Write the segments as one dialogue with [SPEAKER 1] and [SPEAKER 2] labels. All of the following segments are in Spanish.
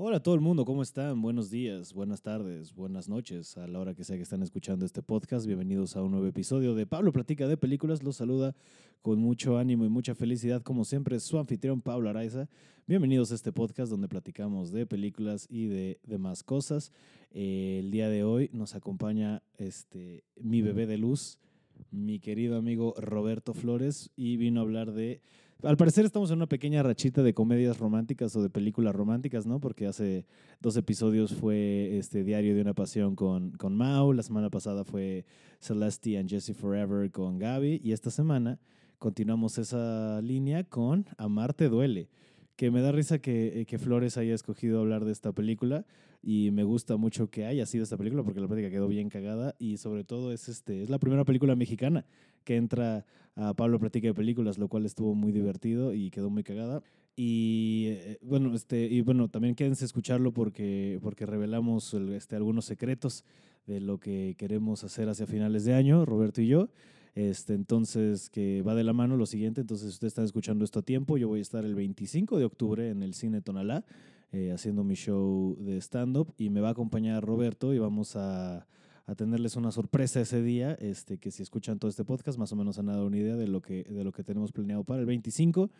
[SPEAKER 1] Hola a todo el mundo, ¿cómo están? Buenos días, buenas tardes, buenas noches. A la hora que sea que están escuchando este podcast, bienvenidos a un nuevo episodio de Pablo Platica de Películas. Los saluda con mucho ánimo y mucha felicidad, como siempre, su anfitrión Pablo Araiza. Bienvenidos a este podcast donde platicamos de películas y de demás cosas. Eh, el día de hoy nos acompaña este, mi bebé de luz, mi querido amigo Roberto Flores, y vino a hablar de al parecer estamos en una pequeña rachita de comedias románticas o de películas románticas, ¿no? Porque hace dos episodios fue este Diario de una Pasión con, con Mao, la semana pasada fue Celeste and Jesse Forever con Gaby, y esta semana continuamos esa línea con Amarte Duele, que me da risa que, eh, que Flores haya escogido hablar de esta película y me gusta mucho que haya sido esta película porque la práctica quedó bien cagada y sobre todo es, este, es la primera película mexicana que entra a Pablo Platica de Películas, lo cual estuvo muy divertido y quedó muy cagada. Y eh, bueno, este, y bueno, también quédense a escucharlo porque, porque revelamos el- este, algunos secretos de lo que queremos hacer hacia finales de año, Roberto y yo. Este, entonces, que va de la mano lo siguiente, entonces ustedes están escuchando esto a tiempo, yo voy a estar el 25 de octubre en el Cine Tonalá eh, haciendo mi show de stand-up y me va a acompañar Roberto y vamos a, a tenerles una sorpresa ese día, este, que si escuchan todo este podcast, más o menos han dado una idea de lo que, de lo que tenemos planeado para el 25.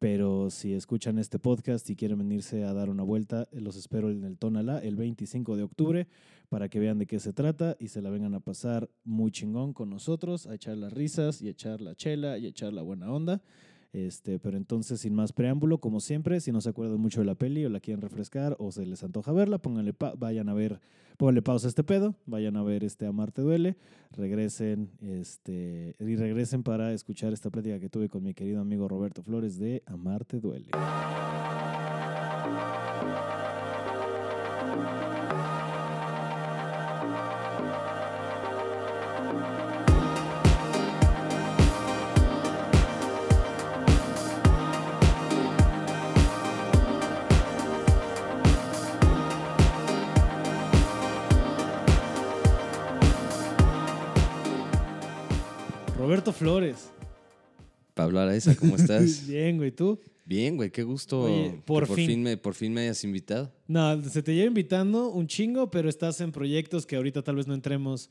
[SPEAKER 1] Pero si escuchan este podcast y quieren venirse a dar una vuelta, eh, los espero en el Tonalá el 25 de octubre para que vean de qué se trata y se la vengan a pasar muy chingón con nosotros, a echar las risas y a echar la chela y a echar la buena onda. Este, pero entonces, sin más preámbulo, como siempre, si no se acuerdan mucho de la peli o la quieren refrescar o se les antoja verla, pónganle pa- vayan a ver, pónganle pausa a este pedo, vayan a ver este Amarte Duele, regresen, este, y regresen para escuchar esta plática que tuve con mi querido amigo Roberto Flores de Amarte Duele. Roberto Flores.
[SPEAKER 2] Pablo Araiza, ¿cómo estás?
[SPEAKER 1] Bien, güey, ¿tú?
[SPEAKER 2] Bien, güey, qué gusto
[SPEAKER 1] Oye,
[SPEAKER 2] que
[SPEAKER 1] por
[SPEAKER 2] por,
[SPEAKER 1] fin.
[SPEAKER 2] fin. me, por fin me hayas invitado.
[SPEAKER 1] No, se te lleva invitando un chingo, pero estás en proyectos que ahorita tal vez no entremos.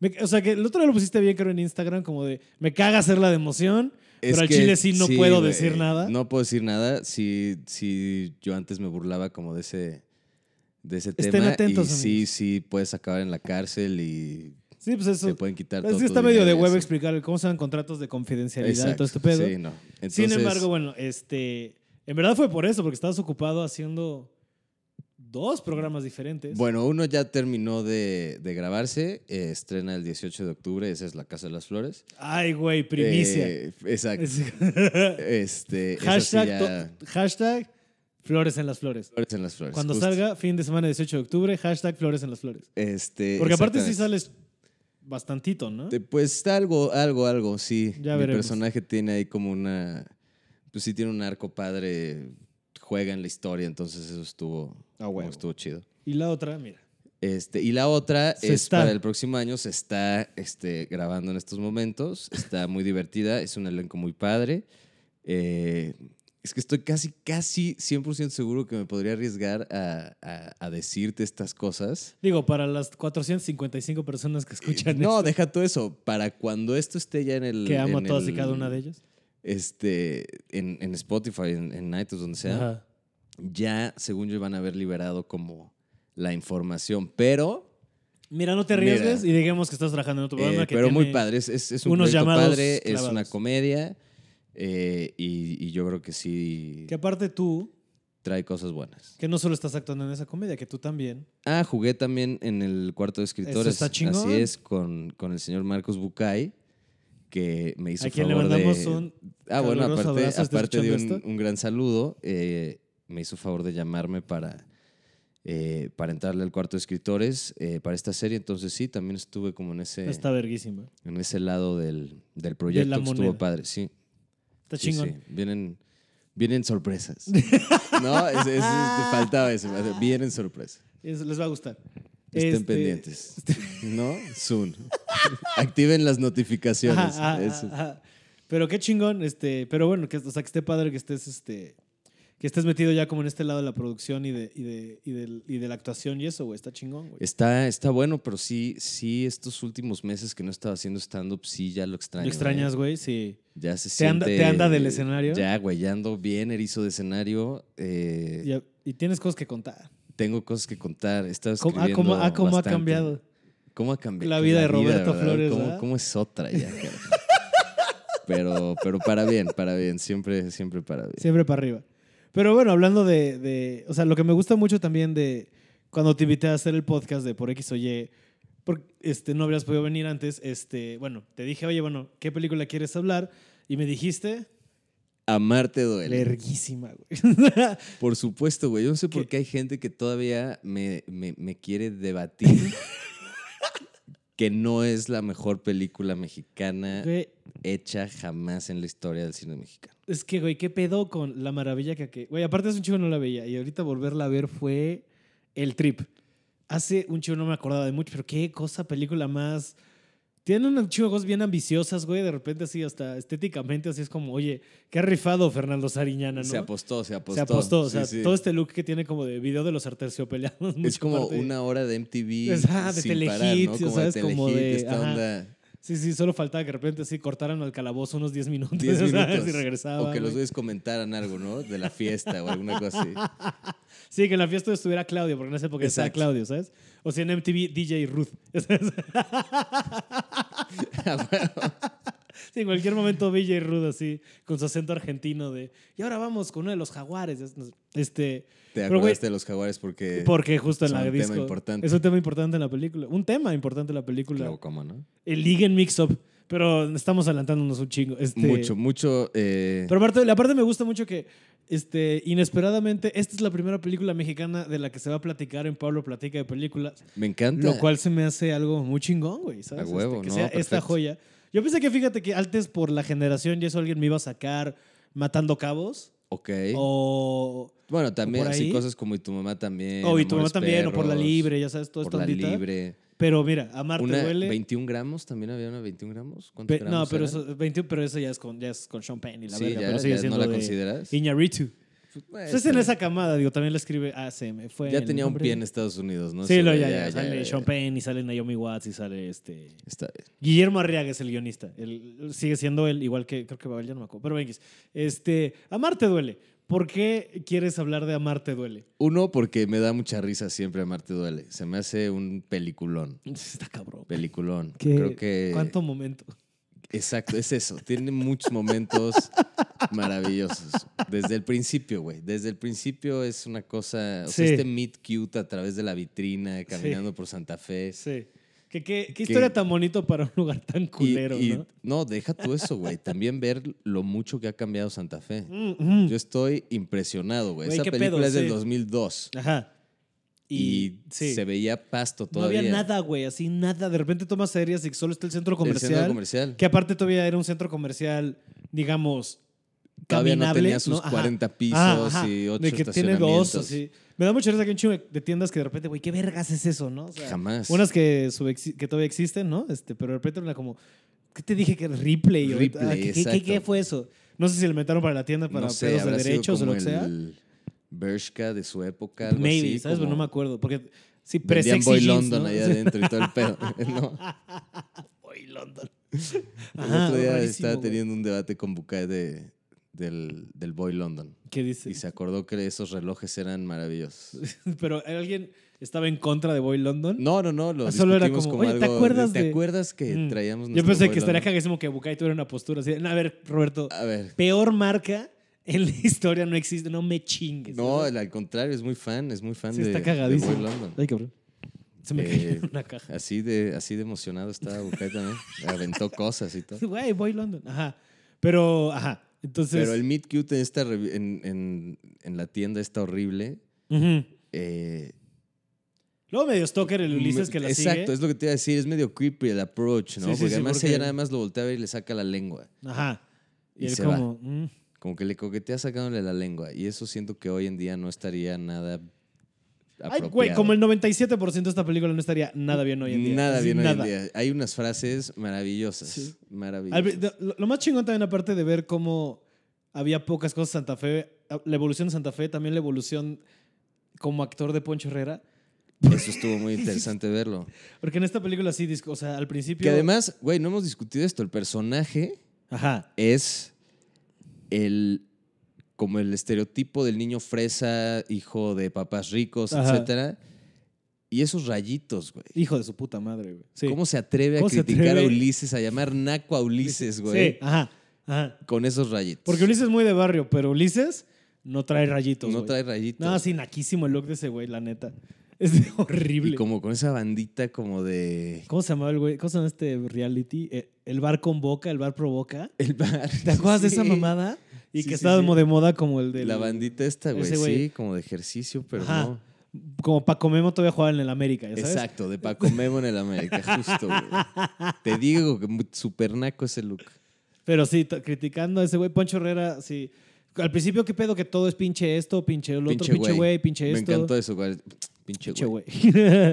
[SPEAKER 1] Me- o sea, que el otro día lo pusiste bien, creo, en Instagram, como de, me caga hacer la de emoción, pero
[SPEAKER 2] Es
[SPEAKER 1] al
[SPEAKER 2] que
[SPEAKER 1] chile sí no puedo
[SPEAKER 2] güey,
[SPEAKER 1] decir nada.
[SPEAKER 2] No puedo decir nada. Si, si yo antes me burlaba como de ese, de ese
[SPEAKER 1] Estén
[SPEAKER 2] tema.
[SPEAKER 1] atentos,
[SPEAKER 2] y sí,
[SPEAKER 1] amigos.
[SPEAKER 2] sí, puedes acabar en la cárcel y
[SPEAKER 1] Sí, pues eso.
[SPEAKER 2] te pueden quitar
[SPEAKER 1] Es
[SPEAKER 2] todo
[SPEAKER 1] que
[SPEAKER 2] tu
[SPEAKER 1] está medio de
[SPEAKER 2] dinero y
[SPEAKER 1] huevo
[SPEAKER 2] así.
[SPEAKER 1] explicar cómo se dan contratos de confidencialidad y todo este
[SPEAKER 2] Exacto,
[SPEAKER 1] pedo.
[SPEAKER 2] Sí, no.
[SPEAKER 1] Sin
[SPEAKER 2] Entonces,
[SPEAKER 1] embargo, bueno, este. En verdad fue por eso, porque estabas ocupado haciendo dos programas diferentes.
[SPEAKER 2] Bueno, uno ya terminó de, de grabarse. eh, estrena el 18 de octubre. Esa es La Casa de las Flores.
[SPEAKER 1] Ay, güey, primicia.
[SPEAKER 2] Eh, exacto.
[SPEAKER 1] Es-
[SPEAKER 2] Este, esa sí
[SPEAKER 1] hashtag,
[SPEAKER 2] ya-
[SPEAKER 1] to- hashtag flores en las flores.
[SPEAKER 2] Flores en las flores.
[SPEAKER 1] Cuando
[SPEAKER 2] justo.
[SPEAKER 1] salga, fin de semana 18 de octubre, hashtag flores en las flores.
[SPEAKER 2] Este,
[SPEAKER 1] Porque aparte sí
[SPEAKER 2] exactamente.
[SPEAKER 1] sales bastantito, ¿no?
[SPEAKER 2] Te- Pues algo, algo, algo, sí.
[SPEAKER 1] Ya
[SPEAKER 2] Mi
[SPEAKER 1] veremos.
[SPEAKER 2] personaje tiene ahí como una. Pues sí, tiene un arco padre. Juega en la historia, entonces eso estuvo.
[SPEAKER 1] Ah,
[SPEAKER 2] como
[SPEAKER 1] huevo.
[SPEAKER 2] Estuvo chido.
[SPEAKER 1] Y la otra, mira.
[SPEAKER 2] Este, y la otra
[SPEAKER 1] Se
[SPEAKER 2] es
[SPEAKER 1] está.
[SPEAKER 2] para el próximo año, se está este, grabando en estos momentos. Está muy divertida, es un elenco muy padre. Eh, es que estoy casi, casi 100% seguro que me podría arriesgar a, a- a decirte estas cosas.
[SPEAKER 1] Digo, para las 455 personas que escuchan
[SPEAKER 2] Eh, no,
[SPEAKER 1] esto,
[SPEAKER 2] deja todo eso. Para cuando esto esté ya en el.
[SPEAKER 1] que amo a
[SPEAKER 2] en
[SPEAKER 1] todas y
[SPEAKER 2] el-
[SPEAKER 1] cada una de ellas.
[SPEAKER 2] Este, en, en Spotify, en, en iTunes, donde sea.
[SPEAKER 1] Ajá.
[SPEAKER 2] Ya, según yo, van a haber liberado como la información. Pero.
[SPEAKER 1] Mira, no te
[SPEAKER 2] Mira.
[SPEAKER 1] arriesgues y digamos que estás trabajando en otro programa
[SPEAKER 2] eh,
[SPEAKER 1] que
[SPEAKER 2] pero muy
[SPEAKER 1] tiene-
[SPEAKER 2] padre. Es, es- es un
[SPEAKER 1] unos
[SPEAKER 2] proyecto
[SPEAKER 1] llamados
[SPEAKER 2] padre, es
[SPEAKER 1] clavados.
[SPEAKER 2] una comedia. eh, y, y yo creo que sí
[SPEAKER 1] Que aparte tú,
[SPEAKER 2] trae cosas buenas.
[SPEAKER 1] que no solo estás actuando en esa comedia, que tú también.
[SPEAKER 2] Ah, jugué también en el cuarto de escritores.
[SPEAKER 1] Eso está chingón.
[SPEAKER 2] Así es, con, con el señor Marcos Bucay, que me hizo
[SPEAKER 1] a quien le
[SPEAKER 2] favor de-
[SPEAKER 1] mandamos un...
[SPEAKER 2] Ah, bueno,
[SPEAKER 1] Caluroso
[SPEAKER 2] aparte,
[SPEAKER 1] abrazo, ¿estás
[SPEAKER 2] aparte de
[SPEAKER 1] escuchando
[SPEAKER 2] un, un gran saludo, eh, me hizo favor de llamarme para, eh, para entrarle al cuarto de escritores eh, para esta serie. Entonces, sí, también estuve como en ese,
[SPEAKER 1] Está verguísima.
[SPEAKER 2] en ese lado del, del proyecto que estuvo
[SPEAKER 1] moneda.
[SPEAKER 2] padre. Sí,
[SPEAKER 1] Está
[SPEAKER 2] sí,
[SPEAKER 1] chingón.
[SPEAKER 2] sí. Vienen, vienen sorpresas. no, es, es- es- te faltaba eso. Vienen sorpresas.
[SPEAKER 1] Es- les va a gustar.
[SPEAKER 2] Estén
[SPEAKER 1] Este-
[SPEAKER 2] pendientes. ¿No? Soon. Activen las notificaciones.
[SPEAKER 1] Ajá, ajá,
[SPEAKER 2] Eso.
[SPEAKER 1] ajá. Pero qué chingón, este, pero bueno, que, o sea, que esté padre que estés, este, que estés metido ya como en este lado de la producción y de, y de, y del- y de la actuación y eso, güey. Está chingón, güey.
[SPEAKER 2] Está, está bueno, pero sí, sí, estos últimos meses que no estaba haciendo stand-up, sí, ya lo
[SPEAKER 1] ¿Lo
[SPEAKER 2] extraño. ¿eh?
[SPEAKER 1] extrañas, güey? Sí.
[SPEAKER 2] Ya se
[SPEAKER 1] ¿Te anda-
[SPEAKER 2] siente-
[SPEAKER 1] te anda del escenario?
[SPEAKER 2] Ya, güey, ya ando bien erizo de escenario. eh,
[SPEAKER 1] Y, y tienes cosas que contar.
[SPEAKER 2] Tengo cosas que contar. Estaba
[SPEAKER 1] ¿Cómo, ah, cómo- ah,
[SPEAKER 2] escribiendo
[SPEAKER 1] cómo ha
[SPEAKER 2] bastante.
[SPEAKER 1] cambiado?
[SPEAKER 2] ¿Cómo ha cambiado?
[SPEAKER 1] La vida de Roberto
[SPEAKER 2] ¿verdad?
[SPEAKER 1] Flores,
[SPEAKER 2] ¿Cómo,
[SPEAKER 1] ¿verdad?
[SPEAKER 2] cómo es otra ya, cabrón? pero, pero para bien, para bien. Siempre, siempre para bien.
[SPEAKER 1] Siempre para arriba. Pero bueno, hablando de, de- O sea, lo que me gusta mucho también de. Cuando te invité a hacer el podcast de Por X o Y, porque este, no habrías podido venir antes. Este, bueno, te dije, oye, bueno, ¿qué película quieres hablar? Y me dijiste.
[SPEAKER 2] Amarte duele.
[SPEAKER 1] Lerguísima, güey.
[SPEAKER 2] Por supuesto, güey. Yo no sé por
[SPEAKER 1] ¿Qué?
[SPEAKER 2] qué hay gente que todavía me, me- me quiere debatir que no es la mejor película mexicana
[SPEAKER 1] Güey,
[SPEAKER 2] hecha jamás en la historia del cine mexicano.
[SPEAKER 1] Es que, güey, qué pedo con la maravilla que... que- Güey, aparte es un chico no la veía y ahorita volverla a ver fue el trip. Hace un chico no me acordaba de mucho, pero qué cosa, película más... Tiene unas chico de cosas bien ambiciosas, güey, de repente así hasta estéticamente, así es como, oye, qué rifado Fernando Sariñana, ¿no?
[SPEAKER 2] Se apostó, se apostó.
[SPEAKER 1] Se apostó, o
[SPEAKER 2] Sí,
[SPEAKER 1] sea,
[SPEAKER 2] sí.
[SPEAKER 1] todo este look que tiene como de video de los arterciopelados.
[SPEAKER 2] Es
[SPEAKER 1] mucha
[SPEAKER 2] como
[SPEAKER 1] parte.
[SPEAKER 2] una hora de MTV.
[SPEAKER 1] Es- ah, de
[SPEAKER 2] sin parar,
[SPEAKER 1] telehit,
[SPEAKER 2] ¿no?
[SPEAKER 1] o
[SPEAKER 2] Como
[SPEAKER 1] sea, es
[SPEAKER 2] de
[SPEAKER 1] como
[SPEAKER 2] telehit,
[SPEAKER 1] de-
[SPEAKER 2] Esta
[SPEAKER 1] ajá.
[SPEAKER 2] onda.
[SPEAKER 1] Sí, sí, solo faltaba que de repente así cortaran al calabozo unos 10 minutos,
[SPEAKER 2] 10
[SPEAKER 1] ¿sabes?
[SPEAKER 2] minutos.
[SPEAKER 1] y regresaban.
[SPEAKER 2] o que los
[SPEAKER 1] güey.
[SPEAKER 2] güeyes comentaran algo, ¿no? De la fiesta o alguna cosa así.
[SPEAKER 1] Sí, que en la fiesta estuviera Claudio, porque en esa época estaba
[SPEAKER 2] Exacto.
[SPEAKER 1] Claudio, ¿sabes? O sea, en MTV, DJ Ruth. ¿sabes? sí, en cualquier momento DJ Ruth así, con su acento argentino de... Y ahora vamos con uno de los jaguares. es- no- Este,
[SPEAKER 2] Te
[SPEAKER 1] Pero, güey,
[SPEAKER 2] acordaste de los jaguares porque.
[SPEAKER 1] porque justo en
[SPEAKER 2] Eh, es
[SPEAKER 1] la
[SPEAKER 2] un tema
[SPEAKER 1] disco...
[SPEAKER 2] importante.
[SPEAKER 1] Es un tema importante en la película. Un tema importante en la película.
[SPEAKER 2] Claro, ¿cómo no?
[SPEAKER 1] El League en Mix Up. Pero estamos adelantándonos un chingo. Este,
[SPEAKER 2] Mucho, mucho. eh,
[SPEAKER 1] Pero aparte, la parte me gusta mucho que, este, inesperadamente, esta es la primera película mexicana de la que se va a platicar en Pablo Platica de Películas,
[SPEAKER 2] me encanta.
[SPEAKER 1] lo cual se me hace algo muy chingón, güey, ¿sabes? Este,
[SPEAKER 2] A huevo,
[SPEAKER 1] que
[SPEAKER 2] no,
[SPEAKER 1] sea esta
[SPEAKER 2] perfecto.
[SPEAKER 1] joya. Yo pensé que, fíjate, que antes por la generación y eso alguien me iba a sacar matando cabos
[SPEAKER 2] Ok.
[SPEAKER 1] o...
[SPEAKER 2] bueno, también
[SPEAKER 1] por
[SPEAKER 2] así
[SPEAKER 1] ahí.
[SPEAKER 2] cosas como Y tu mamá también.
[SPEAKER 1] o y tu mamá
[SPEAKER 2] Amores
[SPEAKER 1] también, o por la
[SPEAKER 2] Perros,
[SPEAKER 1] libre, ya sabes, todo
[SPEAKER 2] Por
[SPEAKER 1] esto.
[SPEAKER 2] la libre.
[SPEAKER 1] Pero mira, amarte
[SPEAKER 2] Una,
[SPEAKER 1] duele.
[SPEAKER 2] 21 gramos, también había una 21 gramos. ¿Cuántos
[SPEAKER 1] Pe- no,
[SPEAKER 2] gramos
[SPEAKER 1] pero
[SPEAKER 2] eran?
[SPEAKER 1] eso, 21, pero eso ya es con, ya es con Sean Penn y la
[SPEAKER 2] Sí,
[SPEAKER 1] verga,
[SPEAKER 2] ya,
[SPEAKER 1] pero sigue
[SPEAKER 2] ya,
[SPEAKER 1] siendo
[SPEAKER 2] ¿No la
[SPEAKER 1] de
[SPEAKER 2] consideras?
[SPEAKER 1] Iñárritu.
[SPEAKER 2] Bueno,
[SPEAKER 1] Pues es
[SPEAKER 2] está
[SPEAKER 1] en
[SPEAKER 2] bien.
[SPEAKER 1] esa camada, digo, también la escribe ACM. Fue
[SPEAKER 2] Este. Ya
[SPEAKER 1] el
[SPEAKER 2] tenía un
[SPEAKER 1] nombre.
[SPEAKER 2] pie en Estados Unidos, ¿no?
[SPEAKER 1] Sí,
[SPEAKER 2] Se
[SPEAKER 1] lo,
[SPEAKER 2] ve,
[SPEAKER 1] ya, ya, sale
[SPEAKER 2] ya.
[SPEAKER 1] Sean Penn y sale Naomi Watts y sale este.
[SPEAKER 2] Está bien.
[SPEAKER 1] Guillermo Arriaga es el guionista. Él- sigue siendo él, igual que creo que Babel, ya no me acuerdo. Pero venga, este. Amarte duele. ¿Por qué quieres hablar de Amarte duele?
[SPEAKER 2] Uno, porque me da mucha risa siempre Amarte Duele. Se me hace un peliculón.
[SPEAKER 1] Está cabrón.
[SPEAKER 2] Peliculón.
[SPEAKER 1] ¿Qué-
[SPEAKER 2] Creo que.
[SPEAKER 1] ¿Cuánto momento?
[SPEAKER 2] Exacto, es eso. Tiene muchos momentos maravillosos. Desde el principio, güey. Desde el principio es una cosa. O sea,
[SPEAKER 1] Sí.
[SPEAKER 2] este meet cute a través de la vitrina, caminando por Santa Fe.
[SPEAKER 1] Sí. ¿Qué, qué, qué historia tan bonito para un lugar tan culero,
[SPEAKER 2] Y- y-
[SPEAKER 1] ¿no?
[SPEAKER 2] deja tú eso, güey. También ver lo mucho que ha cambiado Santa Fe.
[SPEAKER 1] Mm, mm.
[SPEAKER 2] Yo estoy impresionado, güey.
[SPEAKER 1] Güey,
[SPEAKER 2] Esa
[SPEAKER 1] qué
[SPEAKER 2] película
[SPEAKER 1] pedo,
[SPEAKER 2] es del
[SPEAKER 1] sí.
[SPEAKER 2] 2002.
[SPEAKER 1] Ajá.
[SPEAKER 2] Y,
[SPEAKER 1] sí.
[SPEAKER 2] se veía pasto
[SPEAKER 1] No
[SPEAKER 2] todavía.
[SPEAKER 1] había nada, güey, así nada. De repente tomas aéreas y solo está el centro
[SPEAKER 2] El
[SPEAKER 1] comercial.
[SPEAKER 2] centro comercial.
[SPEAKER 1] Que aparte todavía era un centro comercial, digamos,
[SPEAKER 2] Todavía no
[SPEAKER 1] caminable,
[SPEAKER 2] tenía sus
[SPEAKER 1] Ajá.
[SPEAKER 2] 40 pisos
[SPEAKER 1] Ajá, ajá.
[SPEAKER 2] y 8
[SPEAKER 1] De que tiene dos, así. Me da mucha risa que hay un chingo de tiendas que de repente, güey, ¿qué vergas es eso, no? O sea,
[SPEAKER 2] Jamás.
[SPEAKER 1] Unas que, subexi- que todavía existen, ¿no? Este, pero de repente era como, ¿qué te dije que era Ripley? o-
[SPEAKER 2] Ripley,
[SPEAKER 1] ah, ¿qué- qué, qué,
[SPEAKER 2] exacto.
[SPEAKER 1] qué fue eso? No sé si lo inventaron para la tienda, para
[SPEAKER 2] no sé,
[SPEAKER 1] pedos de
[SPEAKER 2] habrá sido
[SPEAKER 1] derechos o
[SPEAKER 2] como
[SPEAKER 1] lo que sea.
[SPEAKER 2] el Bershka de su época. Algo
[SPEAKER 1] Maybe,
[SPEAKER 2] así,
[SPEAKER 1] ¿sabes? Pero
[SPEAKER 2] como
[SPEAKER 1] no me acuerdo. Porque sí,
[SPEAKER 2] vendían
[SPEAKER 1] pre-sexy
[SPEAKER 2] Boy
[SPEAKER 1] jeans,
[SPEAKER 2] London
[SPEAKER 1] ¿no?
[SPEAKER 2] allá adentro y todo el pedo. No,
[SPEAKER 1] Boy London.
[SPEAKER 2] el otro día
[SPEAKER 1] rarísimo,
[SPEAKER 2] estaba
[SPEAKER 1] güey.
[SPEAKER 2] teniendo un debate con Bucay de, del, del Boy London.
[SPEAKER 1] ¿Qué dice?
[SPEAKER 2] Y se acordó que esos relojes eran maravillosos.
[SPEAKER 1] Pero alguien estaba en contra de Boy London.
[SPEAKER 2] No, pues, no, no, lo
[SPEAKER 1] Ah, Solo era
[SPEAKER 2] discutimos
[SPEAKER 1] como,
[SPEAKER 2] como,
[SPEAKER 1] "Oye, ¿te
[SPEAKER 2] algo de,
[SPEAKER 1] acuerdas de-"
[SPEAKER 2] ¿Te acuerdas que
[SPEAKER 1] Mm.
[SPEAKER 2] traíamos
[SPEAKER 1] Yo
[SPEAKER 2] nuestro
[SPEAKER 1] pensé
[SPEAKER 2] Boy
[SPEAKER 1] que estaría
[SPEAKER 2] London?
[SPEAKER 1] cagadísimo que Bucay tuviera una postura así. A ver, Roberto,
[SPEAKER 2] A ver,
[SPEAKER 1] peor marca en la historia no existe. No me chingues.
[SPEAKER 2] No,
[SPEAKER 1] ¿sabes?
[SPEAKER 2] el- al contrario, es muy fan, es muy fan
[SPEAKER 1] Sí,
[SPEAKER 2] de,
[SPEAKER 1] está
[SPEAKER 2] de
[SPEAKER 1] cagadísimo.
[SPEAKER 2] Boy London.
[SPEAKER 1] Ay, cabrón. Se me
[SPEAKER 2] Eh,
[SPEAKER 1] cayó en una caja.
[SPEAKER 2] Así de, así de emocionado estaba Bucay también. Aventó cosas y todo.
[SPEAKER 1] Güey, Boy London. Ajá. Pero, ajá. Entonces.
[SPEAKER 2] Pero el Meet Cute en, esta, revi- en, en- en la tienda está horrible.
[SPEAKER 1] Ujú.
[SPEAKER 2] Eh,
[SPEAKER 1] Luego medio stalker el Ulises que la
[SPEAKER 2] Exacto,
[SPEAKER 1] sigue.
[SPEAKER 2] es lo que te iba a decir. Es medio creepy el approach, ¿no?
[SPEAKER 1] Sí, sí,
[SPEAKER 2] porque
[SPEAKER 1] sí,
[SPEAKER 2] además
[SPEAKER 1] porque-
[SPEAKER 2] ella nada más lo voltea a ver y le saca la lengua.
[SPEAKER 1] Ajá. Y,
[SPEAKER 2] Y
[SPEAKER 1] él
[SPEAKER 2] se
[SPEAKER 1] como.
[SPEAKER 2] va.
[SPEAKER 1] mm.
[SPEAKER 2] Como que le coquetea sacándole la lengua. Y eso siento que hoy en día no estaría nada
[SPEAKER 1] Ay,
[SPEAKER 2] apropiado.
[SPEAKER 1] güey, como el 97% de esta película no estaría nada bien hoy en día.
[SPEAKER 2] Nada
[SPEAKER 1] Así,
[SPEAKER 2] bien
[SPEAKER 1] nada.
[SPEAKER 2] hoy en día. Hay unas frases maravillosas.
[SPEAKER 1] Sí.
[SPEAKER 2] Maravillosas.
[SPEAKER 1] Al- lo, lo más chingón también, aparte de ver cómo había pocas cosas Santa Fe. La evolución de Santa Fe, también la evolución como actor de Poncho Herrera.
[SPEAKER 2] Eso estuvo muy interesante verlo.
[SPEAKER 1] Porque en esta película sí, dis- o sea, al principio...
[SPEAKER 2] Que además, güey, no hemos discutido esto. El personaje
[SPEAKER 1] Ajá.
[SPEAKER 2] es el como el estereotipo del niño fresa, hijo de papás ricos,
[SPEAKER 1] Ajá.
[SPEAKER 2] etcétera. Y esos rayitos, güey.
[SPEAKER 1] Hijo de su puta madre, güey. Sí.
[SPEAKER 2] ¿Cómo se atreve a
[SPEAKER 1] ¿Cómo se
[SPEAKER 2] criticar
[SPEAKER 1] atreve?
[SPEAKER 2] a Ulises, a llamar naco a Ulises, güey?
[SPEAKER 1] Sí, ajá, ajá.
[SPEAKER 2] Con esos rayitos.
[SPEAKER 1] Porque Ulises es muy de barrio, pero Ulises no trae rayitos,
[SPEAKER 2] no
[SPEAKER 1] güey.
[SPEAKER 2] trae rayitos.
[SPEAKER 1] No, sí, naquísimo el look de ese güey, la neta. Es horrible.
[SPEAKER 2] Y como con esa bandita como de...
[SPEAKER 1] ¿Cómo se llamaba el güey? ¿Cómo se llama este reality? Eh, El bar convoca, el bar provoca.
[SPEAKER 2] El bar.
[SPEAKER 1] ¿Te acuerdas de esa
[SPEAKER 2] Sí.
[SPEAKER 1] mamada? Y
[SPEAKER 2] Sí,
[SPEAKER 1] que
[SPEAKER 2] sí,
[SPEAKER 1] estaba
[SPEAKER 2] sí.
[SPEAKER 1] como de moda como el de
[SPEAKER 2] La bandita esta, güey.
[SPEAKER 1] ese güey.
[SPEAKER 2] Sí, como de ejercicio, pero
[SPEAKER 1] Ajá.
[SPEAKER 2] no.
[SPEAKER 1] Como Paco Memo todavía jugaba en el América, ¿ya sabes?
[SPEAKER 2] Exacto, de Paco Memo en el América, justo, güey. Te digo que muy super naco ese look.
[SPEAKER 1] Pero sí, t- criticando a ese güey, Poncho Herrera, sí. Al principio, ¿qué pedo? Que todo es pinche esto, pinche el otro,
[SPEAKER 2] Pinche
[SPEAKER 1] pinche güey,
[SPEAKER 2] güey.
[SPEAKER 1] pinche
[SPEAKER 2] Me
[SPEAKER 1] esto.
[SPEAKER 2] encantó eso, güey. Pinche
[SPEAKER 1] Pinche
[SPEAKER 2] güey.
[SPEAKER 1] güey.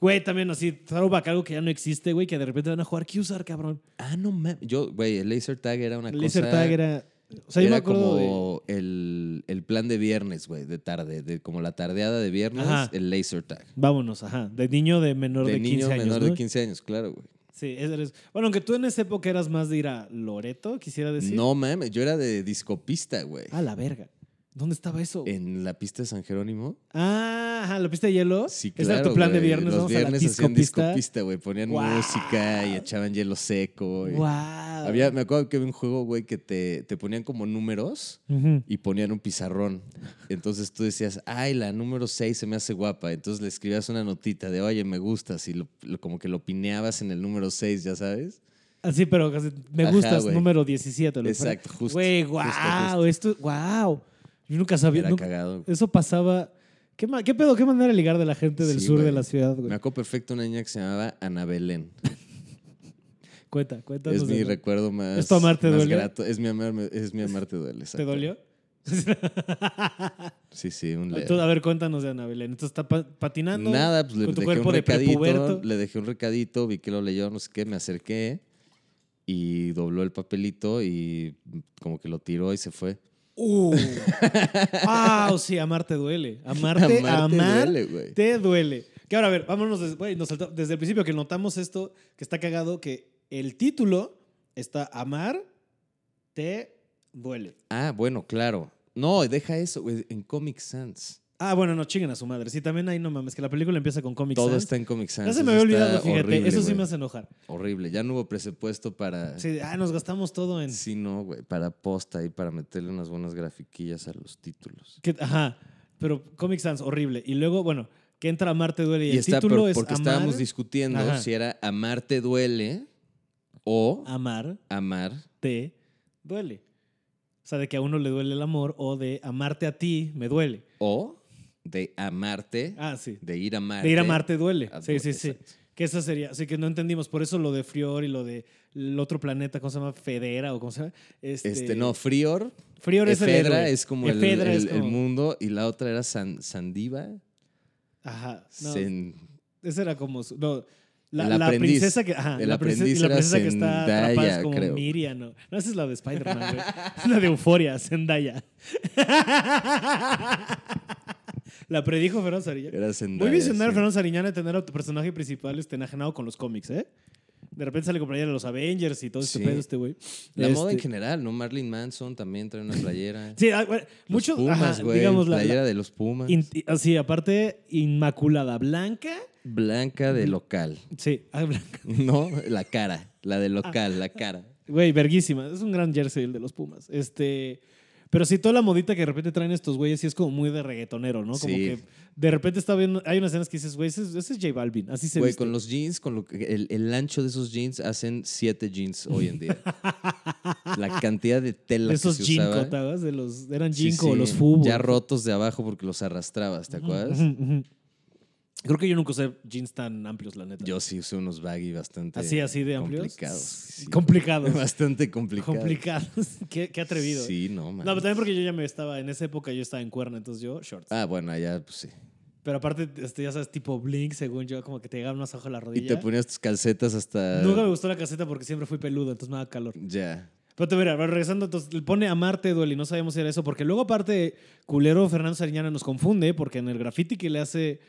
[SPEAKER 1] Güey, también así, throwback, algo que ya no existe, güey, que de repente van a jugar usar cabrón.
[SPEAKER 2] Ah, no mames. Yo, güey, el laser tag era una
[SPEAKER 1] El
[SPEAKER 2] cosa...
[SPEAKER 1] laser tag era... O sea, yo me
[SPEAKER 2] era
[SPEAKER 1] acuerdo de...
[SPEAKER 2] como el, el plan de viernes, güey, de tarde, de como la tardeada de viernes,
[SPEAKER 1] Ajá.
[SPEAKER 2] el laser tag.
[SPEAKER 1] Vámonos, ajá. De niño de menor de,
[SPEAKER 2] de
[SPEAKER 1] 15
[SPEAKER 2] niño
[SPEAKER 1] años,
[SPEAKER 2] menor
[SPEAKER 1] ¿no?
[SPEAKER 2] de 15 años, claro, güey.
[SPEAKER 1] Sí, ese eres... Bueno, aunque tú en esa época eras más de ir a Loreto, quisiera decir.
[SPEAKER 2] No mames, yo era de discopista, güey.
[SPEAKER 1] A la verga. ¿Dónde estaba eso?
[SPEAKER 2] En la pista de San Jerónimo.
[SPEAKER 1] Ah, ajá, ¿la pista de hielo?
[SPEAKER 2] Sí,
[SPEAKER 1] Ese
[SPEAKER 2] claro.
[SPEAKER 1] era tu plan de
[SPEAKER 2] güey.
[SPEAKER 1] viernes,
[SPEAKER 2] Los
[SPEAKER 1] vamos
[SPEAKER 2] viernes
[SPEAKER 1] a la
[SPEAKER 2] hacían
[SPEAKER 1] discopista.
[SPEAKER 2] discopista, güey. Ponían
[SPEAKER 1] Guau.
[SPEAKER 2] música y echaban hielo seco. y-
[SPEAKER 1] Wow.
[SPEAKER 2] Había, me acuerdo que había un juego, güey, que te, te ponían como números y ponían un pizarrón. Entonces tú decías, ay, la número 6 se me hace guapa. Entonces le escribías una notita de, oye, me gustas. Y lo- lo- como que lo pineabas en el número 6, ya sabes.
[SPEAKER 1] Así, Ah, pero casi, me
[SPEAKER 2] Ajá,
[SPEAKER 1] gustas,
[SPEAKER 2] güey.
[SPEAKER 1] número 17. lo que fuera.
[SPEAKER 2] Exacto, justo,
[SPEAKER 1] Güey,
[SPEAKER 2] justo,
[SPEAKER 1] wow,
[SPEAKER 2] justo.
[SPEAKER 1] esto, wow. Yo nunca sabía.
[SPEAKER 2] Era
[SPEAKER 1] nunca-
[SPEAKER 2] cagado. güey.
[SPEAKER 1] eso pasaba. ¿Qué, ma- ¿Qué pedo? ¿Qué manera de ligar de la gente del
[SPEAKER 2] Sí,
[SPEAKER 1] sur de
[SPEAKER 2] güey.
[SPEAKER 1] la ciudad, güey?
[SPEAKER 2] Me acuerdo perfecto una niña que se llamaba Ana Belén.
[SPEAKER 1] Cuenta, cuenta.
[SPEAKER 2] Es
[SPEAKER 1] no sé,
[SPEAKER 2] mi
[SPEAKER 1] ¿no?
[SPEAKER 2] recuerdo más.
[SPEAKER 1] ¿Es tu amar te
[SPEAKER 2] más
[SPEAKER 1] duele?
[SPEAKER 2] grato. Es mi amar, es mi amar te duele.
[SPEAKER 1] ¿Te
[SPEAKER 2] exacto.
[SPEAKER 1] dolió?
[SPEAKER 2] Sí, sí, un leve.
[SPEAKER 1] Tú, a ver, cuéntanos de Ana Belén. Entonces está pa- patinando.
[SPEAKER 2] Nada, pues le
[SPEAKER 1] con tu
[SPEAKER 2] dejé
[SPEAKER 1] cuerpo
[SPEAKER 2] un
[SPEAKER 1] de prepuberto.
[SPEAKER 2] recadito. Le dejé un recadito, vi que lo leyó, no sé qué, me acerqué y dobló el papelito y como que lo tiró y se fue.
[SPEAKER 1] Uh. wow, sí, amarte duele. Amarte,
[SPEAKER 2] Amar te
[SPEAKER 1] amar
[SPEAKER 2] duele, güey.
[SPEAKER 1] te duele. Que ahora, a ver, vámonos des- güey, nos saltó- desde el principio que notamos esto, que está cagado, que el título está Amar te duele.
[SPEAKER 2] Ah, bueno, claro. No, deja eso, güey, en Comic Sans.
[SPEAKER 1] Ah, bueno, no chinguen a su madre. Sí, también ahí no mames, que la película empieza con Comic
[SPEAKER 2] Todo
[SPEAKER 1] Sans.
[SPEAKER 2] está en Comic Sans.
[SPEAKER 1] ya se
[SPEAKER 2] eso
[SPEAKER 1] me había
[SPEAKER 2] está
[SPEAKER 1] olvidado, fíjate.
[SPEAKER 2] horrible,
[SPEAKER 1] eso sí
[SPEAKER 2] güey.
[SPEAKER 1] me hace enojar.
[SPEAKER 2] Horrible, ya no hubo presupuesto para...
[SPEAKER 1] Sí, ah, nos gastamos todo en.
[SPEAKER 2] Sí, no, güey, para posta y para meterle unas buenas grafiquillas a los títulos.
[SPEAKER 1] que- ajá, pero Comic Sans, horrible. Y luego, bueno, que entra Amar te duele y,
[SPEAKER 2] Y,
[SPEAKER 1] el
[SPEAKER 2] está,
[SPEAKER 1] título
[SPEAKER 2] pero
[SPEAKER 1] es
[SPEAKER 2] porque
[SPEAKER 1] amar,
[SPEAKER 2] estábamos discutiendo
[SPEAKER 1] Ajá.
[SPEAKER 2] si era amar te duele o
[SPEAKER 1] Amar
[SPEAKER 2] amar.
[SPEAKER 1] te duele. O sea, de que a uno le duele el amor o de amarte a ti me duele.
[SPEAKER 2] O de amarte,
[SPEAKER 1] Ah, sí.
[SPEAKER 2] de ir a Marte.
[SPEAKER 1] De ir a Marte duele.
[SPEAKER 2] Ah,
[SPEAKER 1] Sí, sí, sí.
[SPEAKER 2] exacto.
[SPEAKER 1] Que eso sería. Así que no entendimos. Por eso lo de Frior y lo de el otro planeta, ¿cómo se llama? Federa o cómo se llama. Este,
[SPEAKER 2] Este, no, Frior.
[SPEAKER 1] Frior es el
[SPEAKER 2] Efedra
[SPEAKER 1] héroe.
[SPEAKER 2] es como el,
[SPEAKER 1] Efedra
[SPEAKER 2] el-
[SPEAKER 1] es
[SPEAKER 2] el
[SPEAKER 1] como-
[SPEAKER 2] mundo y la otra era San, Sandiva.
[SPEAKER 1] Ajá. no,
[SPEAKER 2] Sen-
[SPEAKER 1] Esa era como. su- no, la,
[SPEAKER 2] El
[SPEAKER 1] la
[SPEAKER 2] aprendiz.
[SPEAKER 1] princesa que. Ajá,
[SPEAKER 2] El
[SPEAKER 1] la princesa, y
[SPEAKER 2] aprendiz
[SPEAKER 1] la
[SPEAKER 2] era
[SPEAKER 1] princesa que está atrapada es
[SPEAKER 2] Zendaya,
[SPEAKER 1] como
[SPEAKER 2] creo.
[SPEAKER 1] Miriam. No, no esa es la de Spider-Man, güey. Es la de Euforia, Zendaya. la predijo Fernando Sariñana.
[SPEAKER 2] era Zendaya,
[SPEAKER 1] Muy visionario
[SPEAKER 2] sí.
[SPEAKER 1] Fernando Sariñana de tener a tu personaje principal este, enajenado con los cómics, ¿eh? De repente sale con playera de los Avengers y todo este
[SPEAKER 2] Sí.
[SPEAKER 1] pedo, este güey.
[SPEAKER 2] La moda en
[SPEAKER 1] Este,
[SPEAKER 2] general, ¿no? Marilyn Manson también trae una playera.
[SPEAKER 1] Sí, ah, bueno,
[SPEAKER 2] Los
[SPEAKER 1] mucho.
[SPEAKER 2] Pumas,
[SPEAKER 1] ajá,
[SPEAKER 2] güey.
[SPEAKER 1] digamos, la.
[SPEAKER 2] playera
[SPEAKER 1] la-
[SPEAKER 2] de los Pumas.
[SPEAKER 1] in- así, aparte, Inmaculada Blanca.
[SPEAKER 2] Blanca de local.
[SPEAKER 1] Sí, ah, blanca.
[SPEAKER 2] No, la cara. La de local, la cara.
[SPEAKER 1] Güey, verguísima. Es un gran jersey el de los Pumas. Este. Pero sí, toda la modita que de repente traen estos güeyes sí es como muy de reggaetonero, ¿no? Como
[SPEAKER 2] Sí.
[SPEAKER 1] que de repente está viendo. Hay unas escenas que dices, güey, ese, es- ese es J Balvin. Así se
[SPEAKER 2] Güey,
[SPEAKER 1] viste.
[SPEAKER 2] con los jeans, con lo que- el, el ancho de esos jeans hacen siete jeans hoy en día. la cantidad de tela
[SPEAKER 1] de esos
[SPEAKER 2] que se usaba.
[SPEAKER 1] jinko, ¿te acuerdas? De los, eran
[SPEAKER 2] Sí,
[SPEAKER 1] jinko o
[SPEAKER 2] sí,
[SPEAKER 1] los fubos.
[SPEAKER 2] Ya rotos de abajo porque los arrastrabas, ¿te acuerdas?
[SPEAKER 1] Creo que yo nunca usé jeans tan amplios, la neta.
[SPEAKER 2] Yo sí usé unos baggy bastante
[SPEAKER 1] así, así de amplios.
[SPEAKER 2] complicados. sí,
[SPEAKER 1] complicados.
[SPEAKER 2] Bastante complicados.
[SPEAKER 1] Complicados. qué, qué atrevido. ¿eh?
[SPEAKER 2] Sí, no, man.
[SPEAKER 1] No, pero también porque yo ya me estaba, en esa época yo estaba en cuerna, entonces yo shorts.
[SPEAKER 2] Ah, bueno, allá pues sí.
[SPEAKER 1] Pero aparte, este, ya sabes, tipo blink, según yo, como que te llegaban más abajo de la
[SPEAKER 2] Y
[SPEAKER 1] rodilla.
[SPEAKER 2] te ponías tus calcetas hasta...
[SPEAKER 1] Nunca me gustó la caseta porque siempre fui peludo, entonces me daba calor.
[SPEAKER 2] Ya.
[SPEAKER 1] Pero te mira, pero regresando, entonces le pone amarte, duele, y no sabemos si era eso, porque luego aparte, culero Fernando Sariñana nos confunde, porque en el graffiti que le hace,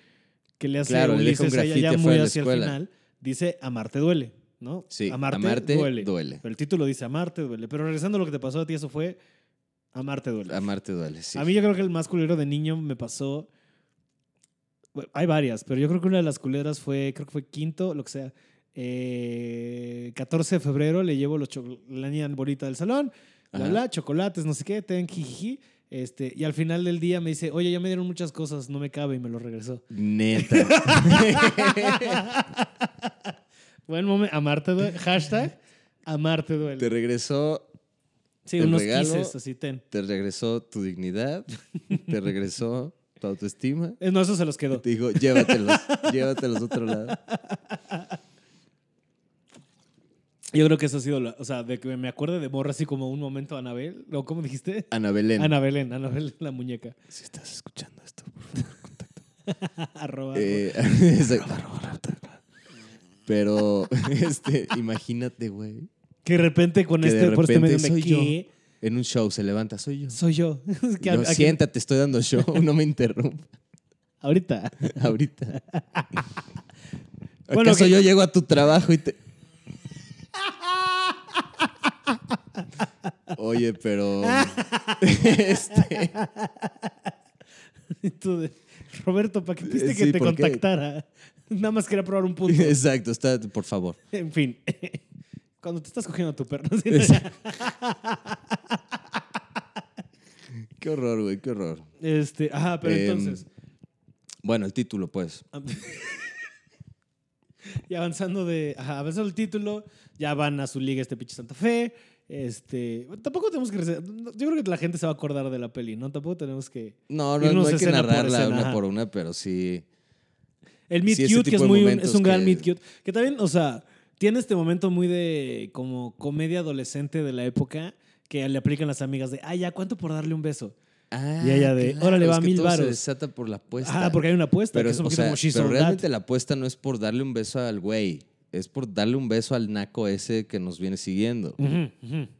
[SPEAKER 1] que le hace
[SPEAKER 2] Claro, le deja un
[SPEAKER 1] Ulises a ella
[SPEAKER 2] graffiti
[SPEAKER 1] ya
[SPEAKER 2] afuera
[SPEAKER 1] muy
[SPEAKER 2] de la
[SPEAKER 1] hacia el
[SPEAKER 2] escuela.
[SPEAKER 1] final, dice amarte duele, ¿no?
[SPEAKER 2] Sí,
[SPEAKER 1] amarte,
[SPEAKER 2] amarte
[SPEAKER 1] duele.
[SPEAKER 2] duele.
[SPEAKER 1] Pero el título dice amarte duele. Pero regresando a lo que te pasó a ti, eso fue amarte duele.
[SPEAKER 2] Amarte duele, sí.
[SPEAKER 1] A mí yo creo que el más culero de niño me pasó. bueno, hay varias, pero yo creo que una de las culeras fue, creo que fue quinto, lo que sea. Eh, 14 de febrero le llevo los cho- la niña bonita del salón, bla,
[SPEAKER 2] Ajá.
[SPEAKER 1] bla, chocolates, no sé qué, ten, jijiji. Este, y al final del día me dice, oye, ya me dieron muchas cosas, no me cabe, y me lo regresó.
[SPEAKER 2] Neta.
[SPEAKER 1] Buen momento, amarte duele, hashtag, amarte
[SPEAKER 2] te
[SPEAKER 1] duele.
[SPEAKER 2] regresó,
[SPEAKER 1] Sí,
[SPEAKER 2] el
[SPEAKER 1] unos
[SPEAKER 2] regalo-
[SPEAKER 1] quises, así, ten.
[SPEAKER 2] te regresó tu dignidad, te regresó tu autoestima.
[SPEAKER 1] Eh, No, eso se los
[SPEAKER 2] Y
[SPEAKER 1] quedó.
[SPEAKER 2] te dijo, llévatelos, llévatelos a otro lado.
[SPEAKER 1] Yo creo que eso ha sido, la- o sea, de que me acuerde de morra así como un momento Anabel, o ¿cómo dijiste?
[SPEAKER 2] Ana Belén.
[SPEAKER 1] Ana Belén, Ana Belén, la muñeca.
[SPEAKER 2] Si estás escuchando esto, por favor.
[SPEAKER 1] Arroba.
[SPEAKER 2] Eh, exacto. Pero, este, imagínate, güey.
[SPEAKER 1] que de repente con
[SPEAKER 2] que
[SPEAKER 1] este,
[SPEAKER 2] de
[SPEAKER 1] por este medio
[SPEAKER 2] repente
[SPEAKER 1] me
[SPEAKER 2] soy yo.
[SPEAKER 1] ¿qué?
[SPEAKER 2] En un show se levanta, soy yo.
[SPEAKER 1] Soy yo. Es que a-
[SPEAKER 2] Yo,
[SPEAKER 1] a-
[SPEAKER 2] siéntate, estoy dando show, no me interrumpa
[SPEAKER 1] Ahorita.
[SPEAKER 2] ahorita.
[SPEAKER 1] Bueno,
[SPEAKER 2] ¿Acaso
[SPEAKER 1] que-
[SPEAKER 2] yo llego a tu trabajo y te... Oye, pero... este,
[SPEAKER 1] Y tú de, Roberto, ¿para qué pediste
[SPEAKER 2] Eh,
[SPEAKER 1] que
[SPEAKER 2] sí,
[SPEAKER 1] te
[SPEAKER 2] ¿por qué?
[SPEAKER 1] contactara? Nada más quería probar un punto.
[SPEAKER 2] exacto, está, por favor.
[SPEAKER 1] En fin. Cuando te estás cogiendo a tu perro. ¿sí?
[SPEAKER 2] Qué horror, güey, qué horror.
[SPEAKER 1] Este, ajá, pero
[SPEAKER 2] Em,
[SPEAKER 1] entonces.
[SPEAKER 2] Bueno, el título, pues.
[SPEAKER 1] Y avanzando de. Ajá, avanzando el título. Ya van a su liga este pinche Santa Fe. Este. Tampoco tenemos que. rese- Yo creo que la gente se va a acordar de la peli, ¿no? Tampoco tenemos que.
[SPEAKER 2] No, no,
[SPEAKER 1] Irnos
[SPEAKER 2] no hay que
[SPEAKER 1] escena por
[SPEAKER 2] narrarla
[SPEAKER 1] escena,
[SPEAKER 2] una
[SPEAKER 1] ajá.
[SPEAKER 2] por una, pero sí.
[SPEAKER 1] El meet
[SPEAKER 2] Sí, ese
[SPEAKER 1] cute, que es,
[SPEAKER 2] tipo de
[SPEAKER 1] muy un,
[SPEAKER 2] momentos
[SPEAKER 1] es un gran
[SPEAKER 2] que-
[SPEAKER 1] meet cute. Que también, o sea, tiene este momento muy de como comedia adolescente de la época que le aplican las amigas de, ah, ya, ¿cuánto por darle un beso?
[SPEAKER 2] Ah,
[SPEAKER 1] Y ella de, órale,
[SPEAKER 2] es
[SPEAKER 1] va,
[SPEAKER 2] que
[SPEAKER 1] mil
[SPEAKER 2] todo
[SPEAKER 1] varos.
[SPEAKER 2] Se desata por la apuesta.
[SPEAKER 1] Ah, porque hay una apuesta,
[SPEAKER 2] Pues pero,
[SPEAKER 1] que es un
[SPEAKER 2] o
[SPEAKER 1] poquito
[SPEAKER 2] sea,
[SPEAKER 1] como she's
[SPEAKER 2] pero
[SPEAKER 1] or that.
[SPEAKER 2] realmente la apuesta no es por darle un beso al güey, es por darle un beso al naco ese que nos viene siguiendo.
[SPEAKER 1] Ujú, ujú.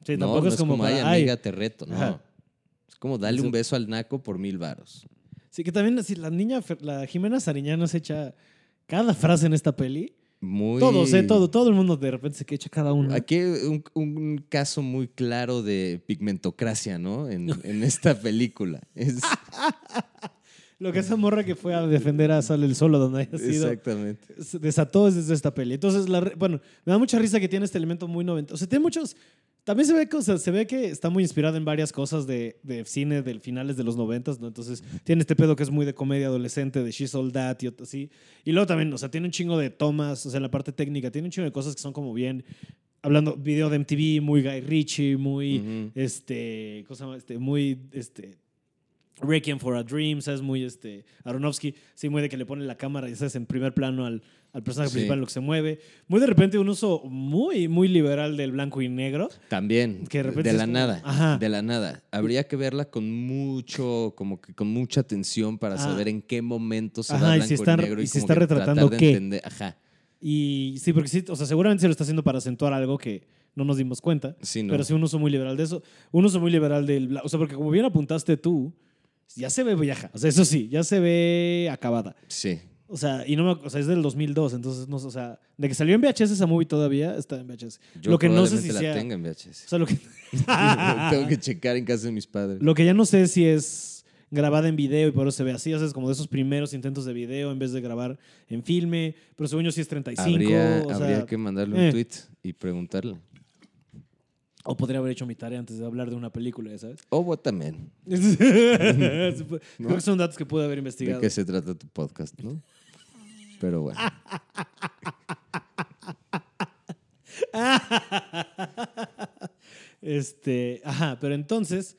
[SPEAKER 1] Sí,
[SPEAKER 2] no,
[SPEAKER 1] tampoco
[SPEAKER 2] no
[SPEAKER 1] es como,
[SPEAKER 2] ay,
[SPEAKER 1] para, "Ay".
[SPEAKER 2] amiga, te reto, no.
[SPEAKER 1] Ajá.
[SPEAKER 2] Es como darle
[SPEAKER 1] Sí.
[SPEAKER 2] un beso al naco por mil varos.
[SPEAKER 1] Sí, que también si la niña, Fer- la Jimena Sariñana se echa cada frase en esta peli.
[SPEAKER 2] Muy...
[SPEAKER 1] Todos, eh, todo, todo el mundo de repente se echa cada uno.
[SPEAKER 2] Aquí un, un caso muy claro de pigmentocracia, ¿no? En, en esta película. Es-
[SPEAKER 1] Lo que esa morra que fue a defender a Sale el Solo donde haya sido.
[SPEAKER 2] exactamente.
[SPEAKER 1] se desató desde esta peli. Entonces, la re- bueno, me da mucha risa que tiene este elemento muy noventa. O sea, tiene muchos. También se ve, que, o sea, se ve que está muy inspirada en varias cosas de, de cine del finales de los noventas, ¿no? Entonces, tiene este pedo que es muy de comedia adolescente, de She's All That y ot- así. Y luego también, o sea, tiene un chingo de tomas, o sea, en la parte técnica, tiene un chingo de cosas que son como bien. Hablando, video de MTV, muy Guy Ritchie, muy.
[SPEAKER 2] Ujú.
[SPEAKER 1] Este. Cosa más, este, muy. Este. Requiem for a Dream, ¿sabes? Muy este. Aronofsky, sí, muy de que le pone la cámara, ya ¿sabes? En primer plano al, al personaje
[SPEAKER 2] Sí.
[SPEAKER 1] principal, en lo que se mueve. Muy de repente un uso muy, muy liberal del blanco y negro.
[SPEAKER 2] También.
[SPEAKER 1] Que de
[SPEAKER 2] de,
[SPEAKER 1] repente es
[SPEAKER 2] la
[SPEAKER 1] como-
[SPEAKER 2] nada.
[SPEAKER 1] Ajá.
[SPEAKER 2] De la nada. Habría que verla con mucho, como que con mucha atención para
[SPEAKER 1] Ah.
[SPEAKER 2] saber en qué momento se
[SPEAKER 1] Ajá,
[SPEAKER 2] da
[SPEAKER 1] y
[SPEAKER 2] blanco
[SPEAKER 1] si
[SPEAKER 2] y,
[SPEAKER 1] está-
[SPEAKER 2] negro
[SPEAKER 1] y si
[SPEAKER 2] como
[SPEAKER 1] está
[SPEAKER 2] que tratar
[SPEAKER 1] retratando
[SPEAKER 2] de
[SPEAKER 1] qué.
[SPEAKER 2] entender- Ajá.
[SPEAKER 1] Y sí, porque sí, o sea, seguramente se lo está haciendo para acentuar algo que no nos dimos cuenta.
[SPEAKER 2] Sí, no.
[SPEAKER 1] Pero sí, un uso muy liberal de eso. Un uso muy liberal del. bla- O sea, porque como bien apuntaste tú, ya se ve vieja. O sea, eso sí, ya se ve acabada.
[SPEAKER 2] Sí.
[SPEAKER 1] O sea, y no me, ac- o sea, es del 2002, entonces no sé, o sea, de que salió en VHS esa movie todavía está en VHS.
[SPEAKER 2] Yo
[SPEAKER 1] lo que no sé
[SPEAKER 2] probablemente
[SPEAKER 1] si
[SPEAKER 2] la
[SPEAKER 1] sea,
[SPEAKER 2] tenga en
[SPEAKER 1] o
[SPEAKER 2] VHS.
[SPEAKER 1] sea, lo que
[SPEAKER 2] Tengo que checar en casa de mis padres.
[SPEAKER 1] Lo que ya no sé si es grabada en video y por eso se ve así, o sea, es como de esos primeros intentos de video en vez de grabar en filme, pero según yo sí es 35,
[SPEAKER 2] habría
[SPEAKER 1] o, sea,
[SPEAKER 2] habría que mandarle un
[SPEAKER 1] eh.
[SPEAKER 2] tweet y preguntarle.
[SPEAKER 1] o podría haber hecho mi tarea antes de hablar de una película, ya ¿sabes?
[SPEAKER 2] O vos también.
[SPEAKER 1] Creo que son datos que pude haber
[SPEAKER 2] ¿De
[SPEAKER 1] investigado.
[SPEAKER 2] qué se trata tu podcast, no? Pero bueno.
[SPEAKER 1] Este, ajá, pero entonces,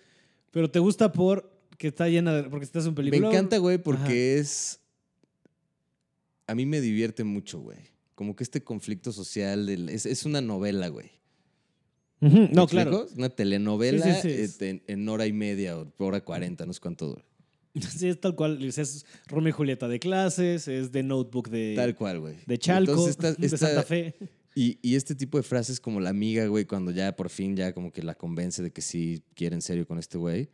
[SPEAKER 1] pero te gusta por que está llena de porque estás en
[SPEAKER 2] Me
[SPEAKER 1] película.
[SPEAKER 2] encanta, güey, porque
[SPEAKER 1] Ajá.
[SPEAKER 2] es. A mí me divierte mucho, güey. Como que este conflicto social del- es, es una novela, güey.
[SPEAKER 1] Ujú,
[SPEAKER 2] ¿Me
[SPEAKER 1] No,
[SPEAKER 2] explico?
[SPEAKER 1] Oh, claro.
[SPEAKER 2] Es una telenovela
[SPEAKER 1] Sí, sí, sí, es-
[SPEAKER 2] este, En, en hora y media o hora cuarenta, no sé cuánto dura.
[SPEAKER 1] Sí, es tal cual. Es Romeo y Julieta de clases, es de notebook de,
[SPEAKER 2] Tal cual, güey.
[SPEAKER 1] de Chalco,
[SPEAKER 2] Entonces, esta-
[SPEAKER 1] de
[SPEAKER 2] esta-
[SPEAKER 1] Santa Fe.
[SPEAKER 2] Y, y este tipo de frases como la amiga, güey, cuando ya por fin ya como que la convence de que sí quiere en serio con este güey,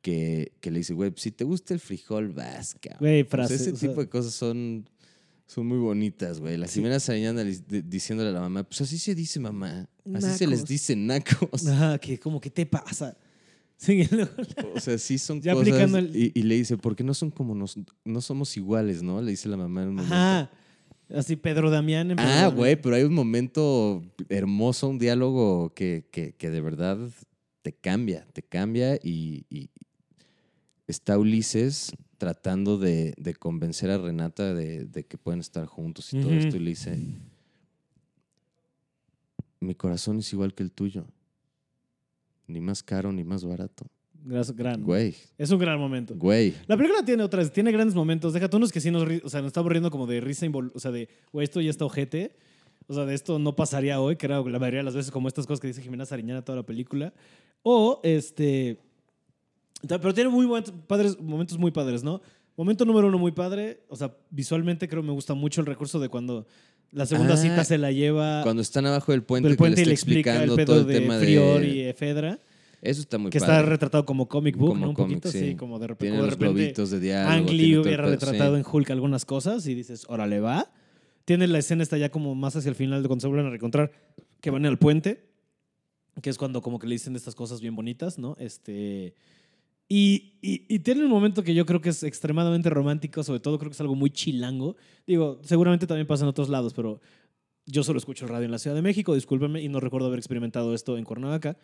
[SPEAKER 2] que, que le dice, güey, si te gusta el frijol, vas, cabrón.
[SPEAKER 1] Güey,
[SPEAKER 2] O sea,
[SPEAKER 1] frase,
[SPEAKER 2] ese
[SPEAKER 1] o sea-
[SPEAKER 2] tipo de cosas son, son muy bonitas, güey. La
[SPEAKER 1] Sí.
[SPEAKER 2] Ximena Sariñana li- di- diciéndole a la mamá, pues así se dice mamá, así se les
[SPEAKER 1] Nacos.
[SPEAKER 2] dice nacos.
[SPEAKER 1] Ajá, que como que te pasa. Sí, y luego-
[SPEAKER 2] O sea, sí son
[SPEAKER 1] Ya
[SPEAKER 2] cosas.
[SPEAKER 1] aplicando el-
[SPEAKER 2] Y, y le dice, ¿por qué no son como nos, no somos iguales, no? Le dice la mamá en un momento.
[SPEAKER 1] Ajá. Así Pedro Damián. en Pedro
[SPEAKER 2] Ah,
[SPEAKER 1] Damián.
[SPEAKER 2] güey, pero hay un momento hermoso, un diálogo que, que- que de verdad te cambia, te cambia y, y está Ulises tratando de, de convencer a Renata de, de que pueden estar juntos y todo
[SPEAKER 1] Ujú.
[SPEAKER 2] esto y le dice, mi corazón es igual que el tuyo, ni más caro ni más barato.
[SPEAKER 1] Gras- Gran.
[SPEAKER 2] Güey,
[SPEAKER 1] Es un gran momento.
[SPEAKER 2] güey.
[SPEAKER 1] La película tiene otras, tiene grandes momentos. Déjate unos que sí nos, ri- o sea, nos estamos riendo como de risa, invol- o sea, de, güey, esto ya está ojete. O sea, de esto no pasaría hoy, que era la mayoría de las veces como estas cosas que dice Jimena Sariñana toda la película. O, este, ta- pero tiene muy buenos, padres, momentos muy padres, ¿no? Momento número uno muy padre, o sea, visualmente creo me gusta mucho el recurso de cuando la segunda
[SPEAKER 2] Ah,
[SPEAKER 1] cita se la lleva
[SPEAKER 2] Cuando están abajo del
[SPEAKER 1] Ah,
[SPEAKER 2] puente,
[SPEAKER 1] del puente
[SPEAKER 2] que
[SPEAKER 1] y le
[SPEAKER 2] le está
[SPEAKER 1] explica el
[SPEAKER 2] explicando
[SPEAKER 1] pedo
[SPEAKER 2] todo el
[SPEAKER 1] de
[SPEAKER 2] tema
[SPEAKER 1] Frior
[SPEAKER 2] de...
[SPEAKER 1] y Efedra,
[SPEAKER 2] Eso está muy
[SPEAKER 1] que
[SPEAKER 2] padre.
[SPEAKER 1] está retratado como comic book,
[SPEAKER 2] Como
[SPEAKER 1] ¿no? Un
[SPEAKER 2] cómic,
[SPEAKER 1] poquito, sí,
[SPEAKER 2] sí.
[SPEAKER 1] como de, rep-
[SPEAKER 2] Tiene
[SPEAKER 1] como de
[SPEAKER 2] los
[SPEAKER 1] repente...
[SPEAKER 2] globitos de diálogo.
[SPEAKER 1] Ang
[SPEAKER 2] tiene
[SPEAKER 1] Lee
[SPEAKER 2] todo el
[SPEAKER 1] hubiera
[SPEAKER 2] pedo,
[SPEAKER 1] retratado
[SPEAKER 2] sí.
[SPEAKER 1] en Hulk algunas cosas y dices, órale, va. Tiene la escena está ya como más hacia el final de cuando se vuelven a reencontrar, que van al puente, que es cuando como que le dicen estas cosas bien bonitas, ¿no? Este... Y, y, y tiene un momento que yo creo que es extremadamente romántico, sobre todo creo que es algo muy chilango. Digo, seguramente también pasa en otros lados, pero yo solo escucho el radio en la Ciudad de México, discúlpenme, y no recuerdo haber experimentado esto en Cuernavaca,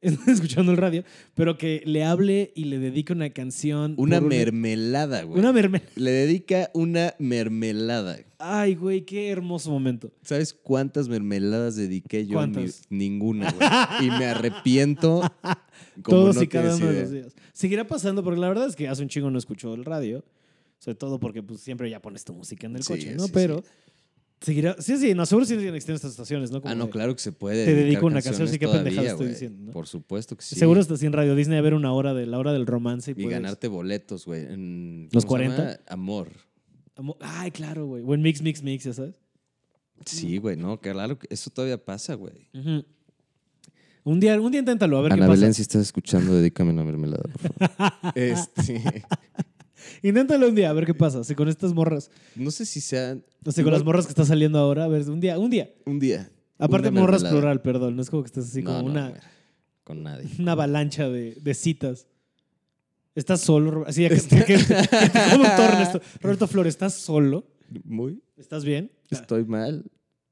[SPEAKER 1] escuchando el radio, pero que le hable y le dedique una canción.
[SPEAKER 2] Una
[SPEAKER 1] por un-
[SPEAKER 2] mermelada, güey.
[SPEAKER 1] Una mermelada.
[SPEAKER 2] Le dedica una mermelada.
[SPEAKER 1] Ay, güey, qué hermoso momento.
[SPEAKER 2] ¿Sabes cuántas mermeladas dediqué yo? a mi-
[SPEAKER 1] ¿Cuántas?
[SPEAKER 2] Ninguna, güey. Y me arrepiento. como
[SPEAKER 1] Todos
[SPEAKER 2] no
[SPEAKER 1] y cada
[SPEAKER 2] tienes
[SPEAKER 1] uno de
[SPEAKER 2] idea.
[SPEAKER 1] los días. Seguirá pasando, porque la verdad es que hace un chingo no escucho el radio. Sobre todo porque pues, siempre ya pones tu música en el
[SPEAKER 2] Sí,
[SPEAKER 1] coche, ¿no?
[SPEAKER 2] sí,
[SPEAKER 1] Pero seguirá. Sí, sí, no, seguro sí tienen estas estaciones, ¿no? Como
[SPEAKER 2] Ah, no,
[SPEAKER 1] de-
[SPEAKER 2] claro que se puede.
[SPEAKER 1] Te
[SPEAKER 2] dedicar
[SPEAKER 1] dedico una canción,
[SPEAKER 2] canciones
[SPEAKER 1] sí, qué pendejada
[SPEAKER 2] todavía,
[SPEAKER 1] estoy
[SPEAKER 2] güey.
[SPEAKER 1] diciendo, ¿no?
[SPEAKER 2] Por supuesto que sí.
[SPEAKER 1] Seguro estás en Radio Disney a ver una hora de la hora del romance y,
[SPEAKER 2] Y
[SPEAKER 1] puedes-
[SPEAKER 2] ganarte boletos, güey.
[SPEAKER 1] ¿Los Mm.
[SPEAKER 2] en- ¿cómo se
[SPEAKER 1] 40?
[SPEAKER 2] llama? Amor.
[SPEAKER 1] Amo- Ay, claro, güey. Buen mix, mix, mix, ya sabes.
[SPEAKER 2] Sí, güey, no, claro que eso todavía pasa, güey.
[SPEAKER 1] Ujú. Un día, un día inténtalo, a ver
[SPEAKER 2] Ana
[SPEAKER 1] qué pasa.
[SPEAKER 2] Belén, si estás escuchando, dedícame una mermelada, por favor. este,
[SPEAKER 1] Inténtalo un día, a ver qué pasa. Si con estas morras,
[SPEAKER 2] no sé si sea
[SPEAKER 1] o sea, con las morras que está saliendo ahora, a ver, un día, un día.
[SPEAKER 2] un día.
[SPEAKER 1] Aparte,
[SPEAKER 2] una
[SPEAKER 1] morras
[SPEAKER 2] mermelada.
[SPEAKER 1] plural, perdón. No es como que estés así
[SPEAKER 2] No,
[SPEAKER 1] como
[SPEAKER 2] no,
[SPEAKER 1] una,
[SPEAKER 2] mira, con nadie.
[SPEAKER 1] una avalancha de, de citas. Estás solo, Ro- así ya que, que- que- que- como todo Ernesto. Roberto Flores, ¿estás solo?
[SPEAKER 2] Muy.
[SPEAKER 1] ¿Estás bien? Ah.
[SPEAKER 2] Estoy mal.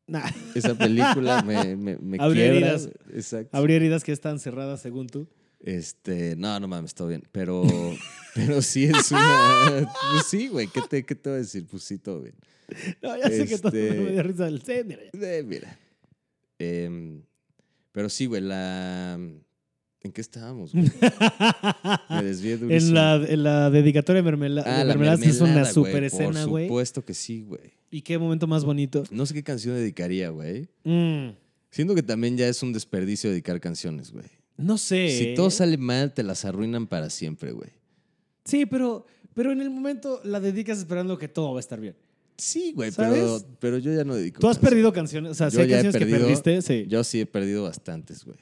[SPEAKER 1] Nah.
[SPEAKER 2] Esa película me, me, me
[SPEAKER 1] Abrió
[SPEAKER 2] quiebra.
[SPEAKER 1] heridas.
[SPEAKER 2] Exacto.
[SPEAKER 1] Habría heridas que están cerradas según tú.
[SPEAKER 2] Este, no, no mames, todo bien. Pero, pero sí es una. Pues sí, güey, ¿qué te, ¿qué te voy a decir? Pues sí, todo bien.
[SPEAKER 1] No, ya sé que todo
[SPEAKER 2] Este-
[SPEAKER 1] me dio risa del sí, mira, ya.
[SPEAKER 2] Eh, mira. Em, pero sí, güey, la. ¿En qué estábamos, güey? Me desvié durísimo.
[SPEAKER 1] En la, en la dedicatoria de mermela- de
[SPEAKER 2] Ah, la
[SPEAKER 1] mermelada, sí es una
[SPEAKER 2] mermelada, güey,
[SPEAKER 1] super escena,
[SPEAKER 2] Por
[SPEAKER 1] güey.
[SPEAKER 2] supuesto que sí, güey.
[SPEAKER 1] Y qué momento más bonito.
[SPEAKER 2] No sé qué canción dedicaría, güey.
[SPEAKER 1] Mm,
[SPEAKER 2] Siento que también ya es un desperdicio dedicar canciones, güey.
[SPEAKER 1] no sé. eh.
[SPEAKER 2] Si todo sale mal, te las arruinan para siempre, güey.
[SPEAKER 1] Sí, pero, pero en el momento la dedicas esperando que todo va a estar bien.
[SPEAKER 2] Sí, güey,
[SPEAKER 1] ¿Sabes?
[SPEAKER 2] pero, pero yo ya no dedico.
[SPEAKER 1] Tú has
[SPEAKER 2] canciones.
[SPEAKER 1] perdido canciones, o sea, si
[SPEAKER 2] Yo
[SPEAKER 1] hay
[SPEAKER 2] ya he
[SPEAKER 1] canciones que
[SPEAKER 2] perdido-
[SPEAKER 1] perdiste, sí.
[SPEAKER 2] Yo sí he perdido bastantes, güey.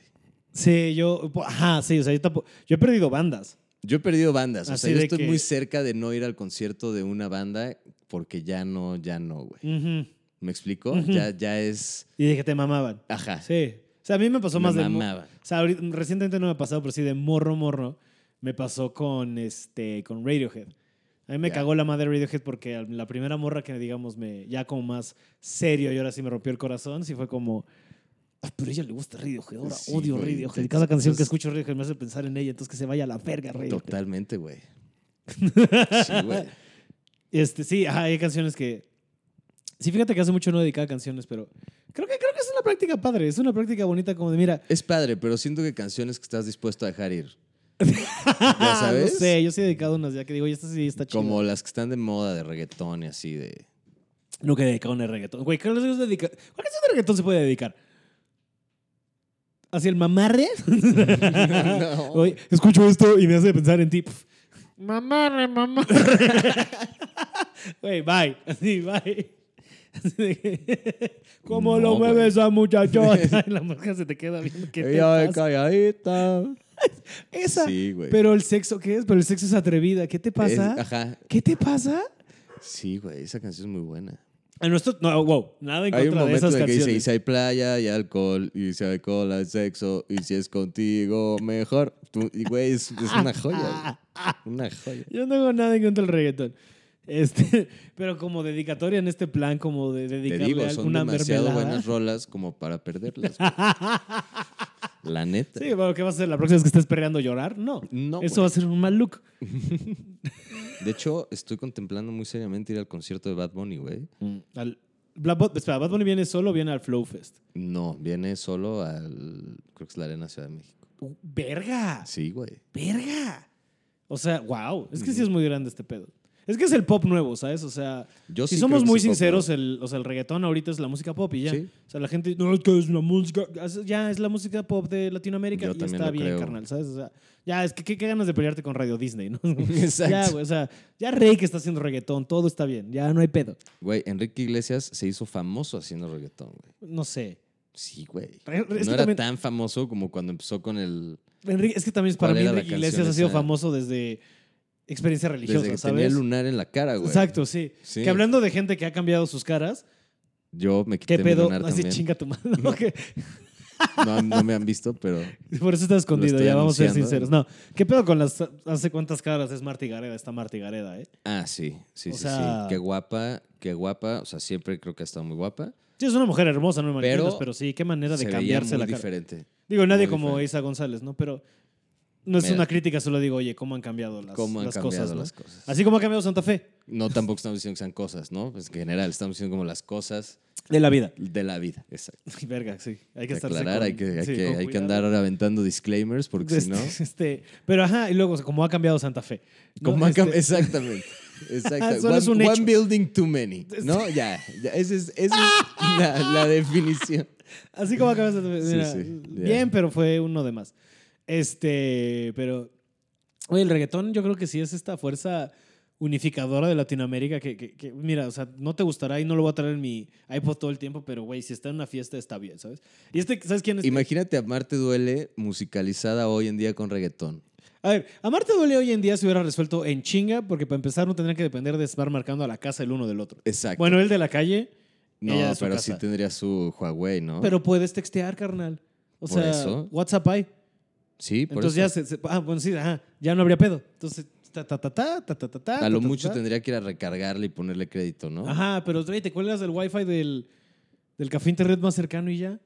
[SPEAKER 1] Sí, yo, po- ajá, sí, o sea, yo tampoco, yo he perdido bandas.
[SPEAKER 2] Yo he perdido bandas.
[SPEAKER 1] Así
[SPEAKER 2] o sea, yo
[SPEAKER 1] de
[SPEAKER 2] estoy
[SPEAKER 1] que-
[SPEAKER 2] muy cerca de no ir al concierto de una banda porque ya no, ya no, güey.
[SPEAKER 1] Ujú.
[SPEAKER 2] ¿Me explico?
[SPEAKER 1] Ujú.
[SPEAKER 2] Ya, ya es.
[SPEAKER 1] Y dije que te mamaban.
[SPEAKER 2] Ajá.
[SPEAKER 1] Sí. O sea, a mí me pasó
[SPEAKER 2] Me
[SPEAKER 1] más de... mo-
[SPEAKER 2] mamaba.
[SPEAKER 1] O sea, ahorita- recientemente no me ha pasado, pero sí de morro, morro, me pasó con, este, con Radiohead. A mí me
[SPEAKER 2] Ya.
[SPEAKER 1] cagó la madre Radiohead porque al- la primera morra que, digamos, me, ya como más serio y ahora sí me rompió el corazón, sí fue como, "Ay, pero a ella le gusta Radiohead, ahora
[SPEAKER 2] Sí,
[SPEAKER 1] odio
[SPEAKER 2] güey,
[SPEAKER 1] Radiohead.
[SPEAKER 2] te-
[SPEAKER 1] Cada canción que
[SPEAKER 2] entonces-
[SPEAKER 1] escucho Radiohead me hace pensar en ella, entonces que se vaya a la verga Radiohead.
[SPEAKER 2] Totalmente, güey. Sí, güey.
[SPEAKER 1] Este, sí, ajá, hay canciones que. Sí, fíjate que hace mucho no dedicaba canciones, pero creo que, creo que es una práctica padre, es una práctica bonita como de, mira,
[SPEAKER 2] Es padre, pero siento que canciones que estás dispuesto a dejar ir. ¿Ya sabes?
[SPEAKER 1] no sé, yo sí he dedicado unas ya que digo, y esta sí está chida.
[SPEAKER 2] Como las que están de moda, de reggaetón y así de.
[SPEAKER 1] Nunca he dedicado una de reggaetón. Güey, ¿cuál canción de dedica- cuál canción de reggaetón se puede dedicar? ¿Hacia el mamarre?
[SPEAKER 2] No.
[SPEAKER 1] Oye, escucho esto y me hace pensar en ti. Pf. Mamarre, mamarre. Güey, bye. Así, bye. Así de que, ¿Cómo lo
[SPEAKER 2] No,
[SPEAKER 1] mueve esa muchachota? Y la mujer se te queda viendo qué te
[SPEAKER 2] Ella
[SPEAKER 1] pasa?
[SPEAKER 2] calladita.
[SPEAKER 1] Esa.
[SPEAKER 2] Sí, güey.
[SPEAKER 1] Pero el sexo, ¿qué es? Pero el sexo es atrevida. ¿Qué te pasa?
[SPEAKER 2] Es- ajá.
[SPEAKER 1] ¿Qué te pasa?
[SPEAKER 2] Sí, güey, esa canción es muy buena.
[SPEAKER 1] A nosotros, no, wow, nada en
[SPEAKER 2] Hay un
[SPEAKER 1] contra de
[SPEAKER 2] momento
[SPEAKER 1] esas
[SPEAKER 2] en el que dice, y
[SPEAKER 1] canciones.
[SPEAKER 2] si hay playa, y alcohol, y si hay alcohol, hay sexo, y si es contigo, mejor. Tú- y, güey, es, es una joya. güey. Una joya.
[SPEAKER 1] Yo no tengo nada en contra del reggaetón. Este, pero como dedicatoria en este plan, como de
[SPEAKER 2] Te
[SPEAKER 1] dedicarle
[SPEAKER 2] digo,
[SPEAKER 1] a
[SPEAKER 2] son
[SPEAKER 1] alguna
[SPEAKER 2] demasiado
[SPEAKER 1] mermelada.
[SPEAKER 2] buenas rolas como para perderlas. güey. La neta.
[SPEAKER 1] Sí, bueno, ¿qué vas a hacer la próxima vez que estés perreando llorar? No.
[SPEAKER 2] No,
[SPEAKER 1] Eso
[SPEAKER 2] güey.
[SPEAKER 1] va a ser un mal look.
[SPEAKER 2] De hecho, estoy contemplando muy seriamente ir al concierto de Bad Bunny, güey.
[SPEAKER 1] Al- Black Bot- espera, ¿Bad Bunny viene solo o viene al Flow Fest?
[SPEAKER 2] No, viene solo al. Creo que es la Arena Ciudad de México.
[SPEAKER 1] Uh, ¡Verga!
[SPEAKER 2] Sí, güey.
[SPEAKER 1] ¡Verga! O sea, wow. Es que sí es muy grande este pedo. Es que es el pop nuevo, ¿sabes? O sea,
[SPEAKER 2] Yo
[SPEAKER 1] si
[SPEAKER 2] sí
[SPEAKER 1] somos
[SPEAKER 2] creo que
[SPEAKER 1] muy
[SPEAKER 2] es el pop
[SPEAKER 1] sinceros, eh. el, o sea, el reggaetón ahorita es la música pop y ya.
[SPEAKER 2] Sí.
[SPEAKER 1] O sea, la gente, no, es que es la música, ya es la música pop de Latinoamérica
[SPEAKER 2] Yo
[SPEAKER 1] y
[SPEAKER 2] también
[SPEAKER 1] está
[SPEAKER 2] lo
[SPEAKER 1] bien,
[SPEAKER 2] creo.
[SPEAKER 1] carnal, ¿sabes? O sea, ya, es que qué, qué ganas de pelearte con Radio Disney, ¿no?
[SPEAKER 2] Exacto.
[SPEAKER 1] Ya, güey, o sea, ya Rey que está haciendo reggaetón, todo está bien, ya no hay pedo.
[SPEAKER 2] Güey, Enrique Iglesias se hizo famoso haciendo reggaetón, güey.
[SPEAKER 1] No sé.
[SPEAKER 2] Sí, güey.
[SPEAKER 1] Re- re- es
[SPEAKER 2] no
[SPEAKER 1] que
[SPEAKER 2] era
[SPEAKER 1] también-
[SPEAKER 2] tan famoso como cuando empezó con el.
[SPEAKER 1] Enrique- es que también es para
[SPEAKER 2] ¿Cuál
[SPEAKER 1] mí
[SPEAKER 2] era la
[SPEAKER 1] Enrique Iglesias
[SPEAKER 2] canción
[SPEAKER 1] ha sido
[SPEAKER 2] esa?
[SPEAKER 1] famoso desde experiencia religiosa,
[SPEAKER 2] desde que
[SPEAKER 1] ¿sabes?
[SPEAKER 2] tenía el lunar en la cara, güey.
[SPEAKER 1] Exacto, sí.
[SPEAKER 2] Sí.
[SPEAKER 1] Que hablando de gente que ha cambiado sus caras,
[SPEAKER 2] Yo me quité
[SPEAKER 1] ¿qué
[SPEAKER 2] mi
[SPEAKER 1] pedo?
[SPEAKER 2] lunar
[SPEAKER 1] Así
[SPEAKER 2] también.
[SPEAKER 1] chinga tu mano. que-
[SPEAKER 2] No, no me han visto, pero.
[SPEAKER 1] Por eso está escondido,
[SPEAKER 2] estoy
[SPEAKER 1] ya vamos a ser
[SPEAKER 2] anunciando. ¿eh?
[SPEAKER 1] sinceros. No, ¿qué pedo con las. Hace cuántas caras es Marta y Gareda? Está Marta y Gareda, ¿eh?
[SPEAKER 2] Ah, sí, sí,
[SPEAKER 1] O
[SPEAKER 2] sí,
[SPEAKER 1] sea-
[SPEAKER 2] sí. Qué guapa, qué guapa. O sea, siempre creo que ha estado muy guapa.
[SPEAKER 1] Sí, es una mujer hermosa, no me
[SPEAKER 2] Pero-
[SPEAKER 1] malentiendas, pero sí, qué manera de
[SPEAKER 2] se
[SPEAKER 1] cambiarse
[SPEAKER 2] veía
[SPEAKER 1] la
[SPEAKER 2] muy
[SPEAKER 1] cara.
[SPEAKER 2] diferente.
[SPEAKER 1] Digo, nadie
[SPEAKER 2] muy
[SPEAKER 1] como
[SPEAKER 2] diferente.
[SPEAKER 1] Isa González, ¿no? Pero no es
[SPEAKER 2] Mira.
[SPEAKER 1] una crítica, solo digo, oye, ¿cómo han cambiado las,
[SPEAKER 2] Cómo han
[SPEAKER 1] las
[SPEAKER 2] cambiado
[SPEAKER 1] cosas? ¿no?
[SPEAKER 2] las cosas.
[SPEAKER 1] Así como ha cambiado Santa Fe
[SPEAKER 2] No tampoco estamos diciendo que sean cosas, ¿no? Pues en general, estamos diciendo como las cosas
[SPEAKER 1] de la vida.
[SPEAKER 2] de la vida. Exacto.
[SPEAKER 1] Ay, Verga, sí. Hay
[SPEAKER 2] Hay
[SPEAKER 1] que
[SPEAKER 2] que
[SPEAKER 1] estar
[SPEAKER 2] aclarar, hay que, hay que, hay que andar ahora aventando disclaimers porque si no.
[SPEAKER 1] Este, pero ajá, y luego, o sea, como ha cambiado Santa Fe. ¿no?
[SPEAKER 2] Como han
[SPEAKER 1] Este-
[SPEAKER 2] cam- Exactamente. Exacta-
[SPEAKER 1] Solo
[SPEAKER 2] one,
[SPEAKER 1] es un hecho. Este.
[SPEAKER 2] one building too many. ¿No? Ya. ya, Esa es, esa es la, la definición.
[SPEAKER 1] Así como acabas de mira,
[SPEAKER 2] sí, ya.
[SPEAKER 1] Bien, pero fue uno de más. Este, pero. Oye, el reggaetón yo creo que sí es esta fuerza unificadora de Latinoamérica que, que- que, mira, o sea, no te gustará y no lo voy a traer en mi iPod todo el tiempo, pero güey, si está en una fiesta está bien, ¿sabes? Y este, ¿sabes quién es?
[SPEAKER 2] Imagínate Amarte Duele musicalizada hoy en día con reggaetón.
[SPEAKER 1] A ver, a Marta Duele hoy en día se hubiera resuelto en chinga, porque para empezar no tendría que depender de estar marcando a la casa el uno del otro.
[SPEAKER 2] Exacto.
[SPEAKER 1] Bueno, el de la calle,
[SPEAKER 2] no,
[SPEAKER 1] ella de su
[SPEAKER 2] pero
[SPEAKER 1] casa.
[SPEAKER 2] sí tendría su Huawei, ¿no?
[SPEAKER 1] pero puedes textear, carnal. O
[SPEAKER 2] Oh. Por
[SPEAKER 1] sea,
[SPEAKER 2] eso.
[SPEAKER 1] WhatsApp hay.
[SPEAKER 2] sí, por
[SPEAKER 1] Entonces ya se, se- ah, bueno, sí, ajá, ya no habría pedo. Entonces, ta, ta, ta, ta, ta, ta, ta, ta,
[SPEAKER 2] A lo
[SPEAKER 1] ta, ta,
[SPEAKER 2] mucho
[SPEAKER 1] ta.
[SPEAKER 2] tendría que ir a recargarle y ponerle crédito, ¿no?
[SPEAKER 1] Ajá, pero oye, te cuelgas del wifi del, del café internet más cercano y ya,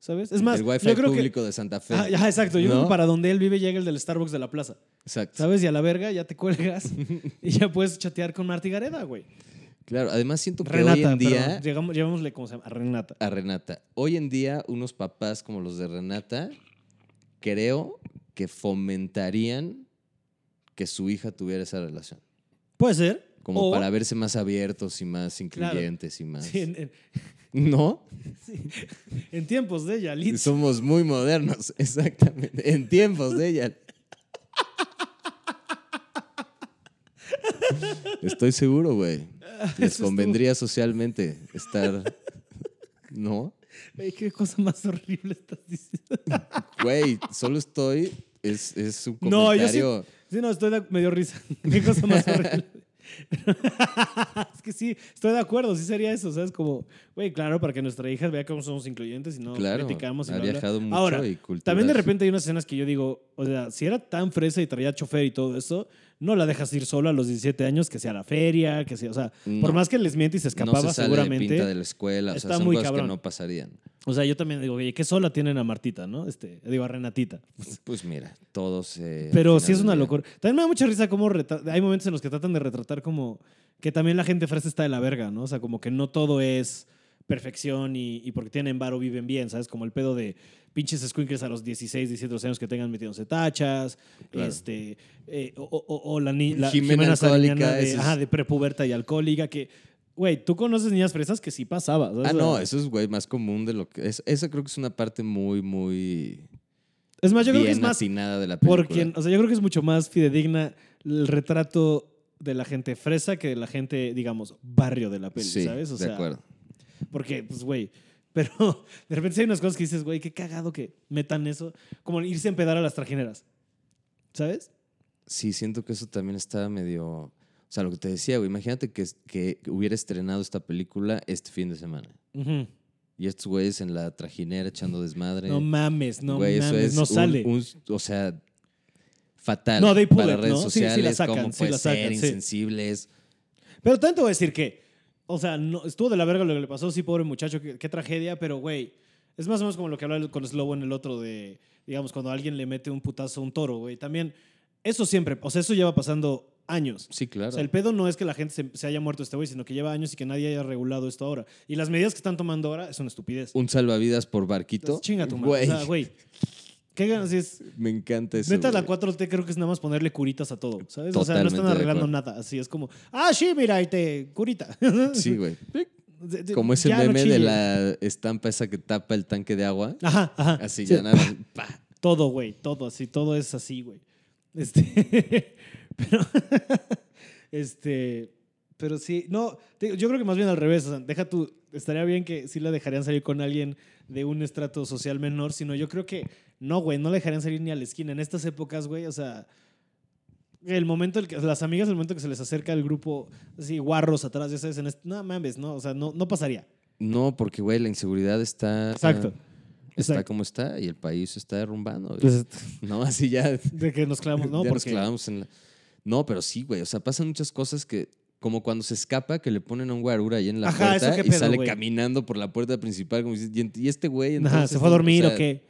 [SPEAKER 1] ¿sabes? Es más,
[SPEAKER 2] el wifi
[SPEAKER 1] yo creo
[SPEAKER 2] público de Santa
[SPEAKER 1] que...
[SPEAKER 2] Fe.
[SPEAKER 1] Ah, ajá, exacto. Yo creo que
[SPEAKER 2] ¿No?
[SPEAKER 1] para donde él vive llega el del Starbucks de la plaza,
[SPEAKER 2] Exacto.
[SPEAKER 1] ¿sabes? Y a la verga ya te cuelgas y ya puedes chatear con Marti Gareda, güey.
[SPEAKER 2] Claro, además siento que hoy
[SPEAKER 1] Renata,
[SPEAKER 2] en día
[SPEAKER 1] perdón, llegamos, llevámosle como se llama, a Renata.
[SPEAKER 2] a Renata. Hoy en día, unos papás como los de Renata, creo que fomentarían que su hija tuviera esa relación.
[SPEAKER 1] Puede ser.
[SPEAKER 2] Como
[SPEAKER 1] o-
[SPEAKER 2] para verse más abiertos y más
[SPEAKER 1] Claro.
[SPEAKER 2] incluyentes y más.
[SPEAKER 1] sí, en, en-
[SPEAKER 2] ¿No?
[SPEAKER 1] en tiempos de ella, Liz.
[SPEAKER 2] Somos muy modernos, exactamente. En tiempos de ella. Estoy seguro, güey. Les
[SPEAKER 1] estuvo-
[SPEAKER 2] convendría socialmente estar. ¿No?
[SPEAKER 1] Ey, Qué cosa más horrible estás diciendo.
[SPEAKER 2] Güey, solo estoy. Es, es un
[SPEAKER 1] No, yo sí-
[SPEAKER 2] comentario.
[SPEAKER 1] Sí, no, estoy de, me dio risa. Qué cosa más horrible. es que sí, estoy de acuerdo, sí sería eso, ¿sabes? Como, güey, claro, para que nuestra hija vea cómo somos incluyentes y no
[SPEAKER 2] Claro,
[SPEAKER 1] criticamos. Y
[SPEAKER 2] ha
[SPEAKER 1] bla, bla.
[SPEAKER 2] viajado mucho
[SPEAKER 1] Ahora,
[SPEAKER 2] y culturas.
[SPEAKER 1] también de repente hay unas escenas que yo digo, o sea, si era tan fresa y traía chofer y todo eso, no la dejas ir sola a los 17 años, que sea a la feria, que sea, o sea, por
[SPEAKER 2] No.
[SPEAKER 1] más que les miente y se escapaba
[SPEAKER 2] no se sale
[SPEAKER 1] seguramente.
[SPEAKER 2] de pinta de la escuela. O sea,
[SPEAKER 1] está
[SPEAKER 2] son
[SPEAKER 1] muy
[SPEAKER 2] cosas
[SPEAKER 1] cabrón.
[SPEAKER 2] que no pasarían.
[SPEAKER 1] O sea, yo también digo, oye, qué sola tienen a Martita, ¿no? Este, digo, a Renatita.
[SPEAKER 2] Pues mira, todos. eh, al
[SPEAKER 1] Pero sí
[SPEAKER 2] final
[SPEAKER 1] es
[SPEAKER 2] del
[SPEAKER 1] una
[SPEAKER 2] día.
[SPEAKER 1] locura. También me da mucha risa cómo reta- hay momentos en los que tratan de retratar como que también la gente fresa está de la verga, ¿no? O sea, como que no todo es perfección y, y porque tienen varo viven bien, ¿sabes? Como el pedo de pinches squinkles a los 16, 17 años que tengan metiéndose tachas,
[SPEAKER 2] Claro.
[SPEAKER 1] este, eh, o, o- o- o la, ni- la
[SPEAKER 2] Jimena
[SPEAKER 1] Jimena
[SPEAKER 2] alcohólica,
[SPEAKER 1] Sariñana de,
[SPEAKER 2] ese es-
[SPEAKER 1] ajá, de prepuberta y alcohólica, que, güey, tú conoces niñas fresas que sí pasaba. ¿sabes?
[SPEAKER 2] Ah,
[SPEAKER 1] O sea,
[SPEAKER 2] no, eso es, güey, más común de lo que. Es, esa creo que es una parte muy, muy.
[SPEAKER 1] Es más, yo creo que
[SPEAKER 2] bien
[SPEAKER 1] es más
[SPEAKER 2] atinada de la película.
[SPEAKER 1] Porque, o sea, yo creo que es mucho más fidedigna el retrato de la gente fresa que de la gente, digamos, barrio de la peli,
[SPEAKER 2] sí,
[SPEAKER 1] ¿sabes? O
[SPEAKER 2] de
[SPEAKER 1] sea,
[SPEAKER 2] acuerdo.
[SPEAKER 1] Porque, pues, güey. Pero de repente sí hay unas cosas que dices, güey, qué cagado que metan eso. Como irse a empedar a las trajineras. ¿Sabes?
[SPEAKER 2] Sí, siento que eso también está medio. O sea, lo que te decía, güey, imagínate que, que hubiera estrenado esta película este fin de semana.
[SPEAKER 1] Ujú.
[SPEAKER 2] Y estos güeyes en la trajinera echando desmadre.
[SPEAKER 1] No mames, no
[SPEAKER 2] Güey,
[SPEAKER 1] mames, no
[SPEAKER 2] un-
[SPEAKER 1] sale.
[SPEAKER 2] un- o sea, fatal.
[SPEAKER 1] No, they pull
[SPEAKER 2] para
[SPEAKER 1] it,
[SPEAKER 2] redes
[SPEAKER 1] ¿no? Sí, sí la
[SPEAKER 2] sociales,
[SPEAKER 1] sacan,
[SPEAKER 2] cómo
[SPEAKER 1] sí
[SPEAKER 2] puede
[SPEAKER 1] la sacan,
[SPEAKER 2] ser,
[SPEAKER 1] sí.
[SPEAKER 2] insensibles.
[SPEAKER 1] Pero tanto voy a decir que, o sea, no, estuvo de la verga lo que le pasó, sí, pobre muchacho, qué, qué tragedia, pero güey, es más o menos como lo que hablaba con Slobo en el otro de, digamos, cuando alguien le mete un putazo a un toro, güey, también, eso siempre, o sea, eso lleva pasando años.
[SPEAKER 2] Sí, claro.
[SPEAKER 1] O sea, el pedo no es que la gente se, se haya muerto este güey, sino que lleva años y que nadie haya regulado esto ahora. Y las medidas que están tomando ahora es una estupidez.
[SPEAKER 2] Un salvavidas por barquito.
[SPEAKER 1] Entonces, Chinga tu madre.
[SPEAKER 2] Güey,
[SPEAKER 1] O sea, güey. ¿Qué ganas es?
[SPEAKER 2] me encanta eso.
[SPEAKER 1] Neta, la
[SPEAKER 2] güey.
[SPEAKER 1] 4T creo que es nada más ponerle curitas a todo, ¿sabes? o sea, no
[SPEAKER 2] Totalmente
[SPEAKER 1] están
[SPEAKER 2] de
[SPEAKER 1] arreglando
[SPEAKER 2] acuerdo.
[SPEAKER 1] nada. Así es como, ah, sí, mira, ahí te curita.
[SPEAKER 2] Sí, güey.
[SPEAKER 1] De- de-
[SPEAKER 2] Como ese
[SPEAKER 1] ya no
[SPEAKER 2] meme de
[SPEAKER 1] chillen.
[SPEAKER 2] la estampa esa que tapa el tanque de agua.
[SPEAKER 1] Ajá, ajá.
[SPEAKER 2] Así
[SPEAKER 1] Ah, Sí,
[SPEAKER 2] ya nada. más, pa.
[SPEAKER 1] Todo, güey, todo así, todo es así, güey. Este. pero. este. Pero sí, no, te- yo creo que más bien al revés. o sea, deja tú. Estaría bien que sí la dejarían salir con alguien de un estrato social menor, sino yo creo que no, güey, no la dejarían salir ni a la esquina. En estas épocas, güey, o sea. El momento, en que, las amigas, el momento que se les acerca el grupo, así, guarros atrás, ya sabes, en este- no mames, no, o sea, no, no pasaría.
[SPEAKER 2] No, porque, güey, la inseguridad está.
[SPEAKER 1] Exacto.
[SPEAKER 2] Está
[SPEAKER 1] Exacto.
[SPEAKER 2] como está y el país se está derrumbando. güey. no, así ya.
[SPEAKER 1] De que nos clavamos, ¿no?
[SPEAKER 2] ya nos
[SPEAKER 1] Porque-
[SPEAKER 2] clavamos en la- No, pero sí, güey. O sea, pasan muchas cosas que, como cuando se escapa, que le ponen a un guarura ahí en la
[SPEAKER 1] Ajá, ¿eso
[SPEAKER 2] puerta
[SPEAKER 1] qué
[SPEAKER 2] y
[SPEAKER 1] pedo,
[SPEAKER 2] sale
[SPEAKER 1] güey?
[SPEAKER 2] caminando por la puerta principal. Como, dices, y ent- y este
[SPEAKER 1] Ajá,
[SPEAKER 2] güey. entonces,
[SPEAKER 1] ¿se fue a dormir
[SPEAKER 2] o
[SPEAKER 1] o
[SPEAKER 2] sea,
[SPEAKER 1] qué?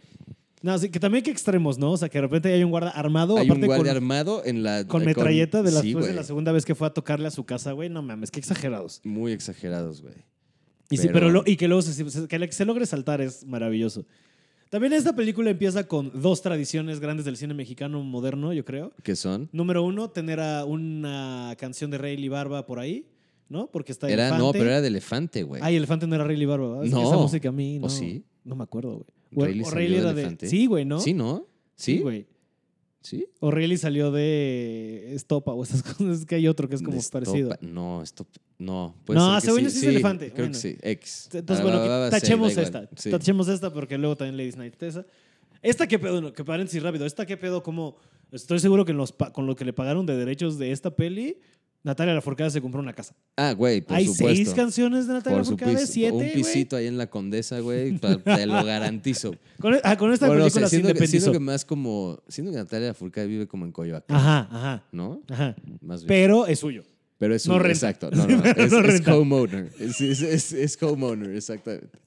[SPEAKER 1] No, sí, que también que extremos, ¿no? O sea, que de repente hay un guarda armado,
[SPEAKER 2] Hay un
[SPEAKER 1] aparte
[SPEAKER 2] guardia
[SPEAKER 1] con,
[SPEAKER 2] armado en la. eh,
[SPEAKER 1] con metralleta de las-
[SPEAKER 2] sí,
[SPEAKER 1] después de la
[SPEAKER 2] güey.
[SPEAKER 1] segunda vez que fue a tocarle a su casa, güey. No mames, qué exagerados.
[SPEAKER 2] Muy exagerados, güey.
[SPEAKER 1] Y, sí,
[SPEAKER 2] Pero-
[SPEAKER 1] pero lo- y que luego se- se- que le- que se logre saltar es maravilloso. También esta película empieza con dos tradiciones grandes del cine mexicano moderno, yo creo.
[SPEAKER 2] ¿Qué son?
[SPEAKER 1] Número uno, tener a una canción de Rayleigh Barba por ahí, ¿no? Porque está
[SPEAKER 2] Era,
[SPEAKER 1] Elefante.
[SPEAKER 2] no, pero era de elefante, güey.
[SPEAKER 1] Ay, Elefante no era Rayleigh Barba. ¿verdad?
[SPEAKER 2] No.
[SPEAKER 1] Esa música a mí,
[SPEAKER 2] ¿O
[SPEAKER 1] no.
[SPEAKER 2] sí?
[SPEAKER 1] No me acuerdo, güey. O-
[SPEAKER 2] Rayleigh
[SPEAKER 1] o
[SPEAKER 2] salió
[SPEAKER 1] Rayleigh
[SPEAKER 2] de
[SPEAKER 1] era de...
[SPEAKER 2] Elefante.
[SPEAKER 1] Sí, güey, ¿no?
[SPEAKER 2] ¿Sí, no? ¿Sí?
[SPEAKER 1] Sí, güey.
[SPEAKER 2] ¿Sí?
[SPEAKER 1] O'Reilly salió de Estopa o esas cosas. Es que hay otro que es como
[SPEAKER 2] Estopa-
[SPEAKER 1] parecido.
[SPEAKER 2] No, esto. No, puede
[SPEAKER 1] No,
[SPEAKER 2] ser que
[SPEAKER 1] según yo sí es elefante.
[SPEAKER 2] Creo
[SPEAKER 1] Bueno.
[SPEAKER 2] que sí. X.
[SPEAKER 1] Entonces,
[SPEAKER 2] Ah,
[SPEAKER 1] bueno,
[SPEAKER 2] va,
[SPEAKER 1] que
[SPEAKER 2] va, va, sí, da
[SPEAKER 1] tachemos
[SPEAKER 2] igual.
[SPEAKER 1] esta.
[SPEAKER 2] Sí.
[SPEAKER 1] Tachemos esta porque luego también Lady Night Tessa. Esta que pedo, no, que paréntesis rápido. Esta que pedo, como estoy seguro que en los pa- con lo que le pagaron de derechos de esta peli, Natalia Lafourcade se compró una casa.
[SPEAKER 2] Ah, güey, por
[SPEAKER 1] hay
[SPEAKER 2] supuesto.
[SPEAKER 1] seis canciones de Natalia
[SPEAKER 2] Por
[SPEAKER 1] Lafourcade,
[SPEAKER 2] supuesto.
[SPEAKER 1] siete.
[SPEAKER 2] Un
[SPEAKER 1] güey.
[SPEAKER 2] pisito ahí en la Condesa, güey, pa- te lo garantizo.
[SPEAKER 1] Con, ah, con esta
[SPEAKER 2] Bueno, o
[SPEAKER 1] película
[SPEAKER 2] sea,
[SPEAKER 1] se
[SPEAKER 2] siento, que,
[SPEAKER 1] independizó.
[SPEAKER 2] siento que más como. Siento que Natalia Lafourcade vive como en Coyoacán,
[SPEAKER 1] Ajá, ajá,
[SPEAKER 2] ¿no?
[SPEAKER 1] ajá.
[SPEAKER 2] Más bien.
[SPEAKER 1] Pero es suyo.
[SPEAKER 2] Pero es
[SPEAKER 1] no
[SPEAKER 2] un-
[SPEAKER 1] renta.
[SPEAKER 2] Exacto. No, no, no, Es,
[SPEAKER 1] No
[SPEAKER 2] es
[SPEAKER 1] renta.
[SPEAKER 2] homeowner. Es, es, es- es homeowner, exactamente.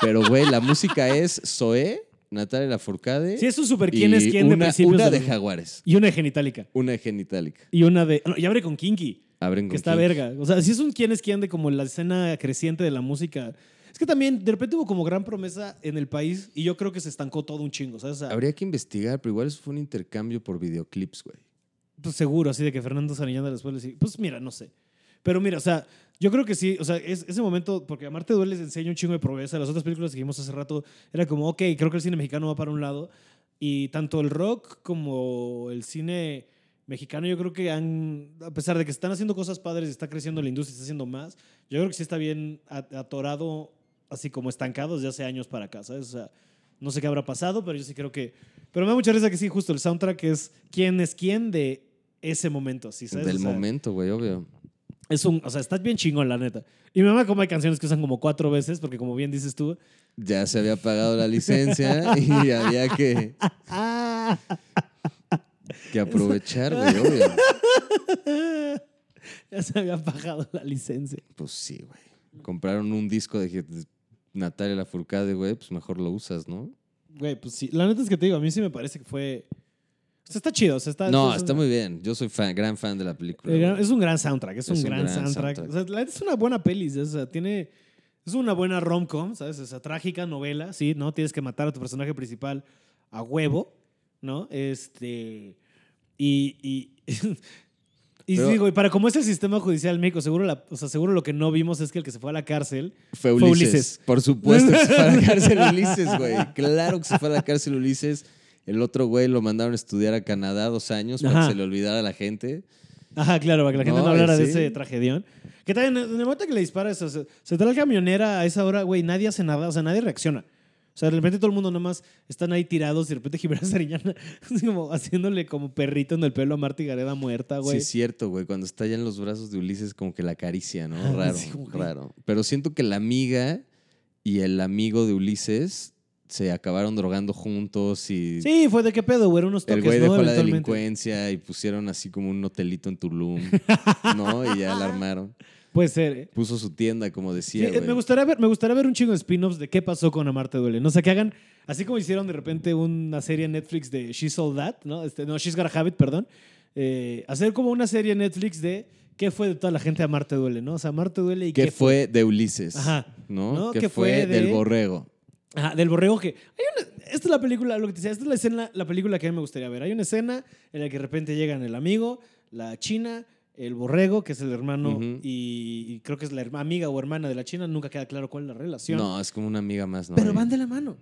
[SPEAKER 2] Pero, güey, la música es Zoé, Natalia Lafourcade.
[SPEAKER 1] Sí, es un super quién es
[SPEAKER 2] y
[SPEAKER 1] quién de
[SPEAKER 2] una,
[SPEAKER 1] principios
[SPEAKER 2] Una
[SPEAKER 1] de
[SPEAKER 2] de,
[SPEAKER 1] los-
[SPEAKER 2] Jaguares.
[SPEAKER 1] Y una de genitálica.
[SPEAKER 2] Una de Genitalica.
[SPEAKER 1] Y una de. "Ah, no, y abre con Kinky.
[SPEAKER 2] Abren
[SPEAKER 1] Que
[SPEAKER 2] con
[SPEAKER 1] está
[SPEAKER 2] quién.
[SPEAKER 1] verga. O sea, si es un quién es quién de como la escena creciente de la música. Es que también de repente hubo como gran promesa en el país y yo creo que se estancó todo un chingo, ¿sabes? O sea,
[SPEAKER 2] Habría que investigar, pero igual eso fue un intercambio por videoclips, güey.
[SPEAKER 1] pues, seguro, así de que Fernando Sanillán después le decía, pues mira, no sé. Pero mira, o sea, yo creo que sí, o sea, es, ese momento, porque Amarte Duele les enseña un chingo de progresa. Las otras películas que vimos hace rato era como, ok, creo que el cine mexicano va para un lado. Y tanto el rock como el cine mexicano, yo creo que han, a pesar de que están haciendo cosas padres, está creciendo la industria, está haciendo más, yo creo que sí está bien at- atorado, así como estancados desde hace años para acá, ¿sabes? O sea, no sé qué habrá pasado, pero yo sí creo que... Pero me da mucha risa que sí, justo el soundtrack es quién es quién de ese momento, ¿sí? ¿sabes?
[SPEAKER 2] Del
[SPEAKER 1] Pues O sea,
[SPEAKER 2] momento, güey, obvio.
[SPEAKER 1] Es un, o sea, estás bien chingón, la neta. Y mi mamá como hay canciones que usan como cuatro veces, porque como bien dices tú...
[SPEAKER 2] Ya se había pagado la licencia y había que,
[SPEAKER 1] ¡Ah!
[SPEAKER 2] que aprovechar, güey, obvio.
[SPEAKER 1] Ya se había pagado la licencia.
[SPEAKER 2] Pues sí, güey. Compraron un disco de Ge- Natalia Lafourcade, güey, pues mejor lo usas, ¿no?
[SPEAKER 1] Güey, pues sí. La neta es que te digo, a mí sí me parece que fue. O sea, está chido. O sea, está,
[SPEAKER 2] No,
[SPEAKER 1] es
[SPEAKER 2] está
[SPEAKER 1] un-
[SPEAKER 2] muy bien. Yo soy fan, gran fan de la película.
[SPEAKER 1] eh,
[SPEAKER 2] güey.
[SPEAKER 1] Es un gran soundtrack. Es, un, gran, soundtrack.
[SPEAKER 2] soundtrack.
[SPEAKER 1] O sea, la neta es una buena peli. ¿sabes? O sea, tiene. Es una buena rom-com, ¿sabes? Esa trágica novela, ¿sí? ¿No? Tienes que matar a tu personaje principal a huevo, ¿no? Este. Y. y Y
[SPEAKER 2] Pero-
[SPEAKER 1] sí, güey, para como es el sistema judicial médico, seguro, la, o sea, seguro lo que no vimos es que el que se fue a la cárcel
[SPEAKER 2] Fue
[SPEAKER 1] Fue
[SPEAKER 2] Ulises.
[SPEAKER 1] Ulises.
[SPEAKER 2] Por supuesto que se fue a la cárcel Ulises, güey. Claro que se fue a la cárcel Ulises. El otro güey lo mandaron a estudiar a Canadá dos años para
[SPEAKER 1] Ajá.
[SPEAKER 2] que se le olvidara a la gente.
[SPEAKER 1] Ajá, claro, para que la gente no,
[SPEAKER 2] No,
[SPEAKER 1] hablara de
[SPEAKER 2] sí.
[SPEAKER 1] ese tragedión. Que también, en el momento que le dispara, eso, se, se trae la camionera a esa hora, güey, nadie hace nada, o sea, nadie reacciona. O sea, de repente todo el mundo nomás están ahí tirados y de repente Jimena Sariñana así como haciéndole como perrito en el pelo a Marta y Gareda muerta,
[SPEAKER 2] Sí,
[SPEAKER 1] Ah, güey.
[SPEAKER 2] es cierto, güey. Cuando está ya en los brazos de Ulises, como que la acaricia, ¿no?
[SPEAKER 1] Ah,
[SPEAKER 2] Raro,
[SPEAKER 1] sí, como que-
[SPEAKER 2] raro. Pero siento que la amiga y el amigo de Ulises se acabaron drogando juntos y
[SPEAKER 1] Sí, fue de qué pedo, güey, unos
[SPEAKER 2] el
[SPEAKER 1] toques,
[SPEAKER 2] güey
[SPEAKER 1] ¿no?
[SPEAKER 2] dejó la
[SPEAKER 1] Eventualmente.
[SPEAKER 2] delincuencia y pusieron así como un hotelito en Tulum, ¿no? Y ya la armaron.
[SPEAKER 1] Puede ser, ¿eh?
[SPEAKER 2] Puso su tienda, como
[SPEAKER 1] Sí,
[SPEAKER 2] decía,
[SPEAKER 1] eh,
[SPEAKER 2] güey.
[SPEAKER 1] me, gustaría ver, me gustaría ver un chingo de spin-offs de qué pasó con Amar te duele. No sé, que hagan, así como hicieron de repente una serie en Netflix de She's All That, ¿no? Este, no, She's Gotta Have It, perdón. Eh, hacer como una serie en Netflix de qué fue de toda la gente de Amar te duele, ¿no? O sea, Amar te duele y qué,
[SPEAKER 2] ¿Qué fue de Ulises?
[SPEAKER 1] Ajá.
[SPEAKER 2] ¿No?
[SPEAKER 1] No,
[SPEAKER 2] ¿Qué,
[SPEAKER 1] ¿qué
[SPEAKER 2] fue,
[SPEAKER 1] fue de-
[SPEAKER 2] del borrego?
[SPEAKER 1] Ajá, del borrego que... Hay una- esta es la película, lo que te decía, esta es la escena, la película que a mí me gustaría ver. Hay una escena en la que de repente llegan el amigo, la china, el borrego, que es el hermano
[SPEAKER 2] Ujú.
[SPEAKER 1] y, y creo que es la herma- amiga o hermana de la china, nunca queda claro cuál es la relación.
[SPEAKER 2] No, es como una amiga más, ¿no?
[SPEAKER 1] Pero
[SPEAKER 2] Eh,
[SPEAKER 1] van de la mano.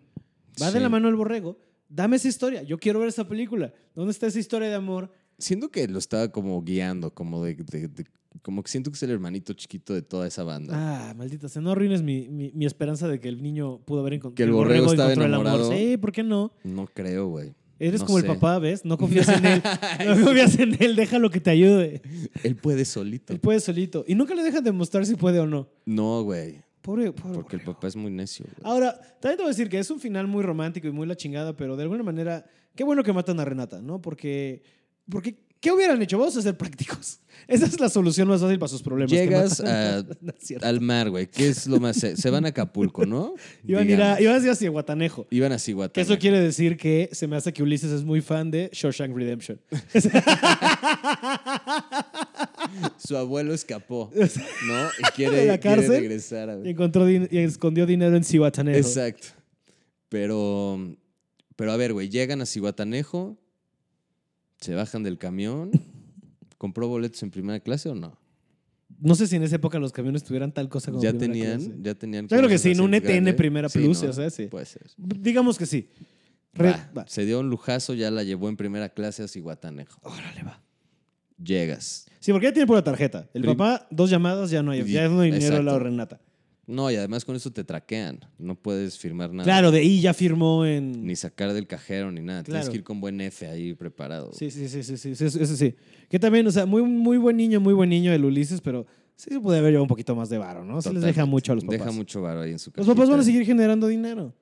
[SPEAKER 1] Va de
[SPEAKER 2] Sí.
[SPEAKER 1] la mano el borrego. Dame esa historia. Yo quiero ver esa película. ¿Dónde está esa historia de amor?
[SPEAKER 2] Siento que lo estaba como guiando, como de, de- de- como que siento que es el hermanito chiquito de toda esa banda.
[SPEAKER 1] Ah, maldita sea. No arruines mi, mi- mi esperanza de que el niño pudo haber encontrado.
[SPEAKER 2] Que el borrego estaba enamorado.
[SPEAKER 1] Sí, ¿por qué no?
[SPEAKER 2] No creo, güey.
[SPEAKER 1] Eres
[SPEAKER 2] No
[SPEAKER 1] como
[SPEAKER 2] sé.
[SPEAKER 1] el papá, ¿ves? No confías en él. No confías en él. Déjalo que te ayude.
[SPEAKER 2] Él puede solito.
[SPEAKER 1] Él puede solito. Y nunca le dejan demostrar si puede o no.
[SPEAKER 2] No, güey.
[SPEAKER 1] Pobre, pobre
[SPEAKER 2] Porque el
[SPEAKER 1] borrego. Ah,
[SPEAKER 2] papá es muy necio. güey.
[SPEAKER 1] Ahora, también te voy a decir que es un final muy romántico y muy la chingada, pero de alguna manera, qué bueno que matan a Renata, ¿no? Porque, porque ¿qué hubieran hecho? Vamos a ser prácticos. Esa es la solución más fácil para sus problemas. que
[SPEAKER 2] Llegas
[SPEAKER 1] matan
[SPEAKER 2] a-
[SPEAKER 1] no es cierto.
[SPEAKER 2] Al mar, güey. ¿Qué es lo más? Se se van a Acapulco, ¿no?
[SPEAKER 1] Iban a ir a,
[SPEAKER 2] Digamos.
[SPEAKER 1] iban a ir hacia Guatanejo.
[SPEAKER 2] Iban a Cihuatán.
[SPEAKER 1] Que eso quiere decir que se me hace que Ulises es muy fan de Shawshank Redemption.
[SPEAKER 2] Su abuelo escapó, ¿no? Y quiere,
[SPEAKER 1] ¿De la
[SPEAKER 2] quiere
[SPEAKER 1] cárcel?
[SPEAKER 2] regresar. a-
[SPEAKER 1] Y encontró din- y escondió dinero en Cihuatanejo.
[SPEAKER 2] Exacto. Pero, pero a ver, güey, llegan a Cihuatanejo, se bajan del camión. ¿Compró boletos en primera clase o no?
[SPEAKER 1] No sé si en esa época los camiones tuvieran tal cosa como
[SPEAKER 2] Ya
[SPEAKER 1] primera
[SPEAKER 2] tenían,
[SPEAKER 1] clase.
[SPEAKER 2] ya tenían.
[SPEAKER 1] Yo creo
[SPEAKER 2] como
[SPEAKER 1] que sí, en un
[SPEAKER 2] asientos
[SPEAKER 1] ETN
[SPEAKER 2] grandes.
[SPEAKER 1] primera plus,
[SPEAKER 2] ¿no?
[SPEAKER 1] o sea, sí.
[SPEAKER 2] Puede ser.
[SPEAKER 1] Digamos que sí. Re-
[SPEAKER 2] Va,
[SPEAKER 1] va.
[SPEAKER 2] Se dio un lujazo, ya la llevó en primera clase a Cihuatanejo.
[SPEAKER 1] Órale, va.
[SPEAKER 2] Llegas.
[SPEAKER 1] Sí, porque ya tiene pura tarjeta. El
[SPEAKER 2] Prim-
[SPEAKER 1] papá, dos llamadas, ya no hay.
[SPEAKER 2] Y-
[SPEAKER 1] Ya no hay dinero
[SPEAKER 2] exacto.
[SPEAKER 1] al lado de Renata.
[SPEAKER 2] No, y además con eso te traquean. No puedes firmar nada.
[SPEAKER 1] Claro, de ahí ya firmó en.
[SPEAKER 2] Ni sacar del cajero ni nada. Tienes
[SPEAKER 1] Claro.
[SPEAKER 2] que ir con buen F ahí preparado.
[SPEAKER 1] Sí, sí, sí, sí, sí, sí, eso eso sí. Que también, o sea, muy, muy buen niño, muy buen niño el Ulises, pero sí se puede haber llevado un poquito más de varo, ¿no? Se les deja
[SPEAKER 2] Totalmente.
[SPEAKER 1] mucho a los papás.
[SPEAKER 2] Deja mucho varo ahí en su
[SPEAKER 1] los
[SPEAKER 2] casa.
[SPEAKER 1] papás van a seguir generando dinero.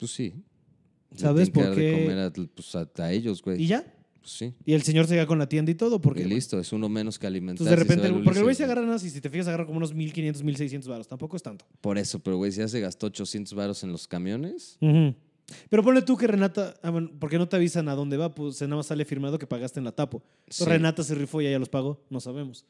[SPEAKER 2] Pues sí. Le
[SPEAKER 1] ¿Sabes
[SPEAKER 2] tienen que
[SPEAKER 1] por
[SPEAKER 2] dar de
[SPEAKER 1] qué?
[SPEAKER 2] comer a, pues, a, a ellos, güey.
[SPEAKER 1] Y ya.
[SPEAKER 2] Pues sí.
[SPEAKER 1] Y el señor se queda con la tienda y todo, porque. pues,
[SPEAKER 2] y listo, es uno menos que alimentar.
[SPEAKER 1] Entonces, de repente, el- porque el güey se agarra nada, y si te fijas, agarra como unos 1500, 1600 varos. Tampoco es tanto.
[SPEAKER 2] Por eso, pero güey, si ya se gastó 800 varos en los camiones.
[SPEAKER 1] Ujú. Pero ponle tú que Renata, ah, bueno, porque no te avisan a dónde va, pues nada más sale firmado que pagaste en la tapo. Entonces,
[SPEAKER 2] Sí.
[SPEAKER 1] Renata se rifó y ella los pagó, no sabemos.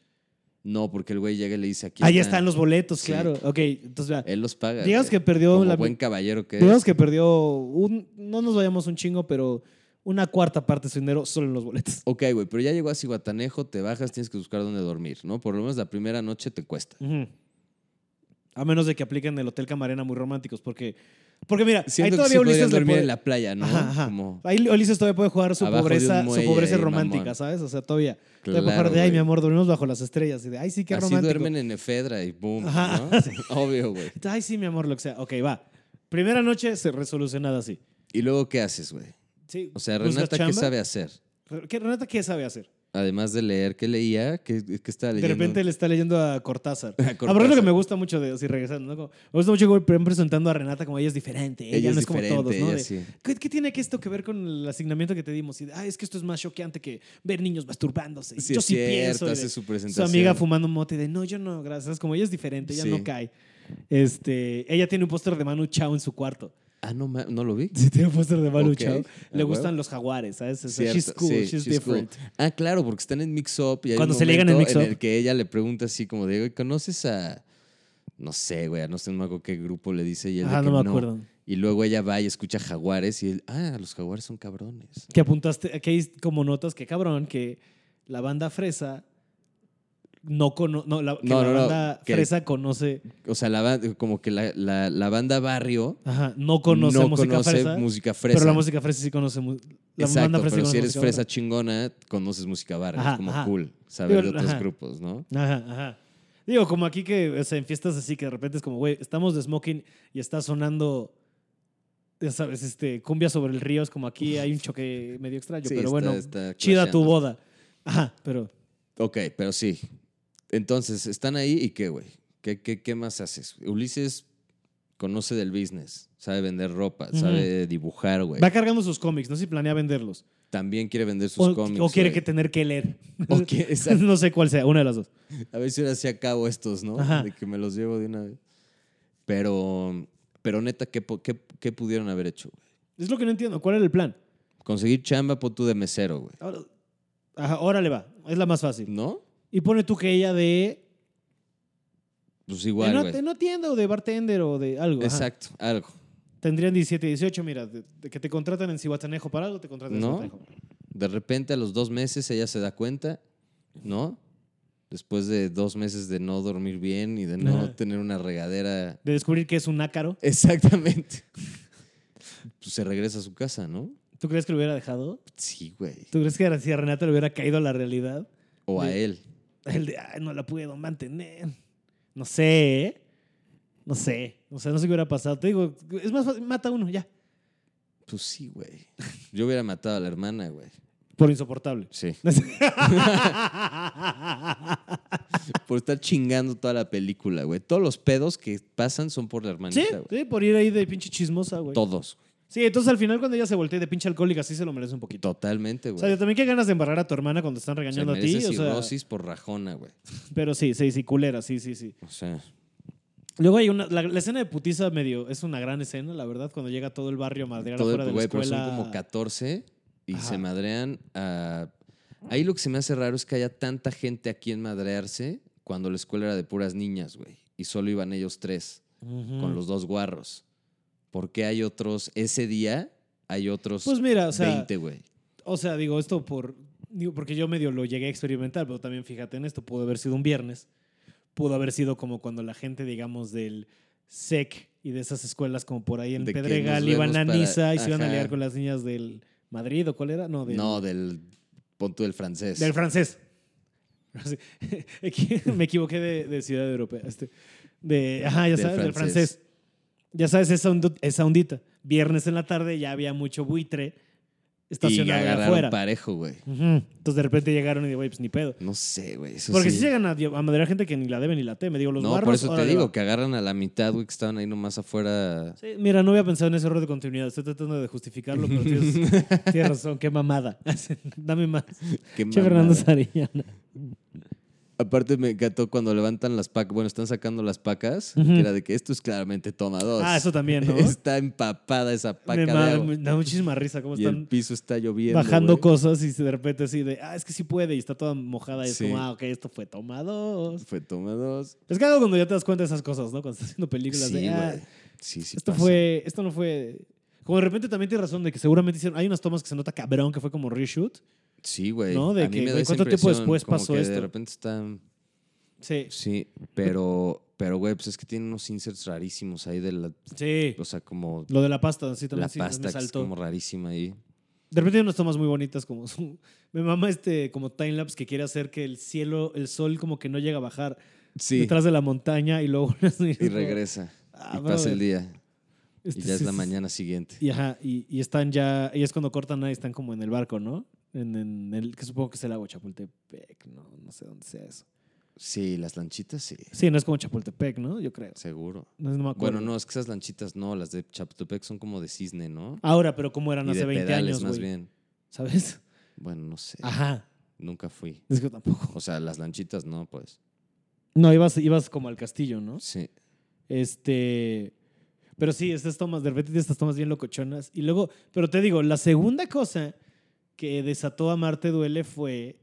[SPEAKER 2] No, porque el güey llega y le dice aquí.
[SPEAKER 1] Ahí están los boletos,
[SPEAKER 2] Sí.
[SPEAKER 1] claro. Ok, entonces vea,
[SPEAKER 2] Él los paga.
[SPEAKER 1] Digamos que
[SPEAKER 2] güey.
[SPEAKER 1] perdió
[SPEAKER 2] Como
[SPEAKER 1] la-
[SPEAKER 2] buen caballero que
[SPEAKER 1] digamos
[SPEAKER 2] es.
[SPEAKER 1] que perdió un, no nos vayamos un chingo, pero una cuarta parte de su dinero solo en los boletos.
[SPEAKER 2] Ok, güey, pero ya llegó a Cihuatanejo, te bajas, tienes que buscar dónde dormir, ¿no? Por lo menos la primera noche te cuesta.
[SPEAKER 1] Ujú. A menos de que apliquen el Hotel Camarena muy románticos, porque, porque mira, ahí
[SPEAKER 2] Siento que sí
[SPEAKER 1] todavía
[SPEAKER 2] podrían
[SPEAKER 1] Ulises le
[SPEAKER 2] dormir
[SPEAKER 1] puede-
[SPEAKER 2] en la playa, ¿no?
[SPEAKER 1] Ajá, ajá.
[SPEAKER 2] Como,
[SPEAKER 1] Ahí Ulises todavía puede jugar su
[SPEAKER 2] Abajo de un
[SPEAKER 1] pobreza,
[SPEAKER 2] muelle
[SPEAKER 1] su pobreza
[SPEAKER 2] ahí,
[SPEAKER 1] romántica,
[SPEAKER 2] mamón.
[SPEAKER 1] ¿sabes? O sea, todavía.
[SPEAKER 2] claro,
[SPEAKER 1] todavía puede jugar de, ay, mi
[SPEAKER 2] güey.
[SPEAKER 1] amor, dormimos bajo las estrellas. Y de, ay, sí, qué
[SPEAKER 2] Así
[SPEAKER 1] romántico.
[SPEAKER 2] duermen en Efedra y boom,
[SPEAKER 1] Ajá.
[SPEAKER 2] ¿no? Obvio, güey.
[SPEAKER 1] Ay, sí, mi amor, lo que sea. Ok, va. Primera noche se resolucionada así.
[SPEAKER 2] ¿Y luego qué haces, güey?
[SPEAKER 1] Sí,
[SPEAKER 2] O sea,
[SPEAKER 1] buscas
[SPEAKER 2] Renata, ¿qué
[SPEAKER 1] chamba.
[SPEAKER 2] sabe hacer?
[SPEAKER 1] Re- ¿Qué, Renata, ¿qué sabe hacer?
[SPEAKER 2] Además de leer, ¿qué leía? ¿Qué, qué estaba
[SPEAKER 1] De
[SPEAKER 2] leyendo?
[SPEAKER 1] repente le está leyendo a Cortázar.
[SPEAKER 2] A
[SPEAKER 1] A
[SPEAKER 2] Cortázar.
[SPEAKER 1] lo que me gusta mucho de, así regresando, ¿no? Como- me gusta mucho que van presentando a Renata como ella es diferente, ella, no es, como todos, ¿no?
[SPEAKER 2] ella
[SPEAKER 1] De,
[SPEAKER 2] sí.
[SPEAKER 1] ¿Qué, qué tiene que esto que ver con el asignamiento que te dimos? Y de, "Ay, es que esto es más choqueante que ver niños masturbándose. Y
[SPEAKER 2] Sí,
[SPEAKER 1] yo
[SPEAKER 2] es
[SPEAKER 1] sí
[SPEAKER 2] cierto,
[SPEAKER 1] pienso. y de-
[SPEAKER 2] hace su
[SPEAKER 1] su
[SPEAKER 2] presentación.
[SPEAKER 1] amiga fumando mote de no, yo no, gracias. Como ella es diferente, ella
[SPEAKER 2] Sí.
[SPEAKER 1] no cae. Este, ella tiene un póster de Manu Chao en su cuarto.
[SPEAKER 2] Ah, no, ma- no lo vi.
[SPEAKER 1] Sí, tiene un póster de Manu
[SPEAKER 2] Ok,
[SPEAKER 1] Chao.
[SPEAKER 2] a
[SPEAKER 1] Le
[SPEAKER 2] huevo.
[SPEAKER 1] gustan los jaguares, ¿sabes? O sea,
[SPEAKER 2] Cierto,
[SPEAKER 1] she's cool,
[SPEAKER 2] sí,
[SPEAKER 1] she's,
[SPEAKER 2] she's cool.
[SPEAKER 1] different.
[SPEAKER 2] Ah, claro, porque están en Mix Up. Y hay
[SPEAKER 1] Cuando
[SPEAKER 2] un
[SPEAKER 1] se ligan en
[SPEAKER 2] momento
[SPEAKER 1] Mix Up.
[SPEAKER 2] el que ella le pregunta así como de, "Oye, ¿conoces a...? No sé, güey, no sé, no me acuerdo qué grupo le dice. Y él de
[SPEAKER 1] Ah,
[SPEAKER 2] que
[SPEAKER 1] no me acuerdo.
[SPEAKER 2] Y luego ella va y escucha jaguares y él, ah, los jaguares son cabrones.
[SPEAKER 1] Que apuntaste, aquí hay como notas que cabrón, que la banda fresa no, cono- no, la, que
[SPEAKER 2] No,
[SPEAKER 1] la
[SPEAKER 2] no, no,
[SPEAKER 1] banda
[SPEAKER 2] que-
[SPEAKER 1] fresa conoce,
[SPEAKER 2] O sea, la, ban- como que la, la- la banda barrio
[SPEAKER 1] ajá, no conoce
[SPEAKER 2] no
[SPEAKER 1] música
[SPEAKER 2] conoce
[SPEAKER 1] fresa,
[SPEAKER 2] música fresa.
[SPEAKER 1] pero la música fresa sí conoce, mu- la
[SPEAKER 2] Exacto,
[SPEAKER 1] banda fresa sí
[SPEAKER 2] pero
[SPEAKER 1] conoce
[SPEAKER 2] si eres
[SPEAKER 1] música
[SPEAKER 2] fresa chingona, conoces música barrio.
[SPEAKER 1] Ajá,
[SPEAKER 2] es como
[SPEAKER 1] ajá.
[SPEAKER 2] cool saber
[SPEAKER 1] Digo,
[SPEAKER 2] de otros
[SPEAKER 1] ajá.
[SPEAKER 2] grupos, ¿no?
[SPEAKER 1] Ajá, ajá. Digo, como aquí que, o sea, en fiestas así que de repente es como, güey, estamos de smoking y está sonando, ya sabes, este, cumbia sobre el río, es como aquí hay un choque medio extraño,
[SPEAKER 2] Sí,
[SPEAKER 1] pero
[SPEAKER 2] está-
[SPEAKER 1] bueno,
[SPEAKER 2] está
[SPEAKER 1] chida tu
[SPEAKER 2] crasheando.
[SPEAKER 1] boda. Ajá, pero
[SPEAKER 2] Ok, pero sí. Entonces, están ahí y qué, güey. ¿Qué, qué, qué más haces? Ulises conoce del business, sabe vender ropa,
[SPEAKER 1] Ujú.
[SPEAKER 2] sabe dibujar, güey.
[SPEAKER 1] va cargando sus cómics, no sé si planea venderlos.
[SPEAKER 2] También quiere vender sus
[SPEAKER 1] O,
[SPEAKER 2] cómics.
[SPEAKER 1] o quiere
[SPEAKER 2] güey.
[SPEAKER 1] que tener que leer.
[SPEAKER 2] O que- exacto.
[SPEAKER 1] no sé cuál sea, una de las dos.
[SPEAKER 2] A ver si ahora sí acabo estos, ¿no?
[SPEAKER 1] Ajá.
[SPEAKER 2] De que me los llevo de una vez. Pero, pero neta, ¿qué, po- qué, qué pudieron haber hecho? güey?
[SPEAKER 1] Es lo que no entiendo, ¿cuál era el plan?
[SPEAKER 2] Conseguir chamba, pon tú de mesero, güey.
[SPEAKER 1] Ahora, ajá, órale va, es la más fácil.
[SPEAKER 2] ¿No?
[SPEAKER 1] Y pone tú que ella de...
[SPEAKER 2] Pues
[SPEAKER 1] de
[SPEAKER 2] igual,
[SPEAKER 1] no,
[SPEAKER 2] güey.
[SPEAKER 1] de no tienda o de bartender o de algo. ajá.
[SPEAKER 2] Exacto, algo.
[SPEAKER 1] Tendrían 17, 18, mira, de- de que te contratan en Cihuatanejo para algo, te contratan
[SPEAKER 2] No.
[SPEAKER 1] en Cihuatanejo.
[SPEAKER 2] De repente a los dos meses ella se da cuenta, ¿no? Después de dos meses de no dormir bien y de no
[SPEAKER 1] Ajá.
[SPEAKER 2] tener una regadera.
[SPEAKER 1] De descubrir que es un ácaro.
[SPEAKER 2] Exactamente. pues se regresa a su casa, ¿no?
[SPEAKER 1] ¿Tú crees que lo hubiera dejado?
[SPEAKER 2] Sí, güey.
[SPEAKER 1] ¿Tú crees que a- si a Renata le hubiera caído la realidad?
[SPEAKER 2] O a
[SPEAKER 1] De-
[SPEAKER 2] él.
[SPEAKER 1] El de, ay, no la puedo mantener. No sé, ¿eh? No sé. O sea, no sé qué hubiera pasado. Te digo, es más fácil, mata a uno, ya.
[SPEAKER 2] Pues sí, güey. Yo hubiera matado a la hermana, güey.
[SPEAKER 1] Por insoportable.
[SPEAKER 2] Sí. Por estar chingando toda la película, güey. Todos los pedos que pasan son por la
[SPEAKER 1] sí,
[SPEAKER 2] hermanita, güey.
[SPEAKER 1] sí, por ir ahí de pinche chismosa, güey.
[SPEAKER 2] Todos. güey.
[SPEAKER 1] Sí, entonces al final cuando ella se voltea de pinche alcohólica, sí se lo merece un poquito.
[SPEAKER 2] Totalmente,
[SPEAKER 1] O
[SPEAKER 2] güey.
[SPEAKER 1] sea, yo también qué ganas de embarrar a tu hermana cuando te están
[SPEAKER 2] Se
[SPEAKER 1] regañando a ti.
[SPEAKER 2] merece
[SPEAKER 1] O sea,
[SPEAKER 2] cirrosis por rajona, güey.
[SPEAKER 1] Pero sí, sí, sí, culera, sí, sí, sí.
[SPEAKER 2] O sea,
[SPEAKER 1] Luego hay una. La, la escena de putiza medio. Es una gran escena, la verdad, cuando llega todo el barrio a madrear
[SPEAKER 2] todo
[SPEAKER 1] afuera de
[SPEAKER 2] el,
[SPEAKER 1] la
[SPEAKER 2] güey, pero
[SPEAKER 1] escuela.
[SPEAKER 2] son como 14 y
[SPEAKER 1] Ajá.
[SPEAKER 2] se madrean a... Ahí lo que se me hace raro es que haya tanta gente a quien madrearse cuando la escuela era de puras niñas, güey. Y solo iban ellos tres,
[SPEAKER 1] Ujú.
[SPEAKER 2] con los dos guarros. ¿Por qué hay otros? Ese día hay otros
[SPEAKER 1] Pues mira, o sea.
[SPEAKER 2] 20, güey.
[SPEAKER 1] O sea, digo, esto por. Digo, porque yo medio lo llegué a experimentar, pero también fíjate en esto. Pudo haber sido un viernes. Pudo haber sido como cuando la gente, digamos, del SEC y de esas escuelas como por ahí en
[SPEAKER 2] De que nos
[SPEAKER 1] Pedregal iban a
[SPEAKER 2] vemos para-
[SPEAKER 1] Niza y se iban a
[SPEAKER 2] ajá.
[SPEAKER 1] liar con las niñas del Madrid o cuál era. No, del,
[SPEAKER 2] No, del... Pon tú del francés.
[SPEAKER 1] Del francés. Sí. Me equivoqué de, de ciudad europea. Este, de, ajá, ya
[SPEAKER 2] Del
[SPEAKER 1] sabes, del
[SPEAKER 2] francés.
[SPEAKER 1] francés. Ya sabes, esa, ondo- esa ondita. Viernes en la tarde ya había mucho buitre
[SPEAKER 2] y
[SPEAKER 1] estacionado allá
[SPEAKER 2] agarraron
[SPEAKER 1] afuera.
[SPEAKER 2] parejo, güey.
[SPEAKER 1] Ujú. Entonces de repente llegaron y de güey, pues ni pedo.
[SPEAKER 2] No sé, güey. eso
[SPEAKER 1] Porque
[SPEAKER 2] sí.
[SPEAKER 1] si llegan a, a madrear gente que ni la debe ni la teme. Digo, los
[SPEAKER 2] no,
[SPEAKER 1] guarros,
[SPEAKER 2] por eso te
[SPEAKER 1] órale,
[SPEAKER 2] digo,
[SPEAKER 1] va.
[SPEAKER 2] que agarran a la mitad, güey, que estaban ahí nomás afuera.
[SPEAKER 1] Sí, mira, no había pensado en ese error de continuidad. Estoy tratando de justificarlo, pero tienes, tienes razón. Qué mamada. Dame más.
[SPEAKER 2] Qué
[SPEAKER 1] Che, Fernando
[SPEAKER 2] mamada.
[SPEAKER 1] Sarillana.
[SPEAKER 2] Aparte me encantó cuando levantan las pacas, bueno, están sacando las pacas,
[SPEAKER 1] Ujú.
[SPEAKER 2] que era de que esto es claramente toma dos.
[SPEAKER 1] Ah, eso también, ¿no?
[SPEAKER 2] Está empapada esa paca
[SPEAKER 1] Me
[SPEAKER 2] de
[SPEAKER 1] ma-
[SPEAKER 2] agua.
[SPEAKER 1] me da muchísima risa cómo
[SPEAKER 2] Y el
[SPEAKER 1] están
[SPEAKER 2] piso está lloviendo.
[SPEAKER 1] bajando
[SPEAKER 2] güey.
[SPEAKER 1] cosas y de repente así de, ah, es que sí puede y está toda mojada y es
[SPEAKER 2] Sí.
[SPEAKER 1] como, ah, ok, esto fue tomado.
[SPEAKER 2] Fue toma dos.
[SPEAKER 1] Es que algo cuando ya te das cuenta de esas cosas, ¿no? Cuando estás haciendo películas
[SPEAKER 2] Sí,
[SPEAKER 1] de,
[SPEAKER 2] güey.
[SPEAKER 1] ah,
[SPEAKER 2] Sí, sí.
[SPEAKER 1] esto
[SPEAKER 2] pasa.
[SPEAKER 1] fue, esto no fue... Como de repente también tienes razón de que seguramente hicieron, hay unas tomas que se nota cabrón que fue como reshoot.
[SPEAKER 2] Sí, güey.
[SPEAKER 1] ¿No? De
[SPEAKER 2] A mí
[SPEAKER 1] que,
[SPEAKER 2] me da
[SPEAKER 1] güey,
[SPEAKER 2] esa
[SPEAKER 1] ¿cuánto tiempo
[SPEAKER 2] impresión,
[SPEAKER 1] después
[SPEAKER 2] como
[SPEAKER 1] pasó
[SPEAKER 2] que De
[SPEAKER 1] esto?
[SPEAKER 2] repente está...
[SPEAKER 1] Sí,
[SPEAKER 2] Sí, pero, pero güey, pues es que tiene unos inserts rarísimos ahí de la...
[SPEAKER 1] sí.
[SPEAKER 2] O sea, como
[SPEAKER 1] Lo de la pasta, sí, también
[SPEAKER 2] la
[SPEAKER 1] sí,
[SPEAKER 2] pasta
[SPEAKER 1] me
[SPEAKER 2] que es
[SPEAKER 1] saltó.
[SPEAKER 2] como rarísima ahí.
[SPEAKER 1] De repente hay unas tomas muy bonitas como su... Me mama este como timelapse que quiere hacer que el cielo, el sol como que no llega a bajar
[SPEAKER 2] Sí,
[SPEAKER 1] detrás de la montaña y luego...
[SPEAKER 2] y regresa.
[SPEAKER 1] Ah,
[SPEAKER 2] y pasa
[SPEAKER 1] brother.
[SPEAKER 2] el día. Y
[SPEAKER 1] Este,
[SPEAKER 2] ya es
[SPEAKER 1] sí,
[SPEAKER 2] la
[SPEAKER 1] sí,
[SPEAKER 2] mañana siguiente.
[SPEAKER 1] Y, ajá, y, y están ya, y es cuando cortan ahí, están como en el barco, ¿no? En, en el, que supongo que es el lago Chapultepec, no, no sé dónde sea eso.
[SPEAKER 2] Sí, las lanchitas, sí.
[SPEAKER 1] Sí, no es como Chapultepec, ¿no? Yo creo.
[SPEAKER 2] Seguro.
[SPEAKER 1] No, no me acuerdo.
[SPEAKER 2] Bueno, no, es que esas lanchitas no, las de Chapultepec son como de cisne, ¿no?
[SPEAKER 1] Ahora, pero como
[SPEAKER 2] Y
[SPEAKER 1] eran
[SPEAKER 2] de
[SPEAKER 1] hace 20
[SPEAKER 2] pedales,
[SPEAKER 1] años,
[SPEAKER 2] más
[SPEAKER 1] güey.
[SPEAKER 2] bien.
[SPEAKER 1] ¿Sabes?
[SPEAKER 2] Bueno, no sé.
[SPEAKER 1] Ajá.
[SPEAKER 2] Nunca fui.
[SPEAKER 1] Es que tampoco.
[SPEAKER 2] O sea, las lanchitas no, pues.
[SPEAKER 1] No, ibas, ibas como al castillo, ¿no?
[SPEAKER 2] Sí.
[SPEAKER 1] Este. Pero sí, estas tomas, de repente tienes estas tomas bien locochonas. Y luego, pero te digo, la segunda cosa que desató a Marte Duele fue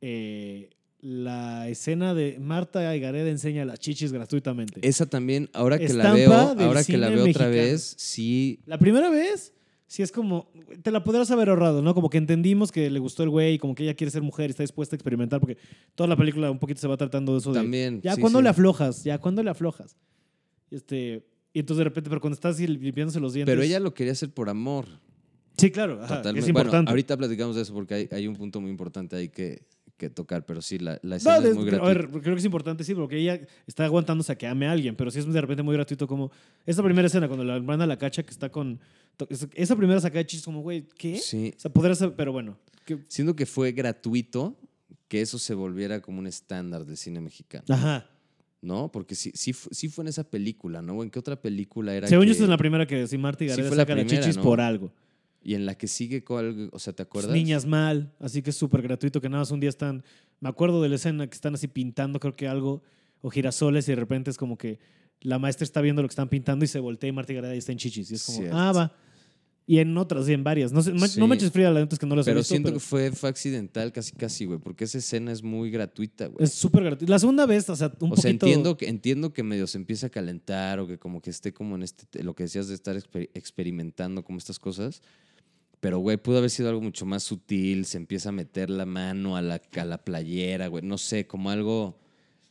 [SPEAKER 1] eh, la escena de Marta Gareda enseña las chichis gratuitamente.
[SPEAKER 2] Esa también, ahora que la
[SPEAKER 1] Estampa
[SPEAKER 2] veo,
[SPEAKER 1] del
[SPEAKER 2] ahora que la
[SPEAKER 1] cine
[SPEAKER 2] veo otra
[SPEAKER 1] mexicano.
[SPEAKER 2] vez, sí,
[SPEAKER 1] La primera vez Sí, es como, te la podrías haber ahorrado, ¿no? Como que entendimos que le gustó el güey, como que ella quiere ser mujer y está dispuesta a experimentar, porque toda la película un poquito se va tratando de eso.
[SPEAKER 2] También,
[SPEAKER 1] De, ya,
[SPEAKER 2] sí,
[SPEAKER 1] cuando
[SPEAKER 2] sí.
[SPEAKER 1] le aflojas? Ya, cuando le aflojas? Este, y entonces de repente, pero cuando estás así limpiándose los dientes.
[SPEAKER 2] Pero ella lo quería hacer por amor.
[SPEAKER 1] Sí, claro, ajá, que
[SPEAKER 2] Totalmente.
[SPEAKER 1] es
[SPEAKER 2] Bueno,
[SPEAKER 1] importante.
[SPEAKER 2] ahorita platicamos de eso porque hay, hay un punto muy importante ahí que, que tocar, pero sí, la,
[SPEAKER 1] No,
[SPEAKER 2] la escena
[SPEAKER 1] de-
[SPEAKER 2] es muy
[SPEAKER 1] creo-
[SPEAKER 2] gratuita.
[SPEAKER 1] a ver, creo que es importante, sí, porque ella está aguantándose a que ame a alguien, pero sí es de repente muy gratuito como esa primera escena cuando la hermana la cacha que está con... to- es- Esa primera sacada de chistes como, güey, ¿qué?
[SPEAKER 2] Sí.
[SPEAKER 1] O sea, podría ser, pero bueno. que-
[SPEAKER 2] Siento que fue gratuito que eso se volviera como un estándar del cine mexicano,
[SPEAKER 1] Ajá.
[SPEAKER 2] ¿no? Porque sí, sí, fu- sí fue en esa película, ¿no? ¿O ¿En qué otra película era?
[SPEAKER 1] Según yo,
[SPEAKER 2] que-
[SPEAKER 1] esta es la primera que si Marta y
[SPEAKER 2] Sí,
[SPEAKER 1] Gareda
[SPEAKER 2] fue la
[SPEAKER 1] saca la
[SPEAKER 2] primera,
[SPEAKER 1] chichis
[SPEAKER 2] ¿no?
[SPEAKER 1] por algo.
[SPEAKER 2] Y en la que sigue, cuál- o sea, ¿te
[SPEAKER 1] Pues,
[SPEAKER 2] acuerdas?
[SPEAKER 1] niñas mal, así que es súper gratuito que nada más un día están... Me acuerdo de la escena que están así pintando, creo que algo, o girasoles, y de repente es como que la maestra está viendo lo que están pintando y se voltea y Marta y Gareda está en chichis. Y es como,
[SPEAKER 2] Cierto.
[SPEAKER 1] ah, va. Y en otras, y en varias. No, sé, ma-
[SPEAKER 2] Sí.
[SPEAKER 1] no manches Frida, la neta es que no las he
[SPEAKER 2] Pero
[SPEAKER 1] visto,
[SPEAKER 2] siento
[SPEAKER 1] pero
[SPEAKER 2] que fue, fue accidental casi casi, güey, porque esa escena es muy gratuita, güey.
[SPEAKER 1] Es súper gratuito. La segunda vez, o sea, un
[SPEAKER 2] o
[SPEAKER 1] poquito...
[SPEAKER 2] sea, entiendo que, entiendo que medio se empieza a calentar o que como que esté como en este, lo que decías de estar exper- experimentando como estas cosas. Pero, güey, pudo haber sido algo mucho más sutil. Se empieza a meter la mano a la, a la playera, güey. No sé, como algo,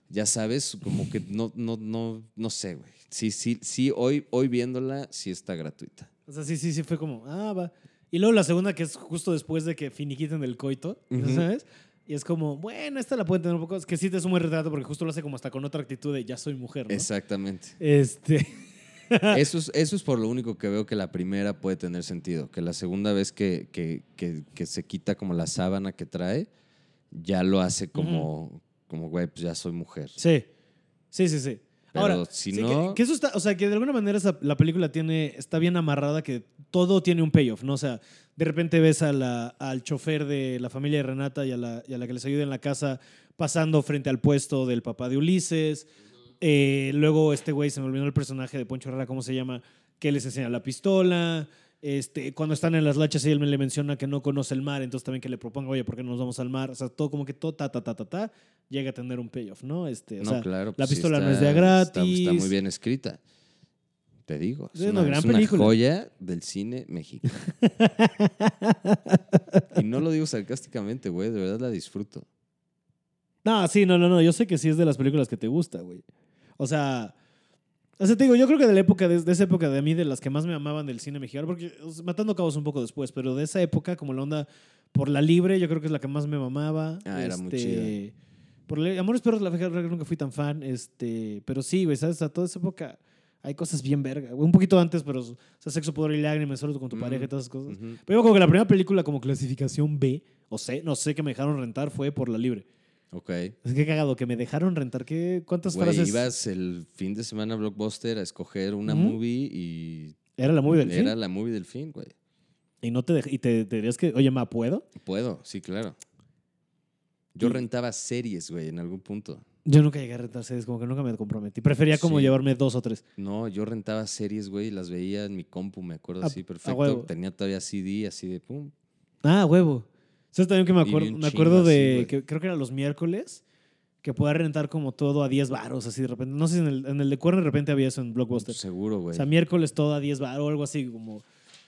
[SPEAKER 2] ya sabes, como que no, no, no, no sé, güey. Sí, sí, sí, hoy, hoy viéndola, sí está gratuita.
[SPEAKER 1] O sea, sí, sí, sí, fue como, ah, va. Y luego la segunda, que es justo después de que finiquiten el coito, ¿no
[SPEAKER 2] Ujú.
[SPEAKER 1] ¿sabes? Y es como, bueno, esta la pueden tener un poco. Es que sí te es un buen retrato porque justo lo hace como hasta con otra actitud de ya soy mujer, ¿no?
[SPEAKER 2] Exactamente.
[SPEAKER 1] Este.
[SPEAKER 2] Eso es, eso es por lo único que veo que la primera puede tener sentido. Que la segunda vez que, que- que- que se quita como la sábana que trae, ya lo hace como, como güey, pues ya soy mujer.
[SPEAKER 1] Sí. Sí, sí, sí.
[SPEAKER 2] Pero
[SPEAKER 1] Ahora,
[SPEAKER 2] si
[SPEAKER 1] sí que-
[SPEAKER 2] no-
[SPEAKER 1] que, eso está, o sea, que de alguna manera esa- la película tiene, está bien amarrada, que todo tiene un payoff, ¿no? O sea, de repente ves a la- al chofer de la familia de Renata y a, la, y a la que les ayuda en la casa pasando frente al puesto del papá de Ulises. Eh, luego este güey, se me olvidó el personaje de Poncho Herrera, ¿cómo se llama? Que les enseña la pistola. Este, cuando están en las lachas, él le menciona que no conoce el mar, entonces también que le proponga, oye, ¿por qué no nos vamos al mar? O sea, todo como que todo, ta, ta, ta, ta, ta, llega a tener un payoff, ¿no? Este, o
[SPEAKER 2] no,
[SPEAKER 1] sea,
[SPEAKER 2] claro.
[SPEAKER 1] la
[SPEAKER 2] pues sí
[SPEAKER 1] pistola no es de
[SPEAKER 2] está-
[SPEAKER 1] a
[SPEAKER 2] está-
[SPEAKER 1] gratis.
[SPEAKER 2] Está, muy bien escrita. Te digo. Es,
[SPEAKER 1] Es una
[SPEAKER 2] una,
[SPEAKER 1] gran
[SPEAKER 2] es una
[SPEAKER 1] película.
[SPEAKER 2] joya del cine mexicano. y no lo digo sarcásticamente, güey. De verdad la disfruto.
[SPEAKER 1] No, sí, no, no, no. Yo sé que sí es de las películas que te gusta, güey. O sea, o sea, te digo, yo creo que de la época, de, de esa época de a mí, de las que más me amaban del cine mexicano, porque o sea, Matando Cabos un poco después, pero de esa época, como la onda por la libre, yo creo que es la que más me mamaba.
[SPEAKER 2] Ah, era muy
[SPEAKER 1] Este, Por la- Amores Perros, la verdad que nunca fui tan fan, este, pero sí, güey, ¿sabes? A toda esa época hay cosas bien verga, güey. Un poquito antes, pero, o sea, Sexo, Poder y Lágrimas, solo con tu
[SPEAKER 2] Mm.
[SPEAKER 1] pareja y todas esas cosas.
[SPEAKER 2] Ujú.
[SPEAKER 1] Pero yo como que la primera película como clasificación B, o C, no sé, que me dejaron rentar fue por la libre.
[SPEAKER 2] Ok.
[SPEAKER 1] Es que cagado, que me dejaron rentar. ¿Qué, ¿Cuántas
[SPEAKER 2] Güey,
[SPEAKER 1] frases?
[SPEAKER 2] ibas el fin de semana a Blockbuster a escoger una
[SPEAKER 1] Ujú.
[SPEAKER 2] movie y
[SPEAKER 1] Era la movie del
[SPEAKER 2] Era
[SPEAKER 1] fin.
[SPEAKER 2] la movie del fin, güey.
[SPEAKER 1] Y no te dej- y te, te dirías que, oye, ma, ¿puedo?
[SPEAKER 2] Puedo, sí, claro. Yo
[SPEAKER 1] Y-
[SPEAKER 2] rentaba series, güey, en algún punto.
[SPEAKER 1] Yo nunca llegué a rentar series, como que nunca me comprometí. Prefería como
[SPEAKER 2] Sí.
[SPEAKER 1] llevarme dos o tres.
[SPEAKER 2] No, yo rentaba series, güey, y las veía en mi compu, me acuerdo
[SPEAKER 1] A-
[SPEAKER 2] así,
[SPEAKER 1] a
[SPEAKER 2] perfecto.
[SPEAKER 1] huevo.
[SPEAKER 2] Tenía todavía CD, así de pum.
[SPEAKER 1] Ah, huevo. ¿Sabes también que me
[SPEAKER 2] Y vi
[SPEAKER 1] acuerdo?
[SPEAKER 2] un
[SPEAKER 1] Me acuerdo
[SPEAKER 2] chingo así,
[SPEAKER 1] de,
[SPEAKER 2] güey.
[SPEAKER 1] que creo que era los miércoles, que podía rentar como todo a 10 varos, así de repente. No sé si en el, en el de cuerno de repente había eso en Blockbuster.
[SPEAKER 2] Seguro, güey.
[SPEAKER 1] O sea, miércoles todo a 10 varos o algo así, como,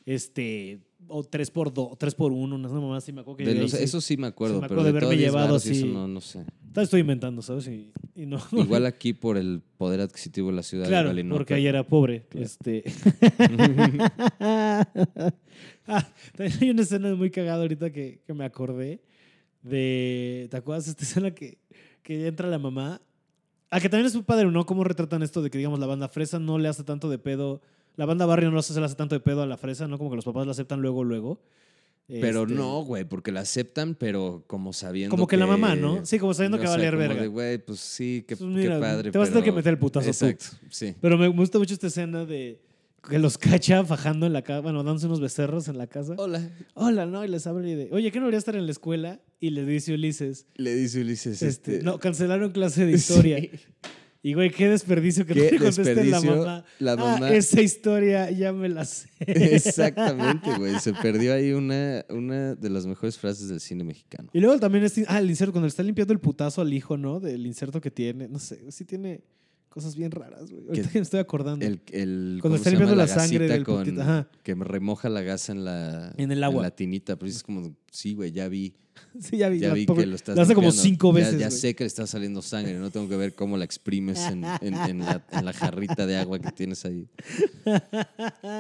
[SPEAKER 1] este, o 3 por 2, 3 por 1, una mamá así, me acuerdo que
[SPEAKER 2] De
[SPEAKER 1] llegué
[SPEAKER 2] los-
[SPEAKER 1] ahí, sí.
[SPEAKER 2] Eso sí me acuerdo,
[SPEAKER 1] Sí, me
[SPEAKER 2] pero
[SPEAKER 1] acuerdo de
[SPEAKER 2] de
[SPEAKER 1] haberme
[SPEAKER 2] todo 10
[SPEAKER 1] llevado
[SPEAKER 2] varos y eso
[SPEAKER 1] así.
[SPEAKER 2] no, no sé.
[SPEAKER 1] Tal estoy inventando, ¿sabes? Y, y no.
[SPEAKER 2] Igual aquí por el poder adquisitivo de la ciudad.
[SPEAKER 1] Claro,
[SPEAKER 2] igual y no,
[SPEAKER 1] porque
[SPEAKER 2] pero-
[SPEAKER 1] ahí era pobre.
[SPEAKER 2] Claro.
[SPEAKER 1] Este. Ah, también hay una escena muy cagada ahorita que, que me acordé de. ¿Te acuerdas de esta escena que, que entra la mamá? Ah, que también es muy padre, ¿no? Cómo retratan esto de que, digamos, la banda fresa no le hace tanto de pedo. La banda barrio no se le hace tanto de pedo a la fresa, ¿no? Como que los papás la aceptan luego, luego.
[SPEAKER 2] Pero
[SPEAKER 1] Este,
[SPEAKER 2] no, güey, porque la aceptan, pero como sabiendo
[SPEAKER 1] Como que la mamá, ¿no? Sí, como sabiendo
[SPEAKER 2] O
[SPEAKER 1] que va a
[SPEAKER 2] sea,
[SPEAKER 1] leer
[SPEAKER 2] como
[SPEAKER 1] verga.
[SPEAKER 2] de, güey, pues sí, qué,
[SPEAKER 1] Pues
[SPEAKER 2] qué
[SPEAKER 1] mira,
[SPEAKER 2] padre.
[SPEAKER 1] te vas a tener que
[SPEAKER 2] pero-
[SPEAKER 1] meter el putazo tú.
[SPEAKER 2] Exacto, sí.
[SPEAKER 1] Pero me gusta mucho esta escena de que los cacha fajando en la casa, bueno, dándose unos becerros en la casa.
[SPEAKER 2] Hola.
[SPEAKER 1] Hola, ¿no? Y les abre y de, oye, ¿qué no debería estar en la escuela? Y le dice Ulises,
[SPEAKER 2] Le dice Ulises.
[SPEAKER 1] este,
[SPEAKER 2] Este,
[SPEAKER 1] no, cancelaron clase de historia.
[SPEAKER 2] Sí.
[SPEAKER 1] Y güey, qué desperdicio que
[SPEAKER 2] Qué
[SPEAKER 1] no le conteste la
[SPEAKER 2] desperdicio,
[SPEAKER 1] mamá.
[SPEAKER 2] la
[SPEAKER 1] "Ah,
[SPEAKER 2] mamá".
[SPEAKER 1] esa historia ya me la sé.
[SPEAKER 2] Exactamente, güey. Se perdió ahí una, una de las mejores frases del cine mexicano.
[SPEAKER 1] Y luego también este, ah, el inserto, cuando le está limpiando el putazo al hijo, ¿no? Del inserto que tiene, no sé, sí tiene cosas bien raras, güey.
[SPEAKER 2] Que
[SPEAKER 1] Ahorita que me estoy acordando.
[SPEAKER 2] El, el-
[SPEAKER 1] Cuando
[SPEAKER 2] ¿cómo
[SPEAKER 1] está
[SPEAKER 2] se llama?
[SPEAKER 1] hirviendo la sangre
[SPEAKER 2] gasita
[SPEAKER 1] del
[SPEAKER 2] con-
[SPEAKER 1] puntito, ajá.
[SPEAKER 2] que me remoja la gasa en la
[SPEAKER 1] En el agua.
[SPEAKER 2] la tinita, pero es como sí, güey, ya vi,
[SPEAKER 1] sí, ya vi.
[SPEAKER 2] ya
[SPEAKER 1] la
[SPEAKER 2] vi
[SPEAKER 1] pobre-
[SPEAKER 2] que lo estás
[SPEAKER 1] la hace como
[SPEAKER 2] limpiando.
[SPEAKER 1] cinco
[SPEAKER 2] Ya-
[SPEAKER 1] veces.
[SPEAKER 2] Ya,
[SPEAKER 1] güey.
[SPEAKER 2] sé que le está saliendo sangre, no tengo que ver cómo la exprimes en, en- en la, en la jarrita de agua que tienes ahí.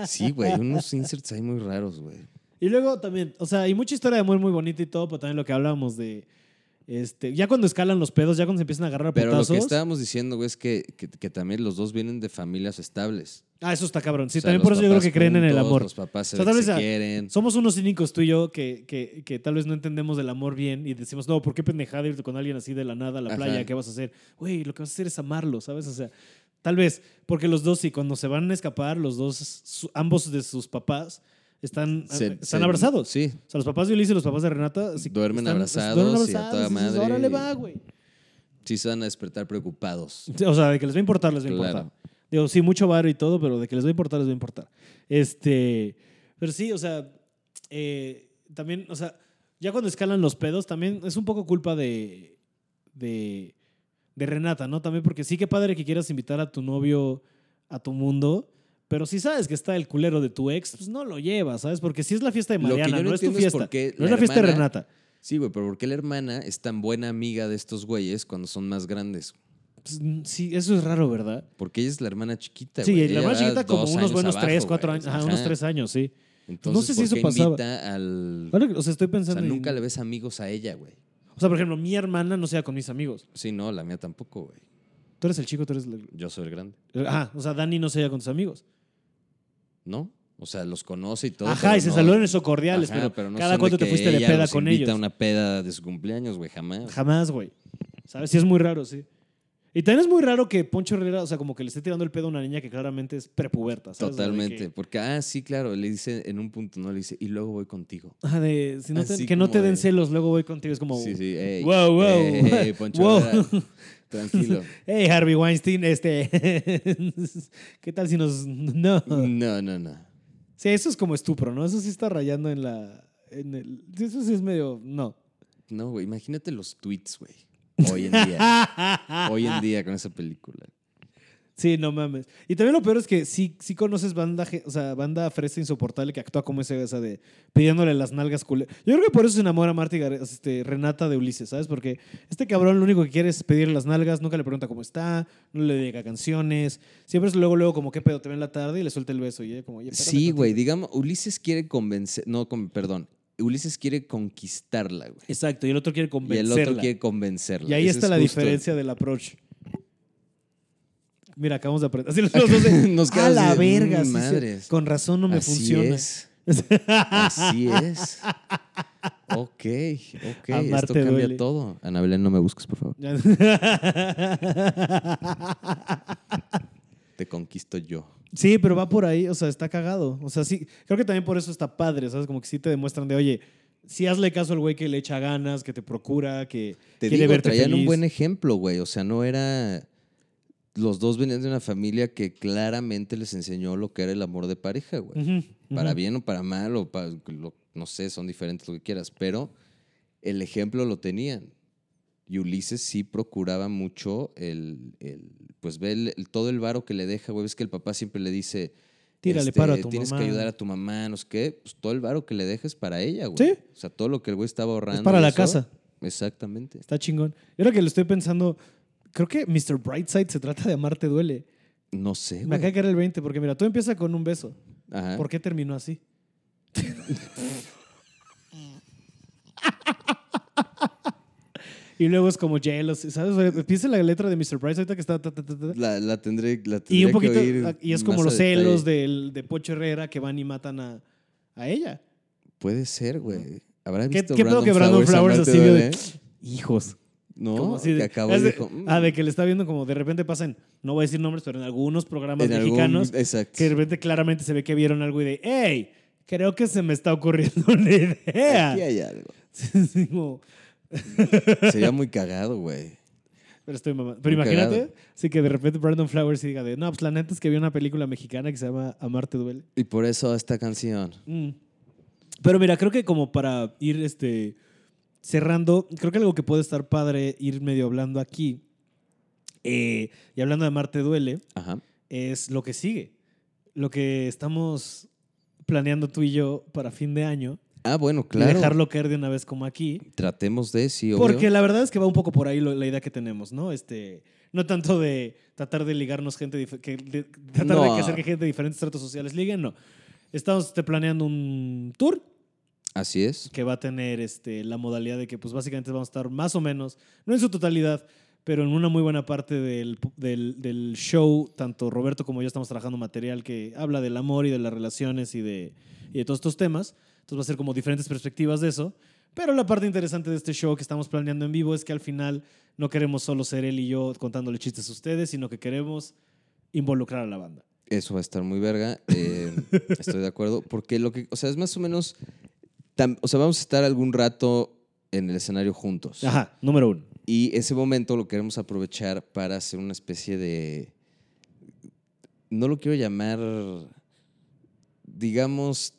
[SPEAKER 2] Sí, güey, unos inserts ahí muy raros, güey.
[SPEAKER 1] Y luego también, o sea, hay mucha historia de amor muy bonita y todo, pero también lo que hablábamos de. Este, ya cuando escalan los pedos, ya cuando se empiezan a agarrar a
[SPEAKER 2] Pero lo
[SPEAKER 1] putazos.
[SPEAKER 2] que estábamos diciendo, güey, es que, que- que también los dos vienen de familias estables.
[SPEAKER 1] Ah, eso está cabrón. Sí,
[SPEAKER 2] O sea,
[SPEAKER 1] también
[SPEAKER 2] los
[SPEAKER 1] por eso yo creo
[SPEAKER 2] papás
[SPEAKER 1] que creen en el
[SPEAKER 2] juntos,
[SPEAKER 1] amor.
[SPEAKER 2] Los papás se,
[SPEAKER 1] O sea, tal
[SPEAKER 2] se
[SPEAKER 1] vez a-
[SPEAKER 2] quieren.
[SPEAKER 1] Somos unos cínicos tú y yo que, que, que tal vez no entendemos del amor bien y decimos, no, ¿por qué pendejada irte con alguien así de la nada a la
[SPEAKER 2] Ajá.
[SPEAKER 1] playa? ¿Qué vas a hacer? Güey, lo que vas a hacer es amarlo, ¿sabes? O sea, tal vez, porque los dos, sí, cuando se van a escapar, los dos, su- ambos de sus papás están,
[SPEAKER 2] Se-
[SPEAKER 1] eh, están
[SPEAKER 2] se-
[SPEAKER 1] abrazados.
[SPEAKER 2] Sí,
[SPEAKER 1] O sea, los papás de Ulises y los papás de Renata sí, pues,
[SPEAKER 2] Duermen abrazados y a toda
[SPEAKER 1] dices,
[SPEAKER 2] madre
[SPEAKER 1] Órale,
[SPEAKER 2] y-
[SPEAKER 1] va, güey.
[SPEAKER 2] sí se van a despertar preocupados.
[SPEAKER 1] O sea, de que les va a importar, les va a importar.
[SPEAKER 2] Claro.
[SPEAKER 1] Digo, sí, mucho barrio y todo, pero de que les va a importar, les va a importar. Este, pero sí, o sea, eh, también, o sea, ya cuando escalan los pedos, también es un poco culpa de, de, de Renata, ¿no? También porque sí, qué padre que quieras invitar a tu novio a tu mundo, pero si sabes que está el culero de tu ex, pues no lo llevas, ¿sabes? Porque si es la fiesta de
[SPEAKER 2] Lo que
[SPEAKER 1] Mariana,
[SPEAKER 2] yo no
[SPEAKER 1] no, es tu
[SPEAKER 2] entiendo es por
[SPEAKER 1] fiesta.
[SPEAKER 2] qué
[SPEAKER 1] no es
[SPEAKER 2] la
[SPEAKER 1] la fiesta de
[SPEAKER 2] hermana-
[SPEAKER 1] Renata.
[SPEAKER 2] Sí, güey, pero ¿por qué la hermana es tan buena amiga de estos güeyes cuando son más grandes?
[SPEAKER 1] Pues, mm, sí, eso es raro, ¿verdad?
[SPEAKER 2] Porque ella es la hermana chiquita,
[SPEAKER 1] Sí,
[SPEAKER 2] güey.
[SPEAKER 1] la
[SPEAKER 2] Ella
[SPEAKER 1] más
[SPEAKER 2] va
[SPEAKER 1] chiquita como
[SPEAKER 2] dos
[SPEAKER 1] unos
[SPEAKER 2] años
[SPEAKER 1] buenos
[SPEAKER 2] abajo,
[SPEAKER 1] tres, cuatro
[SPEAKER 2] güey.
[SPEAKER 1] años, ajá, unos
[SPEAKER 2] Ajá.
[SPEAKER 1] tres años, sí.
[SPEAKER 2] Entonces,
[SPEAKER 1] No sé si
[SPEAKER 2] ¿por
[SPEAKER 1] eso
[SPEAKER 2] qué
[SPEAKER 1] pasaba.
[SPEAKER 2] invita al...
[SPEAKER 1] Ahora que- O sea, estoy
[SPEAKER 2] O
[SPEAKER 1] pensando
[SPEAKER 2] sea,
[SPEAKER 1] en-
[SPEAKER 2] nunca le ves amigos a ella, güey.
[SPEAKER 1] O sea, por ejemplo, mi hermana no se va con mis amigos.
[SPEAKER 2] Sí, no, la mía tampoco, güey.
[SPEAKER 1] Tú eres el chico, tú eres... la-
[SPEAKER 2] Yo soy el grande.
[SPEAKER 1] Ajá, o sea, Dani no se va con tus amigos.
[SPEAKER 2] ¿No? O sea, los conoce y todo.
[SPEAKER 1] Ajá,
[SPEAKER 2] pero
[SPEAKER 1] y se
[SPEAKER 2] no-
[SPEAKER 1] saludan esos cordiales,
[SPEAKER 2] Ajá,
[SPEAKER 1] pero,
[SPEAKER 2] no son
[SPEAKER 1] cada
[SPEAKER 2] de
[SPEAKER 1] cuánto te
[SPEAKER 2] que
[SPEAKER 1] fuiste de
[SPEAKER 2] ella
[SPEAKER 1] peda
[SPEAKER 2] los
[SPEAKER 1] con
[SPEAKER 2] invita
[SPEAKER 1] ellos.
[SPEAKER 2] a una peda de su cumpleaños, güey, jamás.
[SPEAKER 1] Jamás, güey. ¿Sabes? Sí, es muy raro, sí. Y también es muy raro que Poncho Herrera, o sea, como que le esté tirando el pedo a una niña que claramente es prepuberta, ¿sabes? O sea, de
[SPEAKER 2] Totalmente.
[SPEAKER 1] que-
[SPEAKER 2] Porque, ah, sí, claro, le dice en un punto, ¿no? Le dice, y luego voy contigo.
[SPEAKER 1] Ajá, de, si no te-
[SPEAKER 2] Así
[SPEAKER 1] que no
[SPEAKER 2] como
[SPEAKER 1] te den
[SPEAKER 2] de-
[SPEAKER 1] celos, luego voy contigo. Es como,
[SPEAKER 2] Sí, sí, ey,
[SPEAKER 1] Wow, wow.
[SPEAKER 2] ey, ey, Poncho
[SPEAKER 1] Wow. Ah.
[SPEAKER 2] Herrera, tranquilo.
[SPEAKER 1] hey, Harvey Weinstein, este, ¿qué tal si nos... No.
[SPEAKER 2] No, no, no.
[SPEAKER 1] Sí, eso es como estupro, ¿no? Eso sí está rayando en la. En el, sí, eso sí es medio. No.
[SPEAKER 2] No, güey, imagínate los tweets, güey. Hoy en día. hoy en día con esa película.
[SPEAKER 1] Sí, no mames. Y también lo peor es que sí, sí conoces banda, ge- o sea, banda fresa insoportable que actúa como esa, esa de pidiéndole las nalgas culé. Yo creo que por eso se enamora Marta y Gar- este, Renata de Ulises, ¿sabes? Porque este cabrón lo único que quiere es pedirle las nalgas, nunca le pregunta cómo está, no le llega canciones. Siempre es luego, luego como qué pedo te ve en la tarde y le suelta el beso y ella como, oye, espérame
[SPEAKER 2] Sí,
[SPEAKER 1] tantito.
[SPEAKER 2] güey, digamos, Ulises quiere convencer. No, con- perdón. Ulises quiere conquistarla, güey.
[SPEAKER 1] Exacto, y el otro quiere
[SPEAKER 2] Y el
[SPEAKER 1] convencerla.
[SPEAKER 2] otro quiere convencerla.
[SPEAKER 1] Y ahí
[SPEAKER 2] Ese
[SPEAKER 1] está
[SPEAKER 2] es
[SPEAKER 1] la
[SPEAKER 2] justo-
[SPEAKER 1] diferencia del approach. Mira, acabamos de aprender. Así los dos de,
[SPEAKER 2] Nos
[SPEAKER 1] a
[SPEAKER 2] quedamos
[SPEAKER 1] la
[SPEAKER 2] así de,
[SPEAKER 1] verga,
[SPEAKER 2] "Mm,
[SPEAKER 1] sí, sí,
[SPEAKER 2] madres".
[SPEAKER 1] con razón no me
[SPEAKER 2] Así
[SPEAKER 1] funciona.
[SPEAKER 2] es. Así es. Ok, ok.
[SPEAKER 1] Amar
[SPEAKER 2] Esto
[SPEAKER 1] te
[SPEAKER 2] cambia
[SPEAKER 1] duele.
[SPEAKER 2] todo. Ana Belén, no me busques, por favor. Te conquisto yo.
[SPEAKER 1] sí, pero va por ahí, o sea, está cagado. O sea, sí, creo que también por eso está padre, ¿sabes? Como que sí te demuestran de, oye, sí hazle caso al güey que le echa ganas, que te procura, que
[SPEAKER 2] Te
[SPEAKER 1] quiere
[SPEAKER 2] digo,
[SPEAKER 1] verte
[SPEAKER 2] traían un
[SPEAKER 1] feliz.
[SPEAKER 2] buen ejemplo, güey. O sea, no era. Los dos venían de una familia que claramente les enseñó lo que era el amor de pareja, güey.
[SPEAKER 1] Ujú,
[SPEAKER 2] Para
[SPEAKER 1] ujú.
[SPEAKER 2] bien o para mal, o para, lo- no sé, son diferentes lo que quieras, pero el ejemplo lo tenían. Y Ulises sí procuraba mucho el, el- pues ve el- el- todo el varo que le deja, güey. Ves que el papá siempre le dice,
[SPEAKER 1] Tírale
[SPEAKER 2] este,
[SPEAKER 1] paro a tu
[SPEAKER 2] Tienes
[SPEAKER 1] mamá.
[SPEAKER 2] que ayudar a tu mamá, no sé qué. Pues todo el varo que le dejes para ella, güey.
[SPEAKER 1] Sí.
[SPEAKER 2] O sea, todo lo que el güey estaba ahorrando.
[SPEAKER 1] Es para
[SPEAKER 2] y
[SPEAKER 1] la
[SPEAKER 2] eso,
[SPEAKER 1] casa.
[SPEAKER 2] Exactamente.
[SPEAKER 1] Está chingón. Yo creo que lo estoy pensando, creo que Mr. Brightside se trata de amarte duele.
[SPEAKER 2] No sé,
[SPEAKER 1] Me
[SPEAKER 2] güey.
[SPEAKER 1] acaba de caer el 20, porque mira, todo empieza con un beso.
[SPEAKER 2] Ajá.
[SPEAKER 1] ¿Por qué terminó así? y luego es como jealous, ¿sabes? O sea, Piensa en la letra de Mr. Price ahorita que está... ta, ta, ta, ta.
[SPEAKER 2] La, la tendré, la
[SPEAKER 1] y
[SPEAKER 2] tendría
[SPEAKER 1] un poquito...
[SPEAKER 2] que oír
[SPEAKER 1] Y es
[SPEAKER 2] más
[SPEAKER 1] como
[SPEAKER 2] a
[SPEAKER 1] los celos
[SPEAKER 2] detalle.
[SPEAKER 1] del, de Pocho Herrera que van y matan a, a ella.
[SPEAKER 2] Puede ser, güey. ¿Habrá
[SPEAKER 1] ¿Qué-
[SPEAKER 2] visto
[SPEAKER 1] qué pedo que Brandon Flowers
[SPEAKER 2] amarte
[SPEAKER 1] así vio de-
[SPEAKER 2] duele?
[SPEAKER 1] Hijos.
[SPEAKER 2] ¿eh? No,
[SPEAKER 1] Como así
[SPEAKER 2] que
[SPEAKER 1] de,
[SPEAKER 2] acabó
[SPEAKER 1] es
[SPEAKER 2] y
[SPEAKER 1] de-
[SPEAKER 2] dijo, "Mm".
[SPEAKER 1] ah, de que le está viendo como de repente pasan, no voy a decir nombres, pero en algunos programas
[SPEAKER 2] En algún-
[SPEAKER 1] mexicanos
[SPEAKER 2] exacto.
[SPEAKER 1] que de repente claramente se ve que vieron algo y de, hey, creo que se me está ocurriendo una idea.
[SPEAKER 2] Aquí hay algo.
[SPEAKER 1] Sí, sí, como-
[SPEAKER 2] Sería muy cagado, güey.
[SPEAKER 1] pero estoy mamando. Pero
[SPEAKER 2] Muy
[SPEAKER 1] imagínate,
[SPEAKER 2] cagado.
[SPEAKER 1] sí que de repente Brandon Flowers sí diga de, no, pues la neta es que vi una película mexicana que se llama Amarte duele.
[SPEAKER 2] Y por eso esta canción.
[SPEAKER 1] Mm. Pero mira, creo que como para ir este cerrando, creo que algo que puede estar padre ir medio hablando aquí Eh, y hablando de Marte Duele,
[SPEAKER 2] Ajá.
[SPEAKER 1] es lo que sigue. Lo que estamos planeando tú y yo para fin de año.
[SPEAKER 2] Ah, bueno,
[SPEAKER 1] y
[SPEAKER 2] claro.
[SPEAKER 1] dejarlo caer de una vez como aquí.
[SPEAKER 2] Tratemos de, sí, obvio.
[SPEAKER 1] Porque la verdad es que va un poco por ahí lo- la idea que tenemos, ¿no? Este, no tanto de tratar de ligarnos gente, dif- que, de- tratar de
[SPEAKER 2] No.
[SPEAKER 1] que hacer que gente de diferentes tratos sociales liguen, no. Estamos este, planeando un tour
[SPEAKER 2] Así es.
[SPEAKER 1] que va a tener este, la modalidad de que pues básicamente vamos a estar más o menos, no en su totalidad, pero en una muy buena parte del, del- del show, tanto Roberto como yo estamos trabajando material que habla del amor y de las relaciones y de, y de todos estos temas. Entonces va a ser como diferentes perspectivas de eso. Pero la parte interesante de este show que estamos planeando en vivo es que al final no queremos solo ser él y yo contándole chistes a ustedes, sino que queremos involucrar a la banda.
[SPEAKER 2] Eso va a estar muy verga. eh, estoy de acuerdo. Porque lo que, o sea, es más o menos, tam- o sea, vamos a estar algún rato en el escenario juntos.
[SPEAKER 1] Ajá, número uno.
[SPEAKER 2] Y ese momento lo queremos aprovechar para hacer una especie de. No lo quiero llamar. Digamos.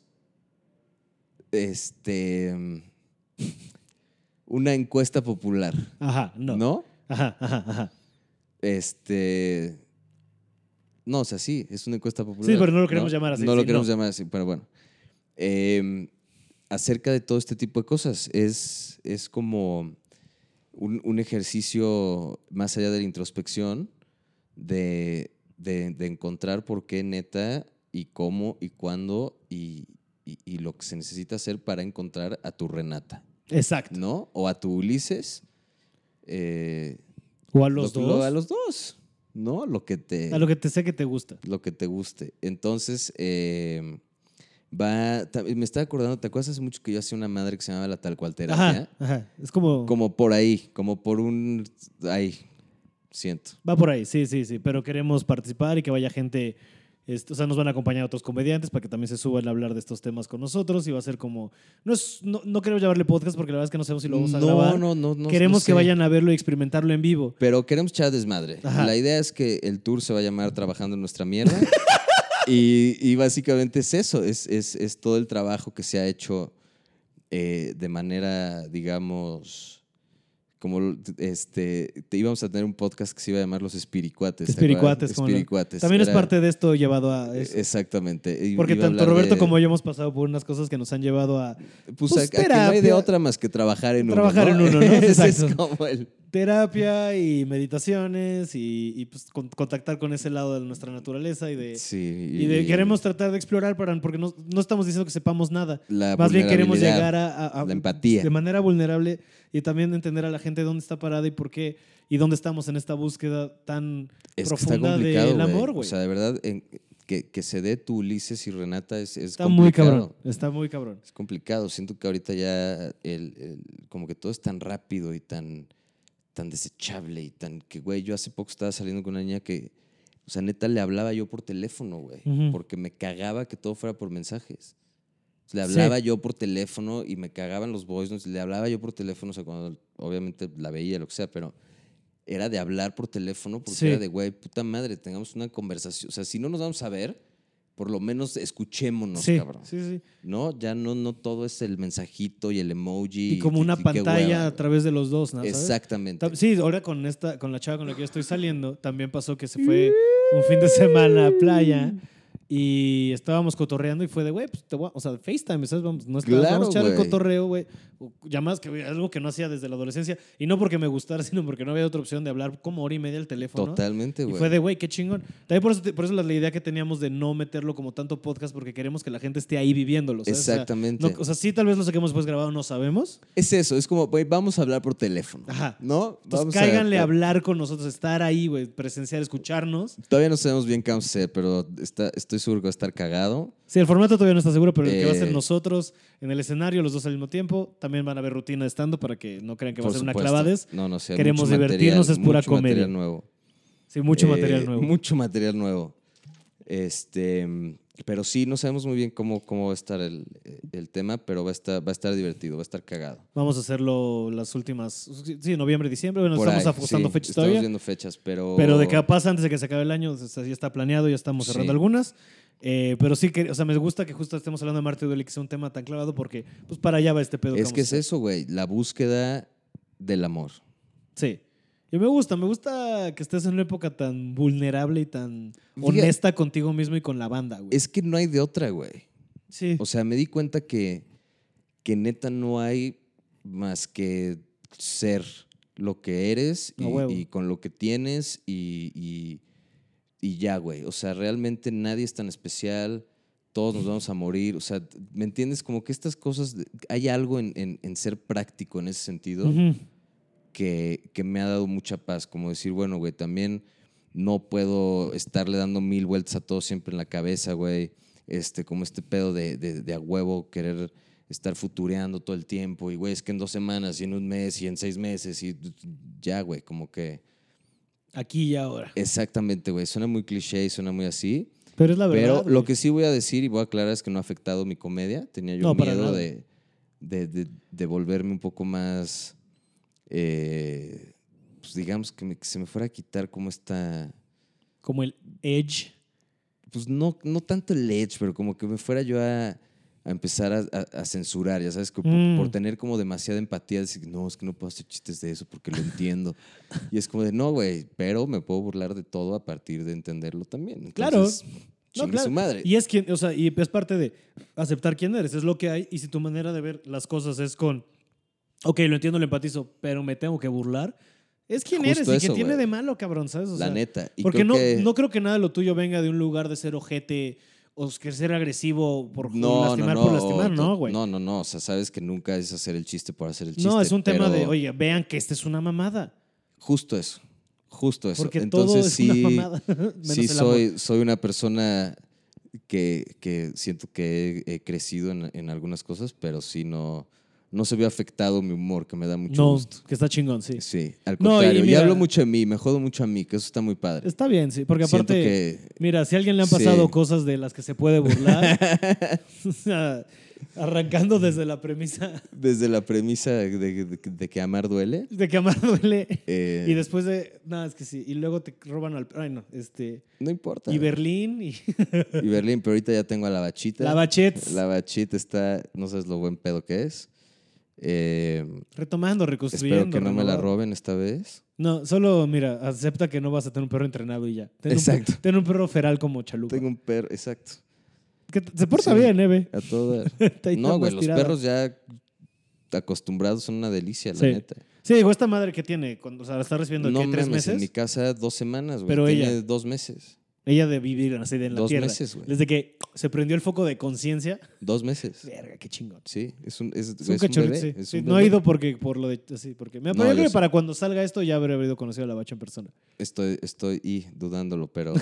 [SPEAKER 2] Este. Una encuesta popular.
[SPEAKER 1] Ajá, no.
[SPEAKER 2] ¿No?
[SPEAKER 1] Ajá, ajá, ajá.
[SPEAKER 2] Este. No, o sea, sí, es una encuesta popular.
[SPEAKER 1] Sí, pero no lo queremos llamar así,
[SPEAKER 2] No lo
[SPEAKER 1] sí,
[SPEAKER 2] queremos
[SPEAKER 1] no.
[SPEAKER 2] llamar así, pero bueno. Eh, acerca de todo este tipo de cosas, es, es como un, un ejercicio más allá de la introspección de, de- de encontrar por qué neta y cómo y cuándo y, y- y lo que se necesita hacer para encontrar a tu Renata,
[SPEAKER 1] Exacto.
[SPEAKER 2] ¿no? O a tu Ulises. eh,
[SPEAKER 1] O a los
[SPEAKER 2] lo-
[SPEAKER 1] dos.
[SPEAKER 2] lo- a los dos, ¿no? Lo que te,
[SPEAKER 1] A lo que te sé que te gusta.
[SPEAKER 2] lo que te guste. Entonces, eh, va, ta- me estaba acordando, ¿te acuerdas hace mucho que yo hacía una madre que se llamaba la tal cual
[SPEAKER 1] Ajá,
[SPEAKER 2] terapia?
[SPEAKER 1] ajá. Es como,
[SPEAKER 2] ¿eh? Como por ahí, como por un, ahí, siento.
[SPEAKER 1] Va por ahí, sí, sí, sí. Pero queremos participar y que vaya gente. este, o sea, nos van a acompañar otros comediantes para que también se suban a hablar de estos temas con nosotros. Y va a ser como. No, es, no, no queremos llamarle podcast porque la verdad es que no sabemos si lo vamos a grabar.
[SPEAKER 2] no, no, no.
[SPEAKER 1] queremos
[SPEAKER 2] no
[SPEAKER 1] que
[SPEAKER 2] sé.
[SPEAKER 1] vayan a verlo y experimentarlo en vivo.
[SPEAKER 2] Pero queremos echar desmadre.
[SPEAKER 1] Ajá.
[SPEAKER 2] La idea es que el tour se va a llamar Trabajando en nuestra mierda. y, y básicamente es eso, es, es, es todo el trabajo que se ha hecho eh, de manera, digamos, como l- este, te- íbamos a tener un podcast que se iba a llamar Los Espiricuates. ¿te acuerdas?
[SPEAKER 1] Espiricuates, como lo-
[SPEAKER 2] Espiricuates.
[SPEAKER 1] También es
[SPEAKER 2] Era-
[SPEAKER 1] parte de esto llevado a.
[SPEAKER 2] Eh,
[SPEAKER 1] eso.
[SPEAKER 2] Exactamente. I-
[SPEAKER 1] porque
[SPEAKER 2] iba a
[SPEAKER 1] tanto
[SPEAKER 2] hablar
[SPEAKER 1] Roberto
[SPEAKER 2] de-
[SPEAKER 1] como yo hemos pasado por unas cosas que nos han llevado a
[SPEAKER 2] Pues,
[SPEAKER 1] pues,
[SPEAKER 2] a- a que no hay de
[SPEAKER 1] terapia.
[SPEAKER 2] otra más que trabajar en
[SPEAKER 1] Trabajar
[SPEAKER 2] uno.
[SPEAKER 1] en uno, ¿no?
[SPEAKER 2] Ese es
[SPEAKER 1] Exacto.
[SPEAKER 2] como el...
[SPEAKER 1] terapia y meditaciones y, y, pues, con- contactar con ese lado de nuestra naturaleza y de,
[SPEAKER 2] Sí.
[SPEAKER 1] Y de- queremos tratar de explorar, para, porque no, no estamos diciendo que sepamos nada.
[SPEAKER 2] la
[SPEAKER 1] Más bien queremos
[SPEAKER 2] vulnerabilidad.
[SPEAKER 1] llegar a, a- a-
[SPEAKER 2] la empatía.
[SPEAKER 1] De manera vulnerable y también entender a la gente dónde está parada y por qué y dónde estamos en esta búsqueda tan
[SPEAKER 2] Es que está
[SPEAKER 1] profunda
[SPEAKER 2] complicado,
[SPEAKER 1] del amor,
[SPEAKER 2] O
[SPEAKER 1] güey.
[SPEAKER 2] sea, de verdad, en- que, que se dé tu Ulises y Renata es, es
[SPEAKER 1] está muy
[SPEAKER 2] complicado.
[SPEAKER 1] cabrón. Está muy cabrón.
[SPEAKER 2] Es complicado. Siento que ahorita ya el, el- como que todo es tan rápido y tan, tan desechable y tan que, güey, yo hace poco estaba saliendo con una niña que, o sea, neta le hablaba yo por teléfono, güey,
[SPEAKER 1] Ujú.
[SPEAKER 2] porque me cagaba que todo fuera por mensajes. Le hablaba yo por teléfono y me cagaban los voice notes. Le hablaba yo por teléfono, o sea, cuando obviamente la veía, lo que sea, pero era de hablar por teléfono porque
[SPEAKER 1] Sí.
[SPEAKER 2] era de, güey, puta madre, tengamos una conversación. O sea, si no nos vamos a ver, por lo menos escuchémonos,
[SPEAKER 1] sí,
[SPEAKER 2] cabrón.
[SPEAKER 1] sí, sí.
[SPEAKER 2] ¿no? Ya no, no todo es el mensajito y el emoji.
[SPEAKER 1] Y como una
[SPEAKER 2] qué
[SPEAKER 1] pantalla
[SPEAKER 2] hueva,
[SPEAKER 1] a través de los dos, ¿no?
[SPEAKER 2] güey.
[SPEAKER 1] ¿Sabes?
[SPEAKER 2] Exactamente.
[SPEAKER 1] Ta- Sí, ahora con esta, con la chava con la que yo estoy saliendo, también pasó que se fue un fin de semana a playa y estábamos cotorreando y fue de, güey, pues te voy a- o sea, FaceTime, ¿sabes? Vamos, no está-
[SPEAKER 2] Claro,
[SPEAKER 1] vamos a echar el
[SPEAKER 2] güey.
[SPEAKER 1] cotorreo, güey. O Llamadas que algo que no hacía desde la adolescencia y no porque me gustara, sino porque no había otra opción de hablar como hora y media al teléfono.
[SPEAKER 2] Totalmente,
[SPEAKER 1] Y
[SPEAKER 2] güey.
[SPEAKER 1] fue de, güey, qué chingón. También por eso, te- por eso la, la idea que teníamos de no meterlo como tanto podcast, porque queremos que la gente esté ahí viviéndolo. ¿sabes? O sea,
[SPEAKER 2] Exactamente.
[SPEAKER 1] no- o sea, sí, tal vez lo saquemos después grabado, no sabemos.
[SPEAKER 2] Es eso, es como, güey, vamos a hablar por teléfono.
[SPEAKER 1] Ajá.
[SPEAKER 2] ¿No?
[SPEAKER 1] Entonces,
[SPEAKER 2] Vamos
[SPEAKER 1] cáiganle a hablar con nosotros, estar ahí, güey, presenciar, escucharnos.
[SPEAKER 2] Todavía no sabemos bien qué vamos a hacer, pero está, estoy seguro que va a estar cagado.
[SPEAKER 1] Sí, el formato todavía no está seguro, pero el que va a ser
[SPEAKER 2] Eh.
[SPEAKER 1] nosotros en el escenario, los dos al mismo tiempo, también van a haber rutina estando para que no crean que va a
[SPEAKER 2] por
[SPEAKER 1] ser una
[SPEAKER 2] supuesto.
[SPEAKER 1] clavades.
[SPEAKER 2] No, no sé.
[SPEAKER 1] Queremos
[SPEAKER 2] mucho material,
[SPEAKER 1] divertirnos, es pura
[SPEAKER 2] mucho material
[SPEAKER 1] comedia.
[SPEAKER 2] nuevo.
[SPEAKER 1] Sí, mucho
[SPEAKER 2] Eh,
[SPEAKER 1] material nuevo.
[SPEAKER 2] Mucho material nuevo. Este, mm, pero sí, no sabemos muy bien cómo, cómo va a estar el, el tema, pero va a estar, va a estar divertido, va a estar cagado.
[SPEAKER 1] Vamos a hacerlo las últimas, sí, noviembre, diciembre. Bueno,
[SPEAKER 2] Por
[SPEAKER 1] estamos
[SPEAKER 2] ahí,
[SPEAKER 1] ajustando
[SPEAKER 2] sí,
[SPEAKER 1] fechas
[SPEAKER 2] estamos
[SPEAKER 1] todavía.
[SPEAKER 2] viendo fechas, pero.
[SPEAKER 1] Pero de capaz antes de que se acabe el año, o sea, ya está planeado, ya estamos cerrando
[SPEAKER 2] Sí.
[SPEAKER 1] algunas. Eh, pero sí, que, o sea, me gusta que justo estemos hablando de Marte Duele, que sea un tema tan clavado, porque pues para allá va este pedo.
[SPEAKER 2] Es
[SPEAKER 1] vamos
[SPEAKER 2] que
[SPEAKER 1] a
[SPEAKER 2] es
[SPEAKER 1] hacer.
[SPEAKER 2] eso, güey. La búsqueda del amor.
[SPEAKER 1] Sí. Y me gusta, me gusta que estés en una época tan vulnerable y tan
[SPEAKER 2] Fíjate.
[SPEAKER 1] honesta contigo mismo y con la banda, güey.
[SPEAKER 2] Es que no hay de otra, güey.
[SPEAKER 1] sí.
[SPEAKER 2] O sea, me di cuenta que, que neta no hay más que ser lo que eres
[SPEAKER 1] A
[SPEAKER 2] y,
[SPEAKER 1] huevo.
[SPEAKER 2] y con lo que tienes y, y- y ya, güey. O sea, realmente nadie es tan especial, todos nos vamos a morir. O sea, ¿me entiendes? Como que estas cosas, de- hay algo en, en- en ser práctico en ese sentido
[SPEAKER 1] Ujú.
[SPEAKER 2] que, que me ha dado mucha paz. Como decir, bueno, güey, también no puedo estarle dando mil vueltas a todo siempre en la cabeza, güey. Este, como este pedo de, de, de a huevo querer estar futureando todo el tiempo. Y, güey, es que en dos semanas y en un mes y en seis meses y ya, güey, como que...
[SPEAKER 1] Aquí y ahora.
[SPEAKER 2] Exactamente, güey. Suena muy cliché y suena muy así.
[SPEAKER 1] Pero es la verdad.
[SPEAKER 2] Pero lo
[SPEAKER 1] güey.
[SPEAKER 2] que sí voy a decir y voy a aclarar es que no ha afectado mi comedia. Tenía yo
[SPEAKER 1] No, para
[SPEAKER 2] miedo
[SPEAKER 1] nada.
[SPEAKER 2] de, de, de- de volverme un poco más, eh, pues digamos, que, me- que se me fuera a quitar como esta,
[SPEAKER 1] Como el edge.
[SPEAKER 2] pues no, no tanto el edge, pero como que me fuera yo a, a empezar a, a- a censurar, ya sabes, que por,
[SPEAKER 1] Mm.
[SPEAKER 2] por tener como demasiada empatía, decir, no, es que no puedo hacer chistes de eso porque lo entiendo. y es como de, no, güey, pero me puedo burlar de todo a partir de entenderlo también.
[SPEAKER 1] Claro.
[SPEAKER 2] Entonces,
[SPEAKER 1] No,
[SPEAKER 2] chingue
[SPEAKER 1] claro.
[SPEAKER 2] su madre.
[SPEAKER 1] Y es quien, o sea, y es parte de aceptar quién eres, es lo que hay. Y si tu manera de ver las cosas es con, ok, lo entiendo, lo empatizo, pero me tengo que burlar, es quien
[SPEAKER 2] Justo
[SPEAKER 1] eres y que
[SPEAKER 2] eso,
[SPEAKER 1] tiene
[SPEAKER 2] güey.
[SPEAKER 1] de malo, cabrón, ¿sabes? O
[SPEAKER 2] la
[SPEAKER 1] sea,
[SPEAKER 2] neta. Y
[SPEAKER 1] porque
[SPEAKER 2] creo
[SPEAKER 1] no,
[SPEAKER 2] que-
[SPEAKER 1] no creo que nada de lo tuyo venga de un lugar de ser ojete o que ser agresivo por lastimar por lastimar,
[SPEAKER 2] o-
[SPEAKER 1] no, güey.
[SPEAKER 2] No, no, no. O sea, sabes que nunca es hacer el chiste por hacer el chiste.
[SPEAKER 1] No, es un tema
[SPEAKER 2] pero
[SPEAKER 1] de, oye, vean que esta es una mamada.
[SPEAKER 2] Justo eso. Justo eso.
[SPEAKER 1] Porque
[SPEAKER 2] Entonces
[SPEAKER 1] todo es
[SPEAKER 2] sí,
[SPEAKER 1] una mamada. menos
[SPEAKER 2] sí
[SPEAKER 1] el amor.
[SPEAKER 2] soy, soy una persona que, que siento que he, he crecido en, en algunas cosas, pero sí no, no se ve afectado mi humor, que me da mucho
[SPEAKER 1] No,
[SPEAKER 2] gusto.
[SPEAKER 1] que está chingón, sí.
[SPEAKER 2] Sí, al
[SPEAKER 1] No, y
[SPEAKER 2] contrario. y,
[SPEAKER 1] mira-
[SPEAKER 2] hablo mucho de mí, me jodo mucho a mí, que eso está muy padre.
[SPEAKER 1] Está bien, sí, porque
[SPEAKER 2] Siento
[SPEAKER 1] aparte...
[SPEAKER 2] que
[SPEAKER 1] Mira, si a alguien le han pasado
[SPEAKER 2] Sí.
[SPEAKER 1] cosas de las que se puede burlar, o sea, arrancando desde la premisa
[SPEAKER 2] desde la premisa de, de- de que amar duele.
[SPEAKER 1] de que amar duele
[SPEAKER 2] eh,
[SPEAKER 1] y después de, nada, es que sí, y luego te roban al, ay no, este,
[SPEAKER 2] no importa.
[SPEAKER 1] y Berlín y
[SPEAKER 2] Y Berlín, pero ahorita ya tengo a la bachita.
[SPEAKER 1] la Bachets.
[SPEAKER 2] La bachita está, no sabes lo buen pedo que es. Eh,
[SPEAKER 1] Retomando, reconstruyendo.
[SPEAKER 2] espero que no me la
[SPEAKER 1] renovando.
[SPEAKER 2] roben esta vez.
[SPEAKER 1] No, solo, mira, acepta que no vas a tener un perro entrenado y ya. Ten
[SPEAKER 2] Exacto.
[SPEAKER 1] Un, ten un perro feral como Chalupa.
[SPEAKER 2] Tengo un perro, exacto.
[SPEAKER 1] Que t- se porta
[SPEAKER 2] Sí.
[SPEAKER 1] bien, eh, ve.
[SPEAKER 2] A todo dar.
[SPEAKER 1] Está ahí
[SPEAKER 2] No,
[SPEAKER 1] tan
[SPEAKER 2] güey, los
[SPEAKER 1] estirada.
[SPEAKER 2] perros ya acostumbrados son una delicia, la
[SPEAKER 1] Sí.
[SPEAKER 2] neta.
[SPEAKER 1] Sí, digo, esta madre que tiene, cuando, o sea, la está recibiendo
[SPEAKER 2] No
[SPEAKER 1] ¿qué, tres
[SPEAKER 2] mames, en
[SPEAKER 1] meses.
[SPEAKER 2] mi casa dos semanas, güey.
[SPEAKER 1] Pero
[SPEAKER 2] Tiene
[SPEAKER 1] ella-
[SPEAKER 2] dos meses.
[SPEAKER 1] Ella de vivir así de en la
[SPEAKER 2] Dos
[SPEAKER 1] tierra.
[SPEAKER 2] meses, güey.
[SPEAKER 1] Desde que se prendió el foco de conciencia.
[SPEAKER 2] Dos meses.
[SPEAKER 1] Verga, qué chingón.
[SPEAKER 2] Sí, es un, es,
[SPEAKER 1] Es un
[SPEAKER 2] es un
[SPEAKER 1] cachorrito, sí.
[SPEAKER 2] bebé, es
[SPEAKER 1] Sí,
[SPEAKER 2] un
[SPEAKER 1] No he
[SPEAKER 2] bebé.
[SPEAKER 1] ido porque por lo de así, porque me
[SPEAKER 2] No,
[SPEAKER 1] apoyo
[SPEAKER 2] yo
[SPEAKER 1] que
[SPEAKER 2] sé.
[SPEAKER 1] para cuando salga esto ya habré habido conocido a la bacha en persona.
[SPEAKER 2] Estoy, estoy y dudándolo, pero.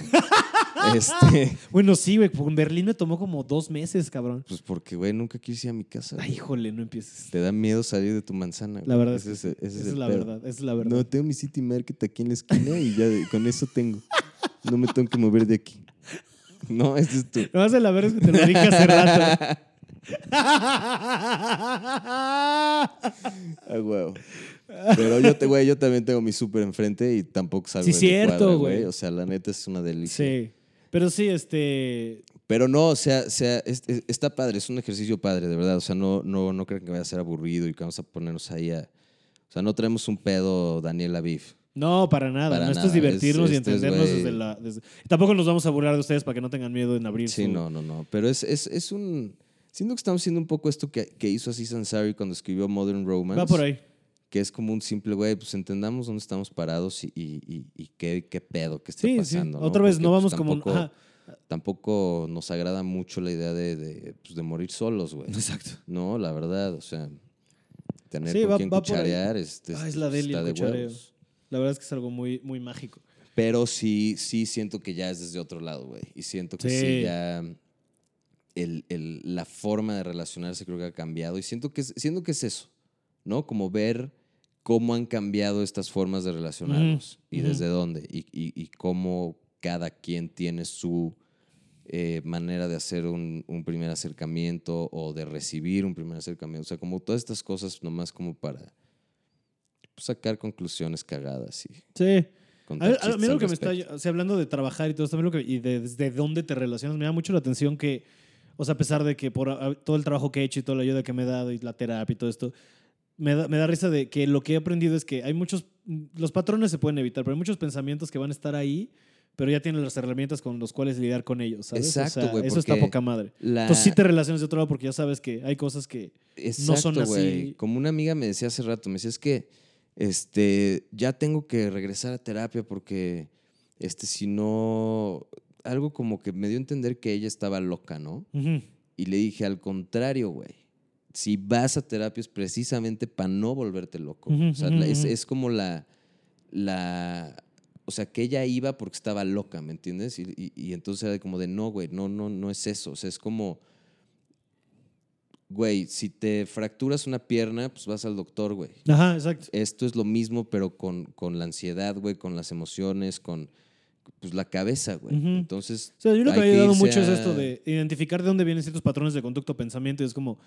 [SPEAKER 2] este,
[SPEAKER 1] Bueno, sí, güey, en Berlín me tomó como dos meses, cabrón.
[SPEAKER 2] pues porque, güey, nunca quise ir a mi casa.
[SPEAKER 1] Ay,
[SPEAKER 2] güey.
[SPEAKER 1] híjole, no empieces.
[SPEAKER 2] Te da miedo salir de tu manzana.
[SPEAKER 1] La
[SPEAKER 2] güey.
[SPEAKER 1] verdad
[SPEAKER 2] Ese
[SPEAKER 1] es
[SPEAKER 2] es, el- ese
[SPEAKER 1] Esa
[SPEAKER 2] el
[SPEAKER 1] es la
[SPEAKER 2] pedo.
[SPEAKER 1] verdad, esa es la verdad.
[SPEAKER 2] No, tengo mi City Market aquí en la esquina y ya de- con eso tengo. No me tengo que mover de aquí. No, ese es tú.
[SPEAKER 1] Lo más de la verdad es que te lo dije hace rato.
[SPEAKER 2] Ah, huevo. Pero yo, te, güey, yo también tengo mi súper enfrente y tampoco salgo
[SPEAKER 1] Sí,
[SPEAKER 2] de mi
[SPEAKER 1] cierto,
[SPEAKER 2] cuadra,
[SPEAKER 1] güey.
[SPEAKER 2] O sea, la neta es una delicia.
[SPEAKER 1] Sí. Pero sí, este.
[SPEAKER 2] Pero no, o sea, o sea es- es- está padre, es un ejercicio padre, de verdad. O sea, no, no, no crean que vaya a ser aburrido y que vamos a ponernos ahí a... O sea, no traemos un pedo Daniel Aviv.
[SPEAKER 1] No, para nada.
[SPEAKER 2] Para
[SPEAKER 1] no, esto es
[SPEAKER 2] nada. Es-
[SPEAKER 1] divertirnos y
[SPEAKER 2] esto es,
[SPEAKER 1] entendernos
[SPEAKER 2] güey.
[SPEAKER 1] desde la. desde- Tampoco nos vamos a burlar de ustedes para que no tengan miedo en abrir
[SPEAKER 2] Sí,
[SPEAKER 1] su-
[SPEAKER 2] no, no, no. Pero es, es, es un... Siento que estamos haciendo un poco esto que, que hizo así Sansari cuando escribió Modern Romance.
[SPEAKER 1] Va por ahí.
[SPEAKER 2] Que es como un simple, güey, pues entendamos dónde estamos parados y, y, y- y qué, qué pedo que está
[SPEAKER 1] Sí,
[SPEAKER 2] pasando.
[SPEAKER 1] sí. Otra vez,
[SPEAKER 2] Porque,
[SPEAKER 1] no
[SPEAKER 2] pues,
[SPEAKER 1] vamos como. "Ah,
[SPEAKER 2] tampoco-
[SPEAKER 1] ajá.
[SPEAKER 2] Tampoco nos agrada mucho la idea de, de, pues, de morir solos, güey.
[SPEAKER 1] Exacto.
[SPEAKER 2] No, la verdad, o sea, tener
[SPEAKER 1] Sí,
[SPEAKER 2] con
[SPEAKER 1] va-
[SPEAKER 2] quien
[SPEAKER 1] va por ahí.
[SPEAKER 2] cucharear este,
[SPEAKER 1] Ah, es la deli,
[SPEAKER 2] está
[SPEAKER 1] el
[SPEAKER 2] de
[SPEAKER 1] cuchareo.
[SPEAKER 2] huevos.
[SPEAKER 1] La verdad es que es algo muy, muy mágico.
[SPEAKER 2] Pero sí, sí siento que ya es desde otro lado, güey. Y siento que sí,
[SPEAKER 1] Sí.
[SPEAKER 2] ya el- el- la forma de relacionarse creo que ha cambiado. Y siento que, es- siento que es eso, ¿no? Como ver cómo han cambiado estas formas de relacionarnos y
[SPEAKER 1] ujú.
[SPEAKER 2] desde dónde. Y, y- y cómo cada quien tiene su eh, manera de hacer un, un primer acercamiento o de recibir un primer acercamiento. O sea, como todas estas cosas nomás como para pues, sacar conclusiones cagadas y
[SPEAKER 1] Sí. A
[SPEAKER 2] contar
[SPEAKER 1] ver, a
[SPEAKER 2] chistes
[SPEAKER 1] mí lo
[SPEAKER 2] al
[SPEAKER 1] que me
[SPEAKER 2] respecto.
[SPEAKER 1] está, o sea, hablando de trabajar y todo esto, a mí lo que- y de- desde dónde te relacionas, me da mucho la atención que, o sea, a pesar de que por ah, todo el trabajo que he hecho y toda la ayuda que me he dado y la terapia y todo esto, me da, me da risa de que lo que he aprendido es que hay muchos los patrones se pueden evitar, pero hay muchos pensamientos que van a estar ahí, pero ya tienen las herramientas con las cuales lidiar con ellos, ¿sabes? O
[SPEAKER 2] Exacto,
[SPEAKER 1] sea,
[SPEAKER 2] güey,
[SPEAKER 1] Eso está
[SPEAKER 2] porque
[SPEAKER 1] poca madre.
[SPEAKER 2] La-
[SPEAKER 1] Entonces sí te relacionas de otro lado porque ya sabes que hay cosas que...
[SPEAKER 2] Exacto,
[SPEAKER 1] son así.
[SPEAKER 2] güey. Como una amiga me decía hace rato, me decía, es que este, ya tengo que regresar a terapia porque este, si no, algo como que me dio a entender que ella estaba loca, ¿no?
[SPEAKER 1] Ujú.
[SPEAKER 2] Y le dije, al contrario, güey. Si vas a terapia es precisamente para no volverte loco.
[SPEAKER 1] Ujú,
[SPEAKER 2] o sea,
[SPEAKER 1] ujú,
[SPEAKER 2] la- es,
[SPEAKER 1] ujú.
[SPEAKER 2] es como la, la... O sea, que ella iba porque estaba loca, ¿me entiendes? Y, y- y entonces era como de, no, güey, no, no, no es eso. O sea, es como... Güey, si te fracturas una pierna, pues vas al doctor, güey.
[SPEAKER 1] Ajá, exacto.
[SPEAKER 2] Esto es lo mismo, pero con, con la ansiedad, güey, con las emociones, con pues, la cabeza, güey.
[SPEAKER 1] Ujú.
[SPEAKER 2] Entonces...
[SPEAKER 1] O sea, yo lo que
[SPEAKER 2] hay
[SPEAKER 1] me ha ayudado
[SPEAKER 2] irse
[SPEAKER 1] mucho es
[SPEAKER 2] a-
[SPEAKER 1] esto de identificar de dónde vienen ciertos patrones de conducta o pensamiento. Y es como,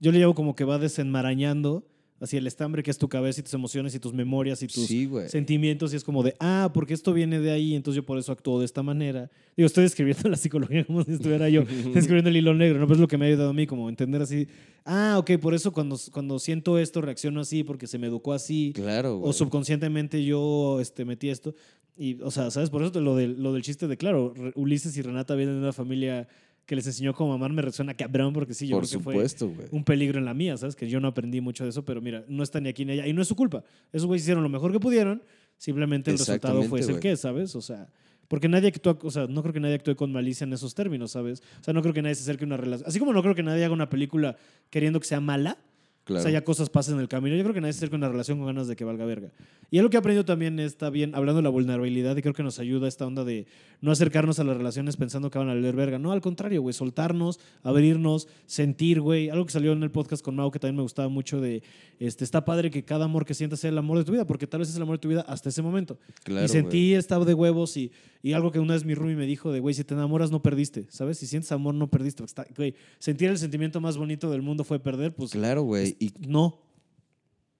[SPEAKER 1] yo le llevo como que va desenmarañando hacia el estambre que es tu cabeza y tus emociones y tus memorias y tus
[SPEAKER 2] Sí, güey.
[SPEAKER 1] sentimientos. Y es como de, ah, porque esto viene de ahí, entonces yo por eso actúo de esta manera. Digo, estoy describiendo la psicología como si estuviera yo describiendo el hilo negro, ¿no? Pero es lo que me ha ayudado a mí, como entender así, ah, ok, por eso cuando, cuando siento esto reacciono así, porque se me educó así.
[SPEAKER 2] Claro, güey.
[SPEAKER 1] O subconscientemente yo este, metí esto. Y, o sea, ¿sabes? Por eso te- lo del, lo del chiste de, claro, Re- Ulises y Renata vienen de una familia que les enseñó cómo amar, me resuena cabrón, porque sí, yo
[SPEAKER 2] Por
[SPEAKER 1] creo que
[SPEAKER 2] supuesto, güey.
[SPEAKER 1] fue un peligro en la mía, ¿sabes? Que yo no aprendí mucho de eso, pero mira, no está ni aquí ni allá. Y no es su culpa. Esos güeyes hicieron lo mejor que pudieron, simplemente el resultado fue
[SPEAKER 2] Exactamente,
[SPEAKER 1] ese el
[SPEAKER 2] güey.
[SPEAKER 1] que, es, ¿sabes? O sea. Porque nadie actúa, o sea, no creo que nadie actúe con malicia en esos términos, ¿sabes? O sea, no creo que nadie se acerque a una relación. Así como no creo que nadie haga una película queriendo que sea mala,
[SPEAKER 2] Claro.
[SPEAKER 1] o sea, ya cosas pasan en el camino. Yo creo que nadie se acerca a una relación con ganas de que valga verga. Y es lo que he aprendido también, está bien, hablando de la vulnerabilidad, y creo que nos ayuda esta onda de no acercarnos a las relaciones pensando que van a valer verga. No, al contrario, güey, soltarnos, abrirnos, sentir, güey. Algo que salió en el podcast con Mau que también me gustaba mucho de, este, está padre que cada amor que sientas sea el amor de tu vida, porque tal vez es el amor de tu vida hasta ese momento.
[SPEAKER 2] Claro,
[SPEAKER 1] y
[SPEAKER 2] güey.
[SPEAKER 1] sentí estaba de huevos y, y algo que una vez mi roomie me dijo de, güey, si te enamoras no perdiste, ¿sabes? Si sientes amor no perdiste. Porque está- Güey, sentir el sentimiento más bonito del mundo fue perder, pues
[SPEAKER 2] Claro, güey. Y
[SPEAKER 1] no.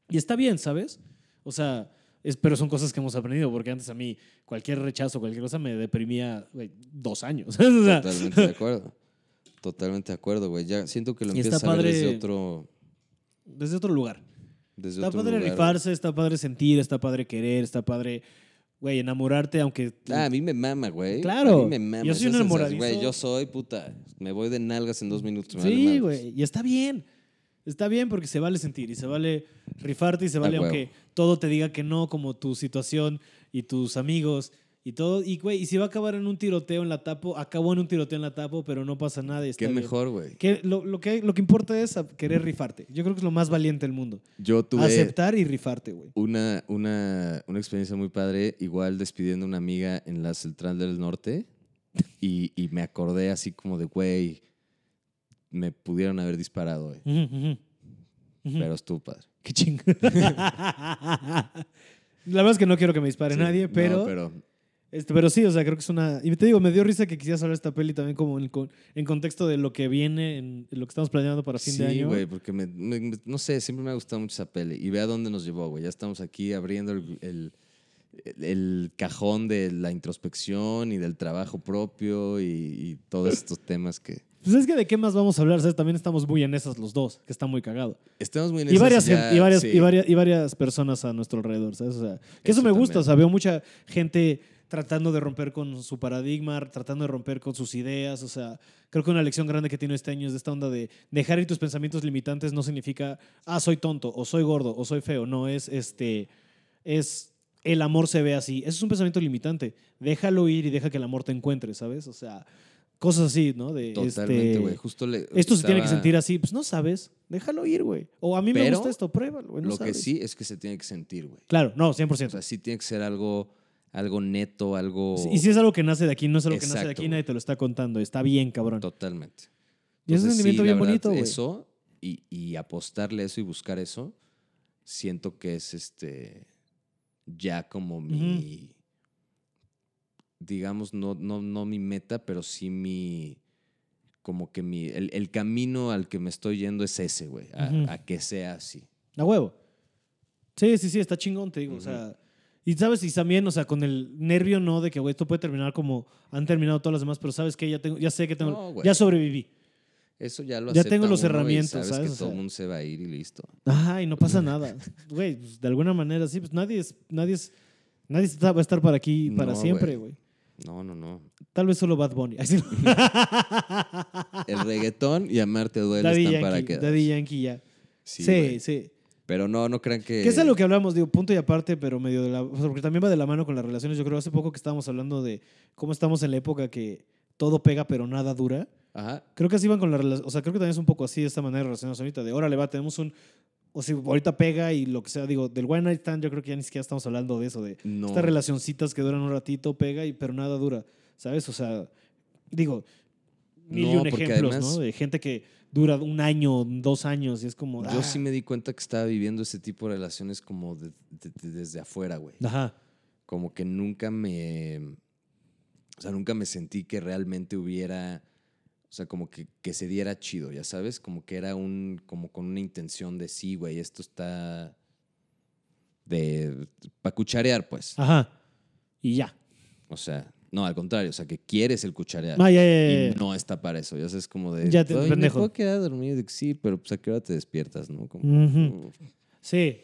[SPEAKER 1] Y está bien, ¿sabes? O sea, es, pero son cosas que hemos aprendido, porque antes a mí cualquier rechazo, cualquier cosa me deprimía güey, dos años. O sea,
[SPEAKER 2] totalmente de acuerdo. Totalmente de acuerdo, güey. Ya siento que lo
[SPEAKER 1] Y está
[SPEAKER 2] empiezas a ver
[SPEAKER 1] padre-
[SPEAKER 2] desde otro.
[SPEAKER 1] desde otro lugar.
[SPEAKER 2] Desde
[SPEAKER 1] Está
[SPEAKER 2] otro
[SPEAKER 1] padre
[SPEAKER 2] lugar,
[SPEAKER 1] rifarse, está padre sentir, está padre querer, está padre, güey, enamorarte, aunque...
[SPEAKER 2] güey. Ah, a mí me mama, güey.
[SPEAKER 1] Claro.
[SPEAKER 2] A mí me mama.
[SPEAKER 1] Yo soy un
[SPEAKER 2] esas sensaciones,
[SPEAKER 1] enamoradizo.
[SPEAKER 2] Güey, yo soy puta. Me voy de nalgas en dos minutos. me vale
[SPEAKER 1] Sí,
[SPEAKER 2] madres.
[SPEAKER 1] güey. Y está bien. Está bien porque se vale sentir y se vale rifarte y se
[SPEAKER 2] Ah,
[SPEAKER 1] vale
[SPEAKER 2] huevo.
[SPEAKER 1] aunque todo te diga que no, como tu situación y tus amigos y todo. Y, güey, y si va a acabar en un tiroteo en la tapo, acabó en un tiroteo en la tapo, pero no pasa nada. y está
[SPEAKER 2] Qué
[SPEAKER 1] bien.
[SPEAKER 2] mejor, güey.
[SPEAKER 1] Que lo, lo que lo que importa es a- querer rifarte. Yo creo que es lo más valiente del mundo.
[SPEAKER 2] Yo tuve
[SPEAKER 1] Aceptar y rifarte, güey.
[SPEAKER 2] una, una, una experiencia muy padre, igual despidiendo a una amiga en la Central del Norte. Y, y me acordé así como de, güey, me pudieron haber disparado, güey.
[SPEAKER 1] Ujú, ujú. Ujú.
[SPEAKER 2] Pero estuvo padre.
[SPEAKER 1] Qué chingo. la verdad es que no quiero que me dispare
[SPEAKER 2] Sí.
[SPEAKER 1] nadie,
[SPEAKER 2] No,
[SPEAKER 1] pero...
[SPEAKER 2] pero
[SPEAKER 1] Este, pero sí, o sea, creo que es una. Y te digo, me dio risa que quisieras hablar de esta peli también como en, con- en contexto de lo que viene, en lo que estamos planeando para fin
[SPEAKER 2] sí,
[SPEAKER 1] de año.
[SPEAKER 2] güey, porque me, me- me- no sé, siempre me ha gustado mucho esa peli. Y ve a dónde nos llevó, güey. Ya estamos aquí abriendo el, el- el- el cajón de la introspección y del trabajo propio y, y todos estos temas que...
[SPEAKER 1] Pues es que de qué más vamos a hablar, ¿sabes? También estamos muy en esas los dos, que está muy cagado.
[SPEAKER 2] Estamos muy en
[SPEAKER 1] Y
[SPEAKER 2] esas
[SPEAKER 1] varias,
[SPEAKER 2] ya-
[SPEAKER 1] gen- y, varias,
[SPEAKER 2] sí.
[SPEAKER 1] y, varias, y varias personas a nuestro alrededor, ¿sabes? O sea, que eso,
[SPEAKER 2] Eso
[SPEAKER 1] me gusta,
[SPEAKER 2] también.
[SPEAKER 1] o sea, veo mucha gente tratando de romper con su paradigma, tratando de romper con sus ideas, o sea, creo que una lección grande que tiene este año es de esta onda de dejar ir tus pensamientos limitantes no significa, ah, soy tonto, o soy gordo, o soy feo, no, es este, es el amor se ve así, eso es un pensamiento limitante, déjalo ir y deja que el amor te encuentre, ¿sabes? O sea, cosas así, ¿no? De,
[SPEAKER 2] Totalmente,
[SPEAKER 1] este,
[SPEAKER 2] güey. Justo le...
[SPEAKER 1] esto se tiene que
[SPEAKER 2] estaba-
[SPEAKER 1] sentir así, pues no sabes, déjalo ir, güey. O a mí me
[SPEAKER 2] Pero,
[SPEAKER 1] gusta esto, pruébalo, güey. no
[SPEAKER 2] lo que
[SPEAKER 1] sabes.
[SPEAKER 2] sí es que se tiene que sentir, güey.
[SPEAKER 1] Claro, no,
[SPEAKER 2] O
[SPEAKER 1] 100%.
[SPEAKER 2] sea, sí tiene que ser algo, algo neto, algo...
[SPEAKER 1] y si es algo que nace de aquí, no es algo que nace de
[SPEAKER 2] Exacto,
[SPEAKER 1] aquí, nadie
[SPEAKER 2] güey.
[SPEAKER 1] te lo está contando. Está bien, cabrón.
[SPEAKER 2] Totalmente.
[SPEAKER 1] Y es un
[SPEAKER 2] Entonces, sí,
[SPEAKER 1] sentimiento
[SPEAKER 2] la
[SPEAKER 1] bien
[SPEAKER 2] verdad,
[SPEAKER 1] bonito, güey.
[SPEAKER 2] Eso y, y apostarle a eso y buscar eso, siento que es este ya como mi digamos no no no mi meta, pero sí mi como que mi el, el camino al que me estoy yendo es ese, güey, a,
[SPEAKER 1] Ujú.
[SPEAKER 2] a que sea así.
[SPEAKER 1] A huevo. Sí, sí, sí, está chingón, te digo. O sea, y sabes, y también, o sea, con el nervio no de que, güey, esto puede terminar como han terminado todas las demás, pero sabes que ya, tengo, ya sé que tengo.
[SPEAKER 2] No, güey.
[SPEAKER 1] ya sobreviví.
[SPEAKER 2] Eso ya lo
[SPEAKER 1] Ya
[SPEAKER 2] acepta
[SPEAKER 1] tengo los
[SPEAKER 2] uno y
[SPEAKER 1] herramientas,
[SPEAKER 2] sabes,
[SPEAKER 1] ¿sabes?
[SPEAKER 2] que
[SPEAKER 1] O
[SPEAKER 2] todo el
[SPEAKER 1] sea-
[SPEAKER 2] mundo se va a ir y listo.
[SPEAKER 1] Ay, no pasa nada. Güey, pues, de alguna manera sí, pues nadie es, nadie es, nadie está- va a estar para aquí para
[SPEAKER 2] No,
[SPEAKER 1] siempre,
[SPEAKER 2] güey.
[SPEAKER 1] güey.
[SPEAKER 2] No, no, no.
[SPEAKER 1] Tal vez solo Bad Bunny. Ay, sí.
[SPEAKER 2] El reggaetón y amarte duele
[SPEAKER 1] Daddy
[SPEAKER 2] están para
[SPEAKER 1] Yankee,
[SPEAKER 2] quedar.
[SPEAKER 1] Daddy Yankee ya. Sí,
[SPEAKER 2] Sí,
[SPEAKER 1] sí.
[SPEAKER 2] güey. Eh. Pero no, no crean que.
[SPEAKER 1] Que es a lo que hablamos, digo, punto y aparte, pero medio de la. o sea, porque también va de la mano con las relaciones. Yo creo hace poco que estábamos hablando de cómo estamos en la época que todo pega pero nada dura.
[SPEAKER 2] Ajá.
[SPEAKER 1] Creo que así van con la rela- O sea, creo que también es un poco así de esta manera de relacionarnos ahorita. De órale, va, tenemos un. O si ahorita pega y lo que sea, digo, del One Night Stand, yo creo que ya ni siquiera estamos hablando de eso, de
[SPEAKER 2] No.
[SPEAKER 1] estas relacioncitas que duran un ratito, pega, y, pero nada dura, ¿sabes? O sea, digo, mil y
[SPEAKER 2] No,
[SPEAKER 1] un
[SPEAKER 2] porque
[SPEAKER 1] ejemplos,
[SPEAKER 2] además-
[SPEAKER 1] ¿no? De gente que dura un año, dos años, y es como.
[SPEAKER 2] Yo
[SPEAKER 1] ah.
[SPEAKER 2] sí me di cuenta que estaba viviendo ese tipo de relaciones como de- de- de- desde afuera, güey.
[SPEAKER 1] Ajá.
[SPEAKER 2] Como que nunca me. O sea, nunca me sentí que realmente hubiera. O sea, como que, que se diera chido, ya sabes? Como que era un. Como con una intención de sí, güey, esto está. De. Para cucharear, pues.
[SPEAKER 1] Ajá. Y ya.
[SPEAKER 2] O sea, no, al contrario, o sea, que quieres el cucharear.
[SPEAKER 1] Ah, ya, ya, ya,
[SPEAKER 2] y
[SPEAKER 1] ya.
[SPEAKER 2] no está para eso. Ya sabes, como de.
[SPEAKER 1] Ya te-
[SPEAKER 2] "Ay, Me
[SPEAKER 1] pendejo".
[SPEAKER 2] puedo quedar dormido. De que sí, pero pues a qué hora te despiertas, ¿no? Como,
[SPEAKER 1] Ujú. Sí.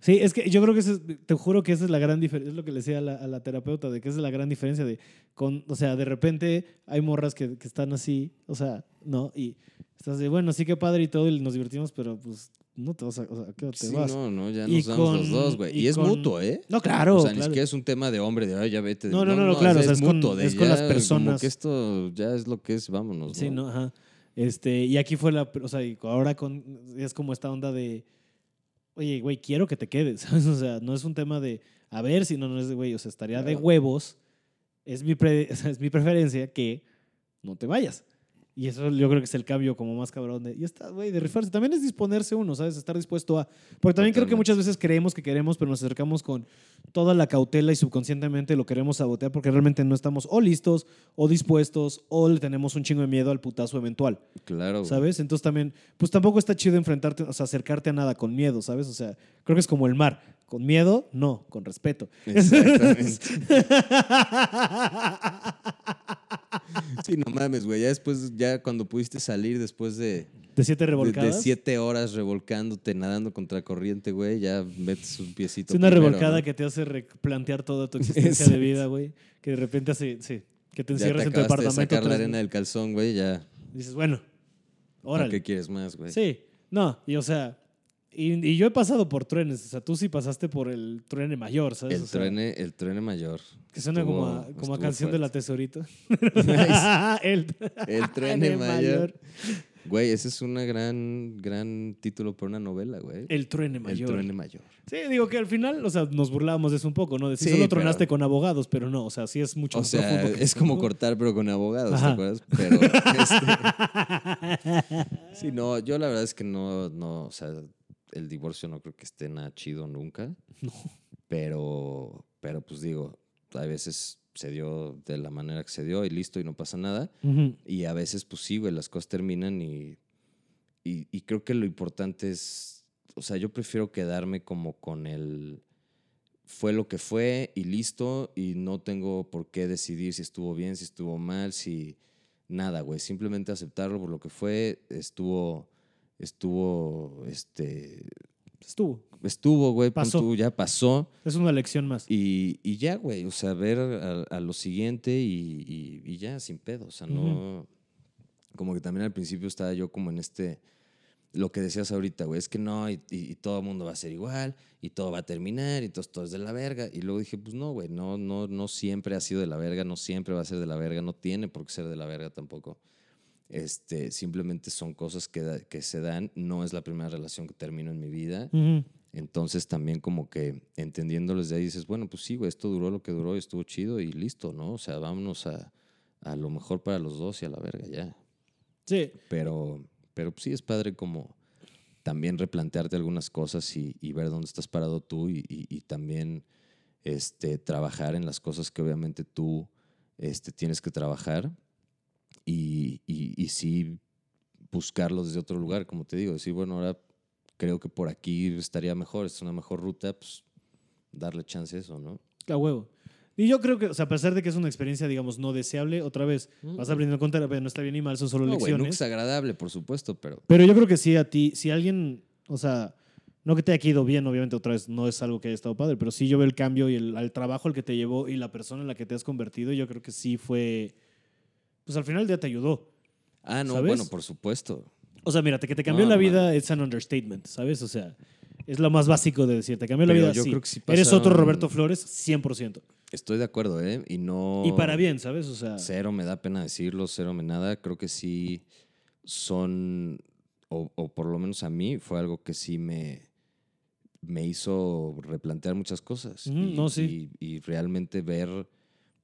[SPEAKER 1] Sí, es que yo creo que eso es- te juro que esa es la gran diferencia, es lo que le decía a la, a la terapeuta, de que esa es la gran diferencia de, con, o sea, de repente hay morras que, que están así, o sea, ¿no? Y estás de, bueno, sí que padre y todo, y nos divertimos, pero pues no te vas a, o sea, ¿a qué hora te
[SPEAKER 2] Sí,
[SPEAKER 1] vas?
[SPEAKER 2] no, no, ya
[SPEAKER 1] Y
[SPEAKER 2] nos damos los
[SPEAKER 1] con-
[SPEAKER 2] dos, güey. Y,
[SPEAKER 1] y
[SPEAKER 2] es
[SPEAKER 1] con-
[SPEAKER 2] mutuo, ¿eh?
[SPEAKER 1] No, claro,
[SPEAKER 2] O sea, ni
[SPEAKER 1] claro.
[SPEAKER 2] siquiera es un tema de hombre, de, ay, ya vete.
[SPEAKER 1] No, no, no, no, claro, o sea, es con- es con las
[SPEAKER 2] ya, Como
[SPEAKER 1] personas.
[SPEAKER 2] que esto ya es lo que es, vámonos.
[SPEAKER 1] Sí, no, ajá. Este, y aquí fue la, o sea, y ahora con, es como esta onda de, oye, güey, quiero que te quedes, ¿sabes? O sea, no es un tema de, a ver, si no, no es de, güey, o sea, estaría de
[SPEAKER 2] Claro.
[SPEAKER 1] huevos, es mi, pre- o sea, es mi preferencia que no te vayas. Y eso yo creo que es el cambio como más cabrón de, y está, güey, de rifarse. También es disponerse uno, ¿sabes? Estar dispuesto a, porque también creo que
[SPEAKER 2] Totalmente.
[SPEAKER 1] muchas veces creemos que queremos, pero nos acercamos con toda la cautela y subconscientemente lo queremos sabotear porque realmente no estamos o listos o dispuestos o le tenemos un chingo de miedo al putazo eventual,
[SPEAKER 2] Claro, güey.
[SPEAKER 1] ¿sabes? Entonces también, pues tampoco está chido enfrentarte, o sea, acercarte a nada con miedo, ¿sabes? O sea, creo que es como el mar. Con miedo, no, con respeto.
[SPEAKER 2] Exactamente. Sí, no mames, güey. Ya después, ya cuando pudiste salir después de,
[SPEAKER 1] De siete
[SPEAKER 2] de- de,
[SPEAKER 1] revolcadas.
[SPEAKER 2] siete horas revolcándote, nadando contra corriente, güey, ya metes un piecito.
[SPEAKER 1] es una
[SPEAKER 2] primero,
[SPEAKER 1] revolcada
[SPEAKER 2] ¿no?
[SPEAKER 1] que te hace replantear toda tu existencia de
[SPEAKER 2] Exacto.
[SPEAKER 1] vida, güey. Que de repente hace, sí, que te
[SPEAKER 2] Ya te
[SPEAKER 1] encierras en tu
[SPEAKER 2] acabaste de
[SPEAKER 1] departamento.
[SPEAKER 2] sacar la
[SPEAKER 1] tres-
[SPEAKER 2] arena del calzón, güey, ya.
[SPEAKER 1] Dices, bueno,
[SPEAKER 2] ¿Para
[SPEAKER 1] órale.
[SPEAKER 2] qué quieres más, güey?
[SPEAKER 1] Sí, no, y o sea, y, y yo he pasado por truenes, o sea, tú sí pasaste por el truene mayor, ¿sabes?
[SPEAKER 2] El
[SPEAKER 1] pues, O sea,
[SPEAKER 2] truene, el truene mayor.
[SPEAKER 1] Que suena como a,
[SPEAKER 2] Estuvo-
[SPEAKER 1] como a
[SPEAKER 2] estuvo
[SPEAKER 1] canción de la
[SPEAKER 2] fuerte.
[SPEAKER 1] tesorita.
[SPEAKER 2] Nice.
[SPEAKER 1] el
[SPEAKER 2] El truene mayor. Güey, ese es una gran, gran título para una novela, güey.
[SPEAKER 1] El truene
[SPEAKER 2] El
[SPEAKER 1] mayor.
[SPEAKER 2] truene mayor.
[SPEAKER 1] Sí, digo que al final, o sea, nos burlábamos de eso un poco, ¿no? De si
[SPEAKER 2] Sí,
[SPEAKER 1] solo tronaste
[SPEAKER 2] pero-
[SPEAKER 1] con abogados, pero no, o sea, sí es mucho
[SPEAKER 2] O
[SPEAKER 1] más
[SPEAKER 2] sea,
[SPEAKER 1] profundo que
[SPEAKER 2] es
[SPEAKER 1] eso,
[SPEAKER 2] como
[SPEAKER 1] ¿no?
[SPEAKER 2] cortar, pero con abogados,
[SPEAKER 1] Ajá.
[SPEAKER 2] ¿te acuerdas? Pero. este, sí, no, yo la verdad es que no, no, o sea, el divorcio no creo que esté nada chido nunca. Pero, pero pues digo, a veces se dio de la manera que se dio y listo y no pasa nada.
[SPEAKER 1] Ujú.
[SPEAKER 2] Y a veces, pues sí, güey, las cosas terminan y, y, y creo que lo importante es, o sea, yo prefiero quedarme como con el, fue lo que fue y listo, y no tengo por qué decidir si estuvo bien, si estuvo mal, si nada, güey, simplemente aceptarlo por lo que fue, estuvo, estuvo, este,
[SPEAKER 1] Estuvo.
[SPEAKER 2] estuvo, güey, pon
[SPEAKER 1] Pasó.
[SPEAKER 2] tú, ya pasó.
[SPEAKER 1] Es una lección más.
[SPEAKER 2] Y, y ya, güey, o sea, ver a, a lo siguiente y, y- y ya, sin pedo. O sea, no. Como que también al principio estaba yo como en este. Lo que decías ahorita, güey, es que no, y, y- y todo el mundo va a ser igual, y todo va a terminar, y todo, todo es de la verga. Y luego dije, pues no, güey, no, no, no siempre ha sido de la verga, no siempre va a ser de la verga, no tiene por qué ser de la verga tampoco. Este, simplemente son cosas que, da- que se dan, no es la primera relación que termino en mi vida.
[SPEAKER 1] Ujú.
[SPEAKER 2] Entonces también como que entendiéndoles de ahí dices, bueno, pues sí, güey, esto duró lo que duró, y estuvo chido y listo, ¿no? O sea, vámonos a, a lo mejor para los dos y a la verga ya.
[SPEAKER 1] Sí.
[SPEAKER 2] Pero, pero pues, sí es padre como también replantearte algunas cosas y, y ver dónde estás parado tú y, y- y también este, trabajar en las cosas que obviamente tú este, tienes que trabajar y, y- y sí buscarlos desde otro lugar, como te digo, decir, bueno, ahora creo que por aquí estaría mejor, es una mejor ruta, pues darle chance a eso, ¿no?
[SPEAKER 1] A huevo. Y yo creo que, o sea, a pesar de que es una experiencia, digamos, no deseable, otra vez, vas aprendiendo cuenta, no está bien ni mal, son solo
[SPEAKER 2] Mm. No, güey,
[SPEAKER 1] lecciones.
[SPEAKER 2] nunca es agradable, por supuesto, pero
[SPEAKER 1] Pero yo creo que sí, a ti, si alguien, o sea, no que te haya ido bien, obviamente otra vez no es algo que haya estado padre, pero sí yo veo el cambio y el, al trabajo al que te llevó y la persona en la que te has convertido, yo creo que sí fue, pues al final ya te ayudó.
[SPEAKER 2] Ah, no,
[SPEAKER 1] ¿Sabes?
[SPEAKER 2] bueno, por supuesto.
[SPEAKER 1] O sea, mírate, que te cambió
[SPEAKER 2] No,
[SPEAKER 1] la
[SPEAKER 2] no
[SPEAKER 1] vida es an understatement, ¿sabes? O sea, es lo más básico de decir, te cambió la
[SPEAKER 2] Pero
[SPEAKER 1] vida,
[SPEAKER 2] yo
[SPEAKER 1] sí.
[SPEAKER 2] creo que sí
[SPEAKER 1] Eres otro
[SPEAKER 2] pasaron-
[SPEAKER 1] Roberto Flores, 100%.
[SPEAKER 2] Estoy de acuerdo, ¿eh? Y no.
[SPEAKER 1] Y para bien, ¿sabes? O sea,
[SPEAKER 2] Cero me da pena decirlo, cero me nada. Creo que sí son, o, o por lo menos a mí, fue algo que sí me, me hizo replantear muchas cosas.
[SPEAKER 1] Ujú, no, sí.
[SPEAKER 2] Y, y realmente ver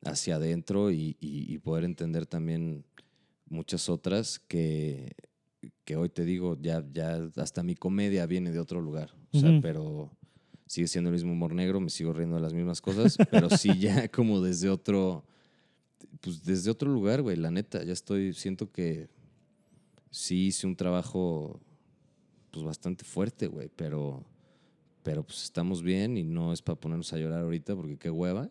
[SPEAKER 2] hacia adentro y, y- y poder entender también muchas otras que, que hoy te digo, ya, ya hasta mi comedia viene de otro lugar. O sea,
[SPEAKER 1] Ujú.
[SPEAKER 2] pero sigue siendo el mismo humor negro, me sigo riendo de las mismas cosas, pero sí ya como desde otro, pues desde otro lugar, güey, la neta, ya estoy, siento que sí hice un trabajo pues bastante fuerte, güey, pero, pero pues estamos bien y no es para ponernos a llorar ahorita porque qué hueva.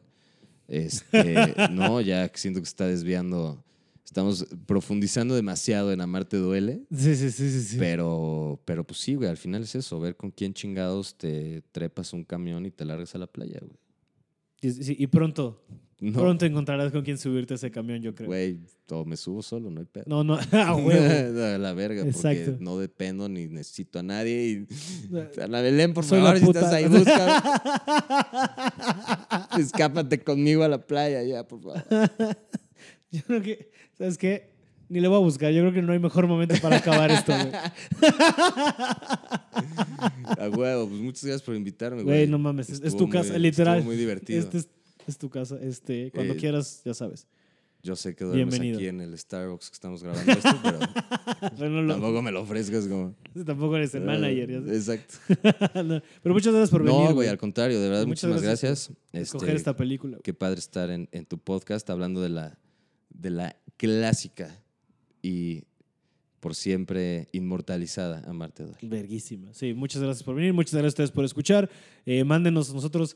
[SPEAKER 2] Este, no, ya siento que se está desviando, estamos profundizando demasiado en Amarte Duele.
[SPEAKER 1] sí, sí, sí, sí. sí.
[SPEAKER 2] Pero, pero pues sí, güey, al final es eso, ver con quién chingados te trepas un camión y te largas a la playa, güey.
[SPEAKER 1] Y, sí, y pronto,
[SPEAKER 2] No,
[SPEAKER 1] pronto encontrarás con quién subirte a ese camión, yo creo.
[SPEAKER 2] güey, o me subo solo, no hay pedo.
[SPEAKER 1] No, no, a huevo.
[SPEAKER 2] a la verga,
[SPEAKER 1] Exacto.
[SPEAKER 2] porque no dependo ni necesito a nadie. Y... Ana Belén, por
[SPEAKER 1] Soy la
[SPEAKER 2] favor, si
[SPEAKER 1] puta.
[SPEAKER 2] estás ahí, busca. Escápate conmigo a la playa ya, por favor.
[SPEAKER 1] Yo creo que, ¿sabes qué? Ni le voy a buscar. Yo creo que no hay mejor momento para acabar esto, güey.
[SPEAKER 2] A huevo, pues muchas gracias por invitarme, güey.
[SPEAKER 1] Güey, no mames. Es, es
[SPEAKER 2] Estuvo
[SPEAKER 1] tu
[SPEAKER 2] muy
[SPEAKER 1] casa,
[SPEAKER 2] bien,
[SPEAKER 1] literal.
[SPEAKER 2] estuvo muy divertido.
[SPEAKER 1] Este es, es tu casa. Este, cuando
[SPEAKER 2] Eh,
[SPEAKER 1] quieras, ya sabes.
[SPEAKER 2] Yo sé que duermes
[SPEAKER 1] Bienvenido.
[SPEAKER 2] aquí en el Starbucks que estamos grabando esto, pero
[SPEAKER 1] Pero no lo- tampoco,
[SPEAKER 2] tampoco me lo ofrezcas como...
[SPEAKER 1] eres el manager. ya sabes.
[SPEAKER 2] Exacto.
[SPEAKER 1] No, Pero muchas gracias por venir.
[SPEAKER 2] Eh, No, güey, al contrario, de verdad,
[SPEAKER 1] Muchas
[SPEAKER 2] muchísimas
[SPEAKER 1] gracias
[SPEAKER 2] gracias.
[SPEAKER 1] Escoger
[SPEAKER 2] Este,
[SPEAKER 1] esta película.
[SPEAKER 2] Qué padre estar en, en tu podcast hablando de la, de la clásica y por siempre inmortalizada Amarte Duele.
[SPEAKER 1] Verguísima. Sí, muchas gracias por venir. Muchas gracias a ustedes por escuchar. Eh, mándenos nosotros.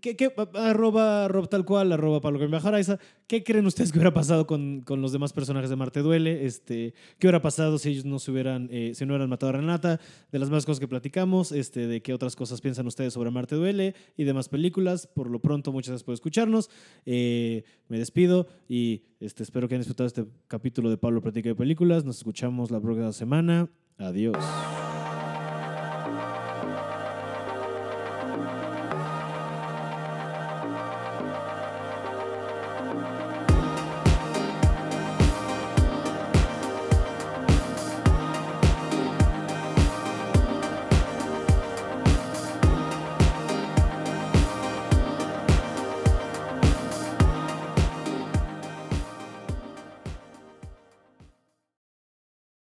[SPEAKER 1] ¿Qué, qué, arroba Rob tal cual, arroba Pablo Carmen Bajaraisa. ¿Qué creen ustedes que hubiera pasado con, con los demás personajes de Marte Duele? Este, ¿Qué hubiera pasado si ellos no se hubieran, eh, si no hubieran matado a Renata? De las más cosas que platicamos, este, de qué otras cosas piensan ustedes sobre Marte Duele y demás películas. Por lo pronto, muchas gracias por escucharnos. Eh, me despido y este, espero que hayan disfrutado este capítulo de Pablo Platica de Películas. Nos escuchamos la próxima semana. Adiós.